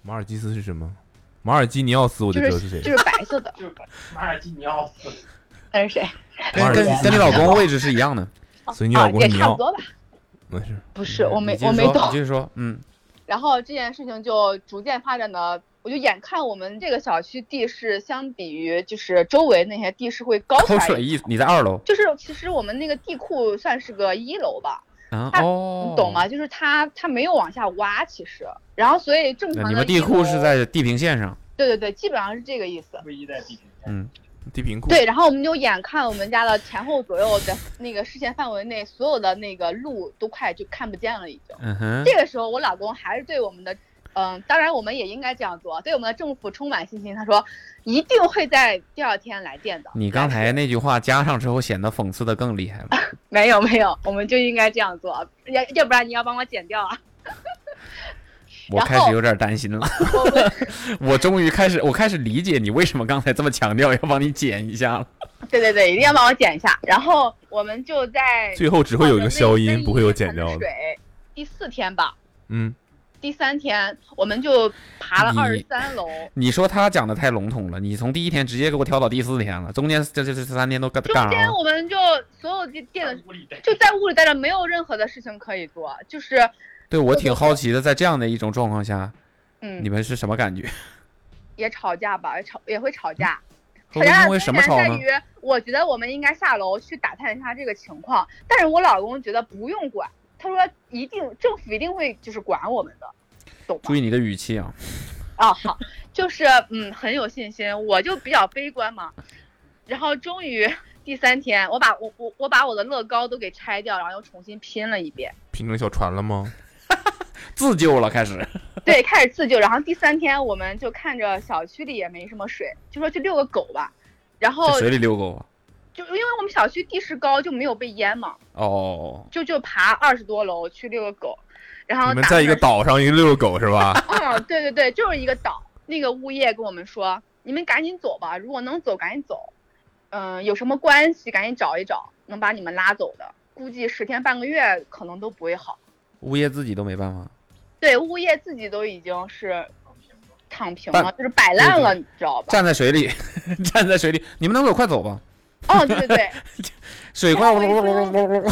马尔济斯是什么？马尔基尼奥斯，我就知道就是谁。就是白色的，就马尔基尼奥斯。那是谁？跟马尔跟济斯跟你老公位置是一样的。所以你啊老，公也是尼差奥不，多吧。没事。不是，我没嗯你继续我没说懂你。继续说，嗯，然后这件事情就逐渐发展的，我就眼看我们这个小区地势相比于就是周围那些地势会高出抠来出一来点，一，你在二楼就是其实我们那个地库算是个一楼吧，啊？它哦，你懂吗？？就是它它没有往下挖，其实，然后所以正常的你们地一库楼是在地平线上，对对对，基本上是这个意思。唯一在地平线。嗯，地平库。对，然后我们就眼看我们家的前后左右的那个视线范围内，所有的那个路都快就看不见了，已经。嗯哼，这个时候，我老公还是对我们的，嗯，当然我们也应该这样做，对我们的政府充满信心。他说，一定会在第二天来电的。你刚来才那句话加上之后，显得讽刺的更厉害了。 没有没有，我们就应该这样做，要要不然你要帮我剪掉啊。 我然开始后有点担心了，我终于开始，我开始理解你为什么刚才这么强调要帮你剪一下了。对对对，一定要帮我剪一下。然后我们就在最后只会有一个消音，不会有剪掉的。水第四天吧，嗯，第三天我们就爬了你二十三楼。你说他讲的太笼统了，你从第一天直接给我跳到第四天了，中间这这这三天都干干中啥间了？我们就所有的店屋里待就在屋里待着，没有任何的事情可以做，就是对我挺好奇的，在这样的一种状况下，你嗯，们是什么 感觉？也吵架吧，也吵也会吵架。会不吵会架因为的什根么源吵在呢？于，我觉得我们应该下楼去打探一下这个情况，但是我老公觉得不用管，他说一定政府一定会就是管我们的，懂吧注？意你的语气啊！啊，好，就是嗯，很有信心，我就比较悲观嘛。然后终于第三天，我把我我我把我的乐高都给拆掉，然后又重新拼了一遍，拼成小船了吗？自救了，开始。 对，开始自救。然后第三天我们就看着小区里也没什么水，就说去遛个狗吧。然在后 水里遛狗啊。就因为我们小区地势高，就没有被淹嘛，哦，就就爬二十多楼去遛个狗，然后你们打在一个算岛上一个遛狗是吧？嗯，对对对，就是一个岛。那个物业跟我们说，你们赶紧走吧，如果能走赶紧走，嗯、有什么关系赶紧找一找，能把你们拉走的，估计十天半个月可能都不会好。物业自己都没办法。对，物业自己都已经是躺平半了，就是摆烂了，对你知道吧？站在水里， 站在水里，你们能走快走吧？哦，对对对，水哎快！啊这个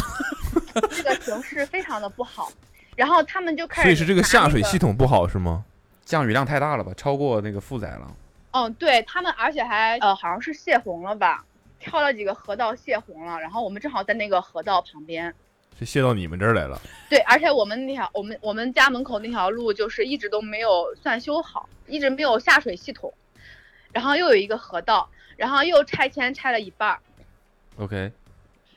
形势非常的不好。然后他们就 开始，所以是这个下水系。统不好是吗？ 降雨量太大了吧，超过那个负载了。哦，对他们，而且还呃，好像是泄洪了吧，跳了几个河道泄洪了。然后我们正好在那个河道旁边，是泄到你们这儿来了。对，而且我们那条我们我们家门口那条路就是一直都没有算修好，一直没有下水系统，然后又有一个河道，然后又拆迁拆了一半儿， OK，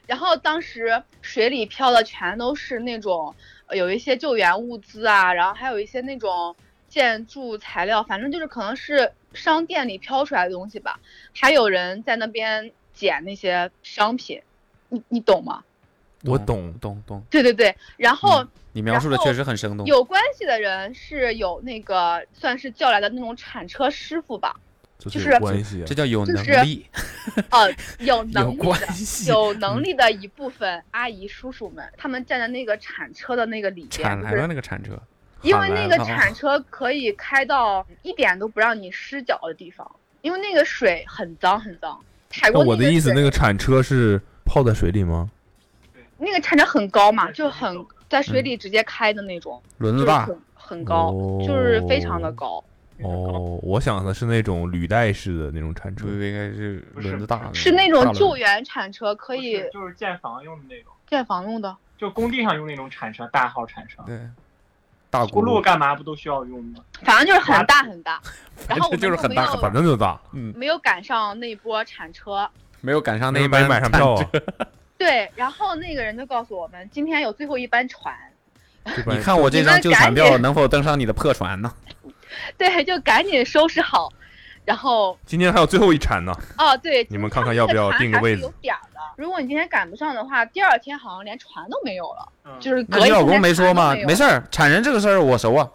然后当时水里漂的全都是那种呃有一些救援物资啊，然后还有一些那种建筑材料，反正就是可能是商店里飘出来的东西吧，还有人在那边捡那些商品，你你懂吗？我懂，懂懂。对对对，然后。嗯你描述的确实很生动。有关系的人是有那个算是叫来的那种铲车师傅吧，这就是是有关系啊这。叫有能就是力，呃， 有能有力关的。系，嗯有能力的一部分阿姨叔叔们，他们站在那个铲车的那个里铲边，来就了是那个铲车，因为喊来那个了啊铲车可以开到一点都不让你湿脚的地方，因为那个水很脏很脏。踩那过哦我那的意思，那水个铲车是泡在水里吗？那个铲车很高嘛，就很在水里直接开的那种，轮子就是大，很很高，哦就是非常的高。哦，我想的是那种履带式的那种铲车不。应该是不是轮子大，是那大种轮救援铲车，可不以是就是建房用的那种，建房用的。就工地上用那种铲车，大号铲车。对啊大轱轱辘辘，干嘛不都需要用吗？反正就是很大很大，然后我这们就是很大就很大没反，正就大，有没有赶上那波铲车。没有赶上那一没没班买上铲票啊车。对，然后那个人就告诉我们，今天有最后一班船， 对吧你看我这张旧船你票们赶紧能否登上你的破船呢？对，就赶紧收拾好。然后今天还有最后一铲呢，哦，对，你们看看要不要那个定船个位还是有置？点儿的，如果你今天赶不上的话，第二天好像连船都没有了，嗯就是那隔你一老天公没连说船都吗？有没事儿，铲人这个事儿我熟啊。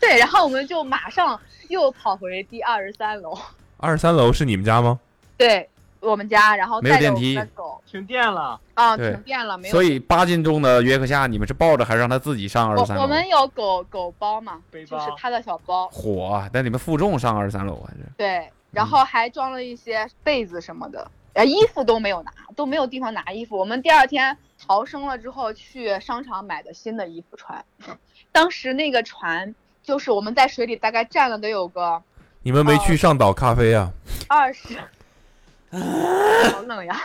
对，然后我们就马上又跑回第二十三楼，二十三楼是你们家吗？对我们家，然后没有带着电我们梯的狗，停电了啊，对停电了没有？所以八斤重的约克夏，你们是抱着还是让它自己上二我十三我楼？们有狗狗包嘛，背就包是它的小包，火啊，但你们负重上二十三楼还啊是？对，嗯然后还装了一些被子什么的，呃，衣服都没有拿，都没有地方拿衣服。我们第二天逃生了之后，去商场买的新的衣服穿。 当时那个船就是我们在水里大概站了得有个你们哦没去上岛咖啡啊？二十，好冷呀！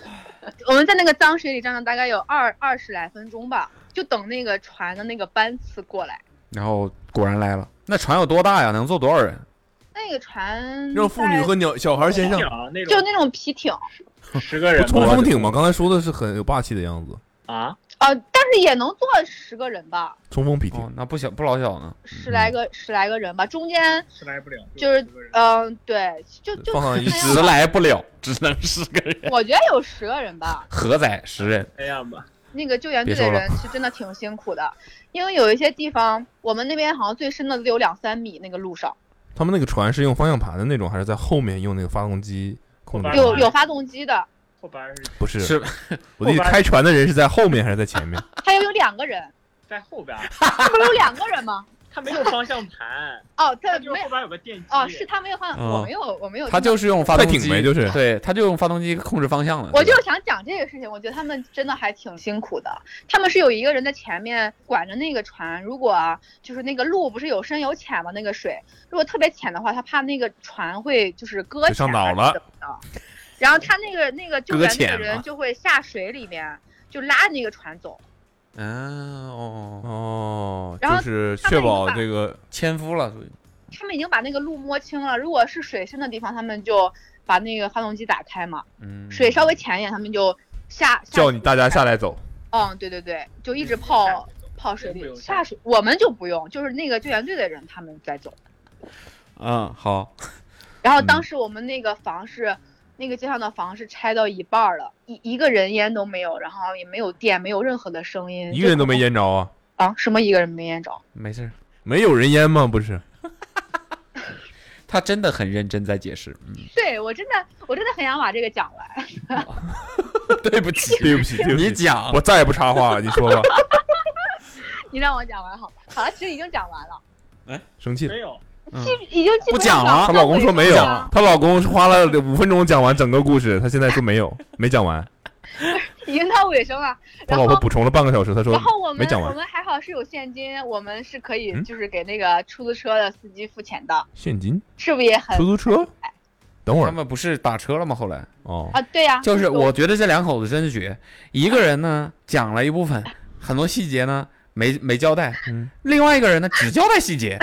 我们在那个脏水里站了大概有二二十来分钟吧，就等那个船的那个班次过来。然后果然来了。那船有多大呀？能坐多少人？那个船让妇女在和鸟小孩先上，啊，那就种那种皮艇，十个人冲吧锋艇嘛？刚才说的是很有霸气的样子，啊，呃，但是也能坐十个人吧。冲锋皮艇。哦，那不小不老小呢。十来个、十来个人吧，中间十来不了，就是十个人嗯、对，就就放上一那样十来不了， 只能十个人。 我觉得有十个人吧。何仔十人，这样吧，那个救援队别的说了人是真的挺辛苦的，因为有一些地方，我们那边好像最深的得有两三米，那个路上他们那个船是用方向盘的那种，还是在后面用那个发动机控制后？有有发动机的，后边是不是，是我的意思，开船的人是在后面还是在前面？还有有两个人，在后边，这不是有两个人吗？他没有方向 盘，哦，他他就是没后边有个电机，哦，是他没有换，哦我没有我没有，他就是用发快动艇机，呗，就是。对，他就用发动机控制方向了。我对就吧是想讲这个事情，我觉得他们真的还挺辛苦的。他们是有一个人在前面管着那个船，如果啊就是那个路不是有深有浅吗？那个水如果特别浅的话，他怕那个船会就是搁就浅上岛还是了怎么的。然后他那个那个救搁援那浅个人了就会下水里面就拉那个船走。啊哦，哦，然后就是他确们已经保把这个千夫了，属于他们已经把那个路摸清了，如果是水深的地方，他们就把那个发动机打开嘛；嗯，水稍微浅一点，他们就下下叫去你大家看下来走。嗯，对对对，就一直泡泡水不里用下下水，我们就不用，就是那个救援队的人他们在走。嗯好，然后嗯当时我们那个房是，那个街上的房是拆到一半儿了，一一个人烟都没有，然后也没有电，没有任何的声音，一个人都没烟淹着啊？啊？什么一个人没烟着？没事儿，没有人淹吗？不是，他真的很认真在解释。嗯，对我真的，我真的很想把这个讲完。 对不起，对不起，对不你起，讲我再也不插话了。你说吧，你让我讲完好吧？好了，其实已经讲完了，生气了没。有，嗯已经基不本讲上了她老公说没有讲了，她老公花了五分钟讲完整个故事，她现在说没有，没讲完。已经到尾声了。她然老后婆补充了半个小时，她说然后我没们讲我完。们还好是有现金，我们是可以嗯就是给那个出租车的司机付钱的，现金、是不是也很出租车，等会他儿们不是打车了吗？后来哦，啊？对呀、就是我觉得这两口子真是绝，一个人呢讲了一部啊分，很多细节呢没没交代，嗯另外一个人呢只交代细啊节，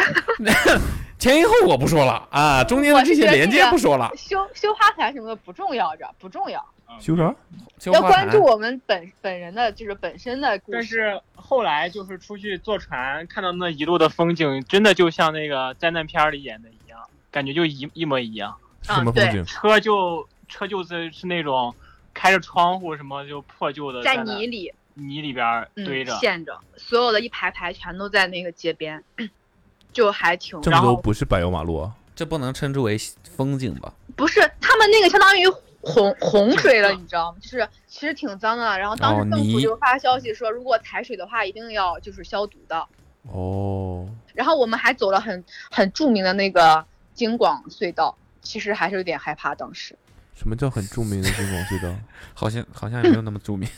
前因后果不说了啊，中间的这些连接不说了，修修花坛什么的不重要着，不重要，修啊啥？就要关注我们本本人的就是本身的故但事。是后来就是出去坐船，看到那一路的风景，真的就像那个灾难片儿里演的一样，感觉就一一模一样。啊什么风景？车就车就是是那种开着窗户什么就破旧的在那泥里，泥里边儿堆嗯，着，陷着，所有的一排排全都在那个街边， 就还挺。郑然州后不是柏油马路啊，这不能称之为风景吧？不是他们那个相当于洪洪水了，你知道吗？就是其实挺脏的。然后当哦时政府泥就发消息说，如果踩水的话，一定要就是消毒的。哦，然后我们还走了很很著名的那个京广隧道，其实还是有点害怕。当时什么叫很著 名的京广隧道？好像好像也没有那么著名。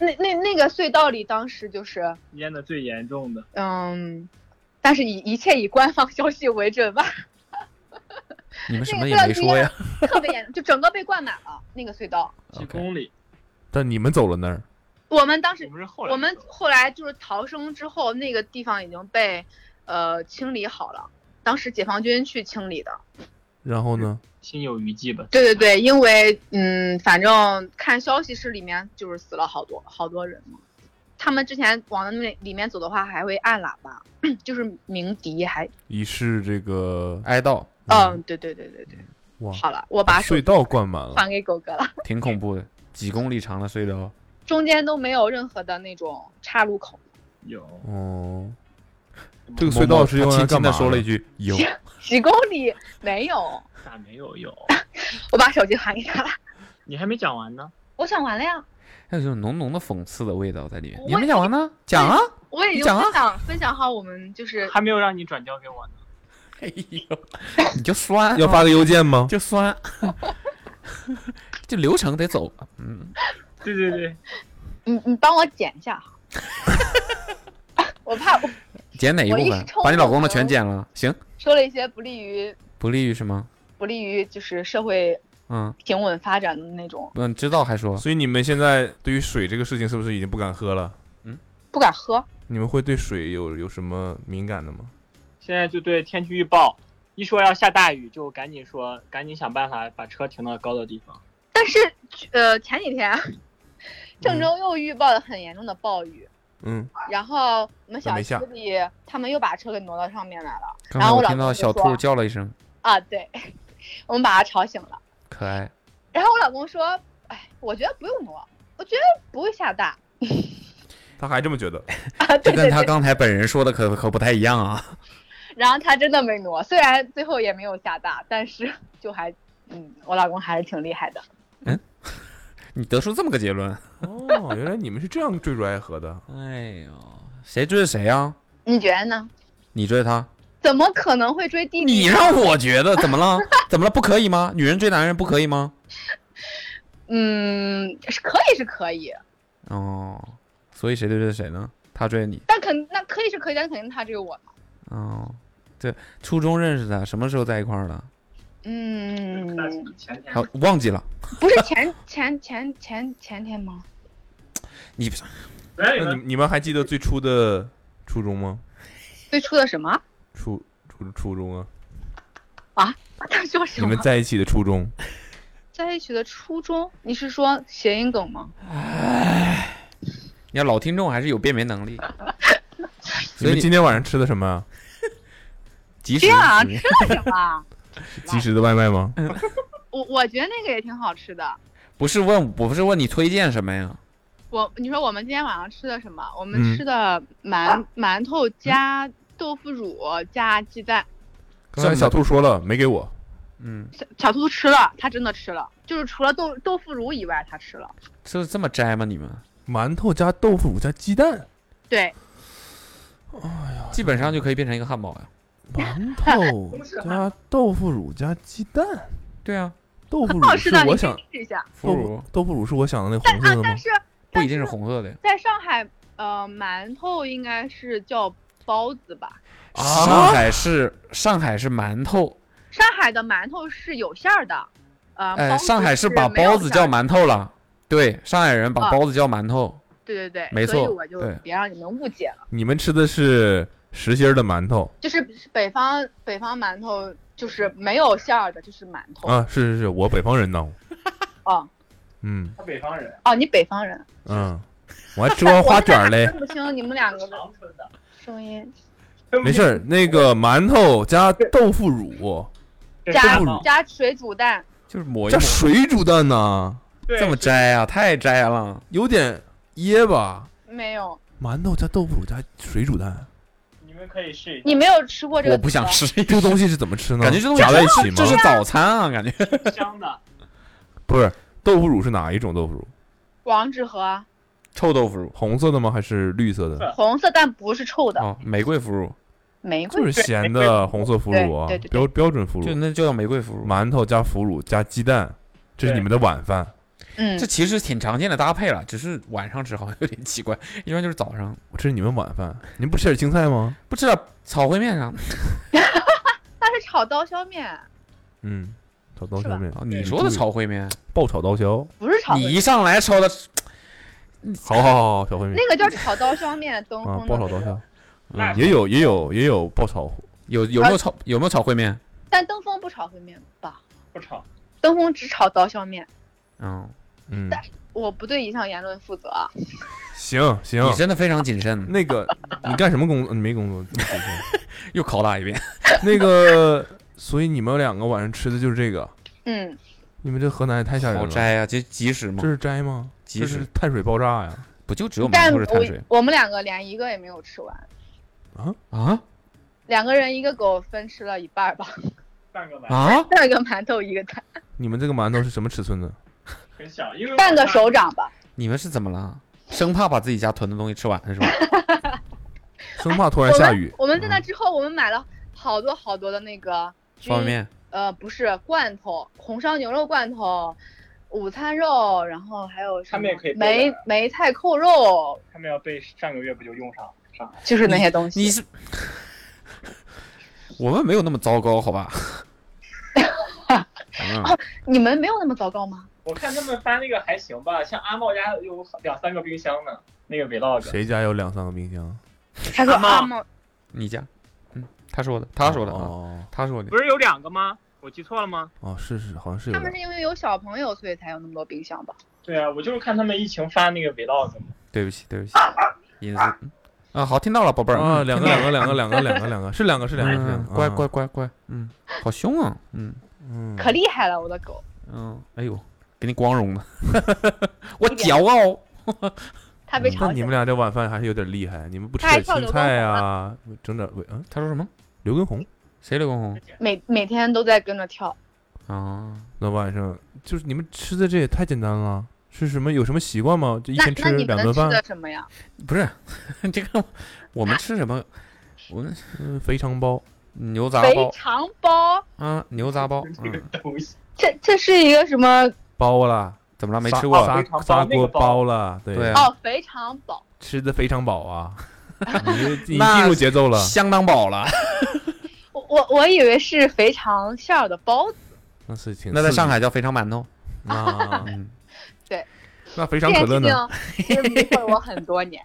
那那那个隧道里，当时就是淹的最严重的。嗯，但是以一切以官方消息为准吧， 你们什么那也个隧道没说 呀？特别严重，就整个被灌满了那个隧道。几 OK 公里，但你们走了那儿，我们当时我们是后来我们后来就是逃生之后，那个地方已经被呃清理好了。当时解放军去清理的，然后呢？心有余悸吧。对对对，因为嗯，反正看消息是里面就是死了好多好多人嘛。他们之前往那里面走的话，还会按喇叭， 就是鸣笛还，以示这个哀悼，嗯，对对对对对。哇，啊好了，我把手隧道灌满了，还给狗哥了，挺恐怖的，几公里长的隧道。中间都没有任何的那种岔路口。有哦，这个隧道是用他来轻轻干嘛的的？说了一句“有几公里没有，咋没有有？我把手机还给他了。你还没讲完呢。 我想完了呀。还有这种浓浓的讽刺的味道在里面。我你还没讲完呢？讲啊！我已你经讲啊分！享分享好我们就是还没有让你转交给我呢。哎呦，你就酸 要发个邮件吗？就 酸，就流程得走。嗯，对对对，你你帮我剪一下哈， 我怕我剪哪一部我一分时冲？把你老公的动全剪了，行，说了一些不利于不利于什么？不利于就是社会嗯平稳发展的那种，嗯，知道还说所以你们现在对于水这个事情是不是已经不敢喝了？不敢喝。你们会对水有有什么敏感的吗？现在就对天气预报，一说要下大雨，就赶紧说，赶紧想办法把车停到高的地方。但是呃前几天嗯 郑州又预报了很严重的暴雨，嗯，然后我们小没区下里他们又把车给挪到上面来了刚然才后我我老听到公就小兔说叫了一声，啊，对， 我们把他吵醒了。可爱。然后我老公说，哎，我觉得不用挪，我觉得不会下大。他还这么觉 得。啊，这对跟对他对，刚才本人说的可可不太一样啊。 然后他真的没挪，虽然最后也没有下大，但是 就还，嗯，我老公还是挺厉害的。你得出这么个结论？哦，原来你们是这样坠入爱河的。哎呦，谁追谁啊？你觉得呢？你追他？怎么可能会追弟弟？你让我觉得怎么了？怎么了？不可以吗？女人追男人不可以吗？嗯，是可以是可以，哦，所以谁对谁呢？他追你。但肯那可以是可以，但肯定他追我。哦，对，初中认识的，什么时候在一块儿的？嗯，前天啊，忘记了。不是前前前前前天吗？你那你你们还记得最初的初衷吗？最初的什么 初初初中啊，啊？他说什你么们？在一起的初衷。在一起的初衷，你是说谐音梗吗？你看老听众还是有辨别能力，你所以们你今天晚上吃的什么啊？及时这样啊，及时这什么？及时的外卖吗？嗯我我觉得那个也挺好吃的。不是问，我不是问你推荐什么呀？我你说我们今天晚上吃的什么？我嗯们吃的馒、馒头加豆腐乳加鸡蛋。刚才小兔说了，没给我。嗯，小小兔吃了，他真的吃了，就是除了豆豆腐乳以外，他吃了。这这么摘吗？你们馒头加豆腐乳加鸡蛋， 对，基本上就可以变成一个汉堡呀。馒头加豆腐乳加鸡蛋，对啊，豆腐很好乳吃是的，你我可想以试一下。腐豆乳腐豆腐乳是我想的那但红色啊的，吗但？是不一定是红色的呀。在上海，呃，馒头应该是叫包子吧？啊上海是上海是馒头，上海的馒头是有馅儿的，呃，哎，包子上海是是把没有包子馅儿叫的馒头了。对，上海人把啊包子叫馒头。对对对，没所以错我就对别让你们误解了。你们吃的是实心儿的馒头就是北方北方馒头就是没有馅儿的，就是馒头。嗯啊？是是是，我北方人呢。哦 嗯他北方人，哦，你北方人，嗯，我还吃过花卷 儿嘞。分不清你们两个的声音。没事儿，那个馒头加豆腐乳加豆腐乳加水煮蛋，就是抹一加抹，水煮蛋呢，对这么摘啊，太摘了。有点噎吧？没有，馒头加豆腐乳加水煮蛋，你们可以试一下。你没有吃过这个？我不想。吃， 这个东西是怎么吃呢？感觉这东西夹在一起吗？这是早餐啊，感觉。香的，不是豆腐乳是哪一种豆腐乳？王致和，臭豆腐乳红色的吗？还是绿色的？啊红色但不是臭的，哦，玫瑰腐乳，玫瑰就是咸的红色腐乳啊对对，对标标准腐就乳，那就叫玫瑰腐乳。馒头加腐乳加鸡蛋，这是对你们的晚饭。嗯这，其实挺常见的搭配了，只是晚上吃好像有点奇怪，一般就是早上这是你们晚饭，您不吃点青菜吗？不吃了炒烩面上。那是炒刀削面，嗯，炒刀是削吧面哦，你说的注意炒烩面，爆炒刀削，不是炒你一上来说的，好好好，好，小慧敏那个叫炒刀削 面，登啊峰，爆的炒那刀个，削，嗯也有也有也有爆炒，有有啊没有炒有没有炒烩面？但登峰不炒烩面吧？不炒。登峰只炒刀削面，嗯，嗯，我不对以上言论负责啊。行行，你真的非常谨慎，那个你干什么工作？你没工作，这么谨慎又拷打一遍。那个，所以你们两个晚上吃的就是这个，嗯，你们这河南也太吓人好了，摘啊，这即食嘛这，是斋吗？即这食是碳水爆炸呀！不就只有馒但头是碳我水我们两个连一个也没有吃完，啊两个人一个狗分吃了一半儿吧， 半个 碗。啊？半个馒头一个蛋。你们这个馒头是什么尺寸的？很小，因为半个手掌吧。你们是怎么了？生怕把自己家囤的东西吃完是吧？生怕突然下雨。我们在嗯那之后，我们买了好多好多的那个方便面，呃，不是罐头，红烧牛肉罐头，午餐肉，然后还有什他么们也可以备梅梅菜扣肉，他们要被上个月不就用上了上个月就是那些东西。你是 我们没有那么糟糕，好吧？嗯哦，你们没有那么糟糕吗？我看他们发那个还行吧，像阿茂家有两三个冰箱呢，那个 vlog。谁家有两三个冰箱？他 说阿茂，你家，嗯，他说的，他说的啊，哦他说的不。是有两个吗？我记错了吗？哦，是是，好像是有他的们是。因为有小朋友，所以才有那么多冰箱吧？对啊，我就是看他们疫情发那个 vlog 嘛。对不起，对不起，隐私。嗯啊，好，听到了，宝贝儿。啊，嗯两个听到两了个两个两个两个两个是两个是两个是两嗯，个，乖嗯乖乖乖，嗯，好凶啊，嗯嗯，可厉害了，我的狗，嗯，哎呦，给你光 荣的，我骄傲。它被那吵你醒们了。俩这晚饭还是有点厉害，你们不吃他还点跳青刘畊菜宏啊，整点喂嗯他说什么？刘畊宏，谁刘畊宏每每天都在跟着跳，啊？那晚上就是你们吃的这也太简单了，是什么有什么习惯吗？就一那天那吃你们两能顿吃饭的，什么呀？不是， 这个我们吃什么？我们嗯，肥肠包，牛杂肥包肠包，啊，牛杂包。嗯，东西这这是一个什么？包了，怎么了？没砂吃过砂肥肠包砂那个锅包包了，对对啊哦，肥肠煲。吃的非常饱啊， 你你那进入节奏了，相当饱了。我我我以为是肥肠馅儿的包子，那是挺那在刺激上海叫肥肠馒头。啊，嗯那肥这肠件可事乐呢？情其实迷惑了我很 多年。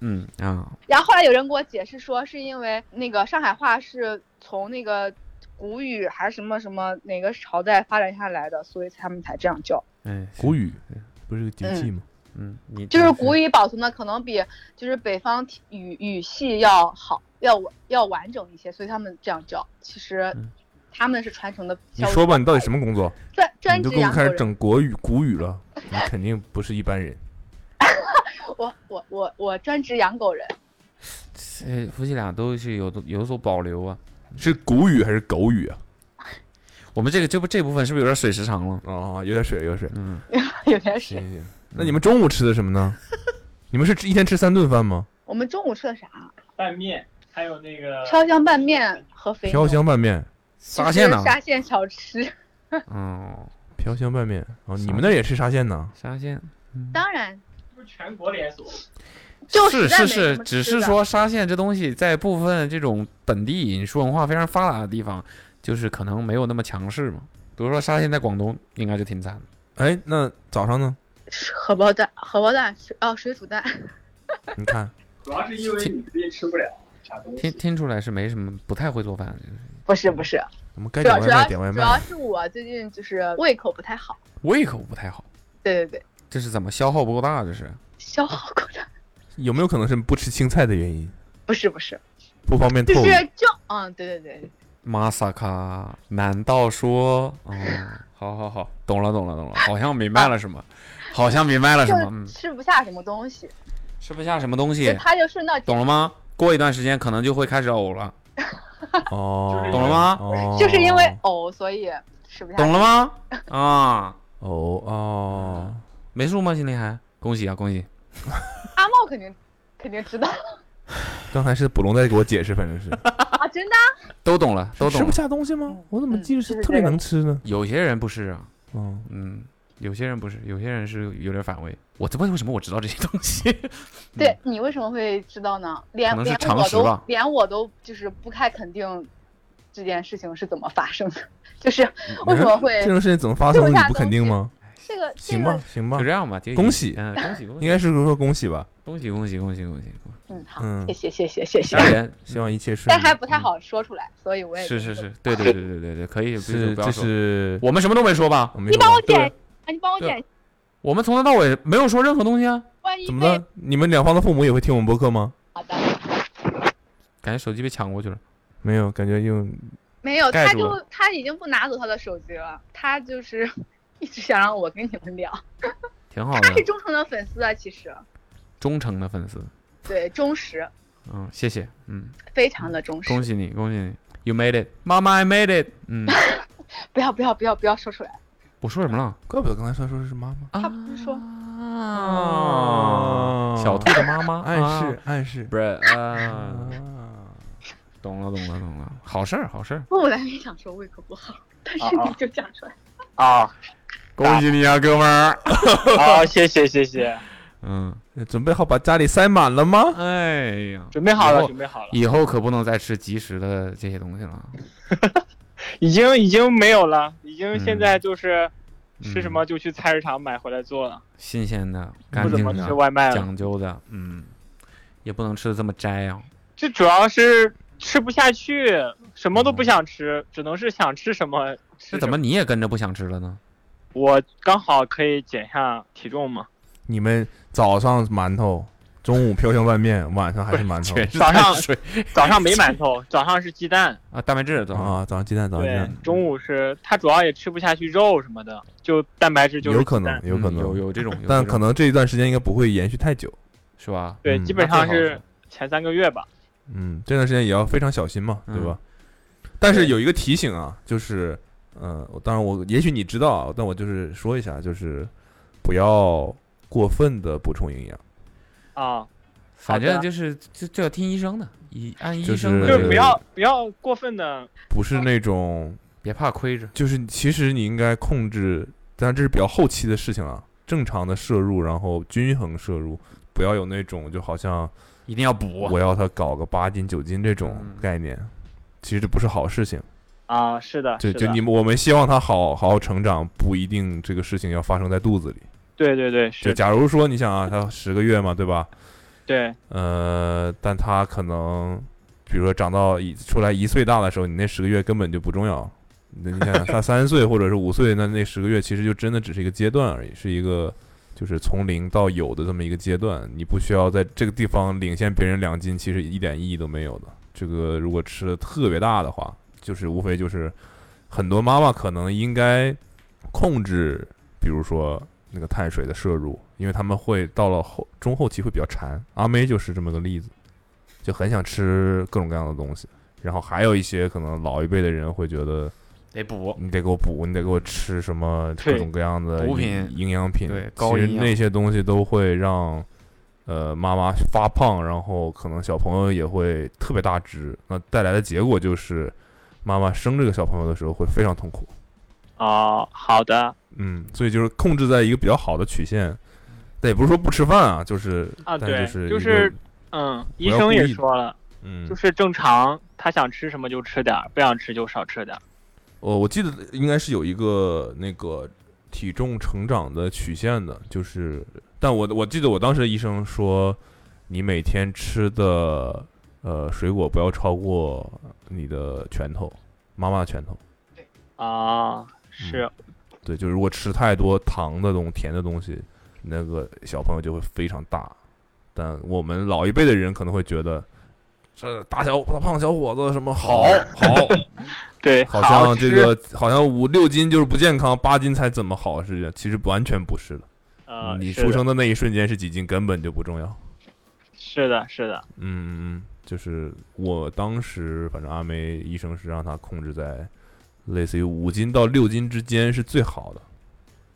嗯啊，然后后来有人给我解释说，是因为那个上海话是从那个古语还是什么什么哪个朝代发展下来的，所以他们才这样叫。哎，古语不是个节气吗？嗯，你就是真古语保存的可能比就是北方体语语系要好，要完要完整一些，所以他们这样叫。其实嗯他们是传承的比你较。说吧，你到底什么工作？专你专都啊职跟我养狗开始人。整国语古语了，你肯定不是一般人。我我我我专职养狗人。呃，夫妻俩都是有有所保留啊。 是古语还是狗语啊？我们这个这部这部分是不是有点水时长了？哦，有点水，有点水。嗯，有行点水。行行，那你们中午吃的什么 呢？你们是吃一天吃三顿饭吗？我们中午吃的啥？拌面，还有那个飘香拌面和肥飘牛香拌面，沙县就呢是？沙县小吃。嗯，飘香拌面啊！你啥们那儿也吃沙县呢？沙县当然，是不是全国连锁？就是实在是没是什，么只吃是的说沙县这东西在部分这种本地饮食文化非常发达的地方，就是可能没有那么强势嘛。比如说沙县在广东应该就挺惨的。哎，那早上呢？荷包蛋、荷包蛋水哦水煮蛋，你看，主要是因为你最近吃不了啥东听西。听出来是没什么，不太会做饭。不是不是，我们该主点要外主要卖主点外要卖。是我最近就是胃口不太好。胃口不太好，对对对，这是怎么消耗不够大？这是消耗过大。有没有可能是不吃青菜的原因？不是不是，不方便就透露。是就嗯对对对，马萨卡？难道说？哦，好好好，懂了懂了懂了，好像明白了什么，好像明白了什么。就嗯，吃不下什么东西，吃不下什么东就西，他就顺道懂了吗？过一段时间可能就会开始呕了， 哦，懂了吗哦就是因为呕，所以吃不下。懂了吗？啊，哦哦，没数吗？心里还恭喜啊，恭喜！阿茂肯定肯定 知道刚才是捕龙在给我解释，反正是啊，真的都懂了，都吃懂不了。下东西吗？我怎么记得嗯是就是特别这个能吃呢？有些人不是啊，嗯，嗯，有些人不是，有些人是有点反胃。我这为为什么我知道这些东西？对你为什么会知道呢？连嗯可能是连常我识都吧连我都就是不太肯定这件事情是怎么发生的， 就是为什么会哦这种事情怎么发生的？吃不你下不肯定吗？这个这行个吧，行吧就，这样吧，就恭喜嗯，恭喜恭喜应该是说恭喜吧。恭喜恭喜恭喜恭喜！恭喜嗯好，嗯谢，谢谢谢谢谢家，人希望一切顺但利。还不太好说出来，所以我也嗯是是是，对对对对对对，可以，不是，不要这说是我们什么都没说吧？我没你说帮吧我点对啊，你帮我点，我们从头到尾没有说任何东西啊，万一怎么被了？你们两方的父母也会听我们播客吗？好的感觉手机被抢过去了。没有，感觉用没有，盖他住就他已经不拿走他的手机了，他就是 一直想让我跟你们聊，挺好他是的， 忠诚的粉丝啊，其实忠诚的粉丝，对忠实，嗯，谢谢，嗯，非常的忠恭实，喜你，恭喜你，You made it，妈妈，I made it，嗯，不要不要不要不要说出来，我说什么了？怪不得刚才说说是妈妈啊，他不是说哦，小兔的妈妈暗示暗示，不是啊， 懂了懂了懂了，好事儿好事儿，不，我来没想说胃口不好，但是哦你就讲出来。嗯啊恭喜你啊，哥们儿，好，谢谢谢谢，嗯，准备好把家里塞满了吗？哎呀，准备好以了后准备好了，以后可不能再吃即食的这些东西了。已经已经没有了，已经现嗯在就是嗯吃什么就去菜市场买回来做了，新鲜的、干不怎净么吃的、外卖了。讲究的，嗯，也不能吃的这么斋啊。这主要是吃不下去，什么都不想吃，只能是想吃什么吃什这怎么？你也跟着不想吃了呢？我刚好可以减下体重嘛。你们早上馒头，中午飘香拌面，晚上还是 馒头全是早上碳 水早上没馒头，早上是鸡蛋。啊，蛋白质早上啊？早上鸡蛋，早上鸡对蛋，，中午是它主要也吃不下去肉什么的，就蛋白质就是有可鸡能蛋，有可嗯有能，有这种，有但这种可能这一段时间应该不会延续太久。是吧？对，嗯基本上那最好是是前三个月吧。嗯，这段时间也要非常小心嘛，对吧？但是有一个提醒啊，就是，嗯、我当然我也许你知道啊，但我就是说一下，就是不要过分的补充营养，啊，反好正的就是就就要听医生的，以按医就生的是就这是个，不要不要过分的，不是那种，别怕亏着。就是其实你应该控制，但这是比较后期的事情啊，正常的摄入，然后均衡摄入，不要有那种就好像一定要补我要他搞个八斤九斤这种嗯概念，其实这不是好事情。啊，是的，就是就的你们，我们希望他好好好成长，不一定这个事情要发生在肚子里。对对对，就是假如说你想啊，他十个月嘛，对吧？对呃，但他可能，比如说长到一出来一岁大的时候，你那十个月根本就不重要。那你想想，他 三岁或者是五岁，那那十个月其实就真的只是一个阶段而已，是一个就是从零到有的这么一个阶段。你不需要在这个地方领先别人两斤，其实一点意义都没有的。这个如果吃的特别大的话，就是无非就是很多妈妈可能应该控制，比如说那个碳水的摄入，因为他们会到了后中后期会比较馋。阿妹就是这么个例子，就很想吃各种各样的东西。然后还有一些可能老一辈的人会觉得，得补，你得给我补，你得给我吃什么各对种各样的补营品营养品，对高其实营养那些东西都会让呃妈妈发胖，然后可能小朋友也会特别大只，那带来的结果就是妈妈生这个小朋友的时候会非常痛苦。啊，好的嗯，所以就是控制在一个比较好的曲线，但也不是说不吃饭啊，就是啊，但对，是就就是嗯，医要生故也意说了，嗯，就是正常，他想吃什么就吃点儿，不想吃就少吃点儿。哦我我记得应该是有一个那个体重成长的曲线的，就是，但我我记得我当时医生说，你每天吃的呃水果不要超过你的拳头，妈妈的拳头。嗯啊，是对，就如果吃太多糖的东甜的东西，那个小朋友就会非常大。但我们老一辈的人可能会觉得，这大小大胖小伙子什么好好，对，好像这吃个好像五六斤就是不健康，八斤才怎么好是这样，其实完全不是的。呃，你是出的生的那一瞬间是几斤根本就不重要。是的，是的，嗯，嗯，就是我当时反正阿梅医生是让她控制在类似于五斤到六斤之间是最好的。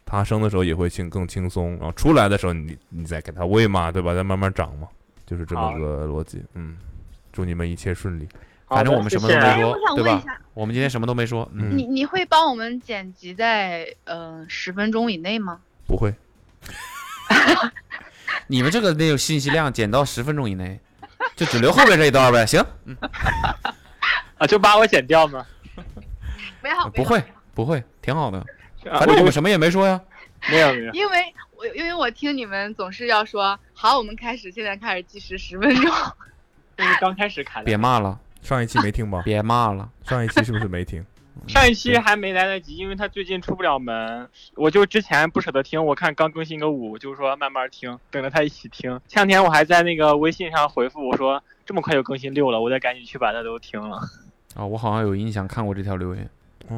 她生的时候也会轻更轻松，然后出来的时候你你再给她喂嘛，对吧？再慢慢长嘛，就是这么好个逻辑。嗯，祝你们一切顺利。好反正的我们谢什么都谢啊没哎，说我想对问吧一下，我们今天什么都没说，嗯，你你会帮我们剪辑在呃十分钟以内吗？不会，你们这个那个信息量减到十分钟以内，就只留后边这一段呗。行，啊，就把我剪掉吗？不要，啊不要会不会，挺好的。啊反正我们什么也没说呀。没有没有，因为我因为我听你们总是要说好，我们开始，现在开始计时十分钟。就是刚开始砍的别。骂了，上一期没啊听吧？别骂了。上一期是不是没听？上一期还没来得及，因为他最近出不了门，我就之前不舍得听，我看刚更新个五，我就说慢慢听，等着他一起听。前两天我还在那个微信上回复我说这么快就更新六了，我得赶紧去把它都听了。啊、我好像有印象看过这条留言。哦，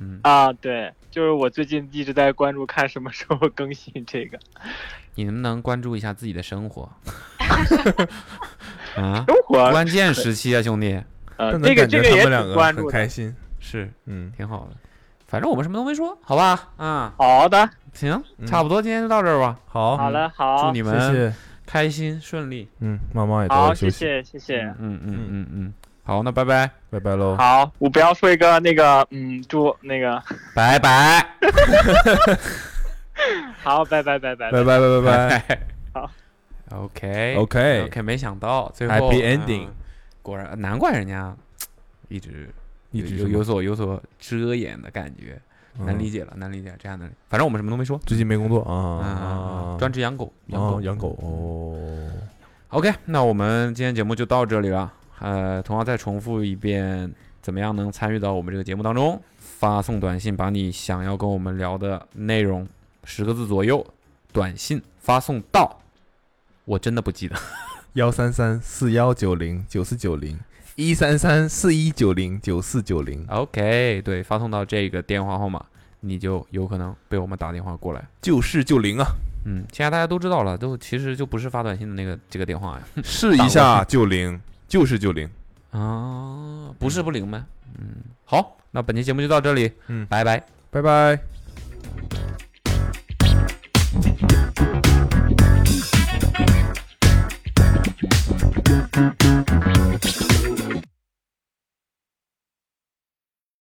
嗯，啊，对，就是我最近一直在关注看什么时候更新这个你能不能关注一下自己的生活？ 啊，生活，关键时期啊，兄弟， 呃，但这能个感这觉个他也们两挺个关注很的开心。是嗯，挺好的。反正我们什么都没说，好吧？嗯，好的，行，差不多今天就到这儿吧。好，好了，嗯好，祝你谢们谢，开心顺利。嗯，猫猫也早好，点休谢息，谢，谢谢。嗯嗯嗯嗯，好，那拜拜，拜拜喽。好，我不要说一个那个，嗯，祝那个，拜拜，好，拜拜拜拜拜拜拜拜拜拜。好，OK OK OK，没想到最后 Happy 嗯 ending 果然难怪人家一直一直有什么有所有所遮掩的感觉，难嗯理解了，难理解，这样的，反正我们什么都没说。最近没工作嗯嗯，啊嗯，专职养狗，养养狗，养狗哦。 OK，那我们今天节目就到这里了。呃，同样再重复一遍，怎么样能参与到我们这个节目当中？发送短信把你想要跟我们聊的内容，十个字左右，短信发送到，我真的不记得， 幺三三四幺九零九四九零一三三四一九零九四九啊零 OK，对，发送到这个电话号码，你就有可能被我们打电话过来。就是就零 啊，嗯，现在大家都知道了，都其实就不是发短信的那个这个电话呀。试一下就零，就是就零，啊，不是不灵呗。嗯，好，那本期节目就到这里。嗯拜拜。拜拜。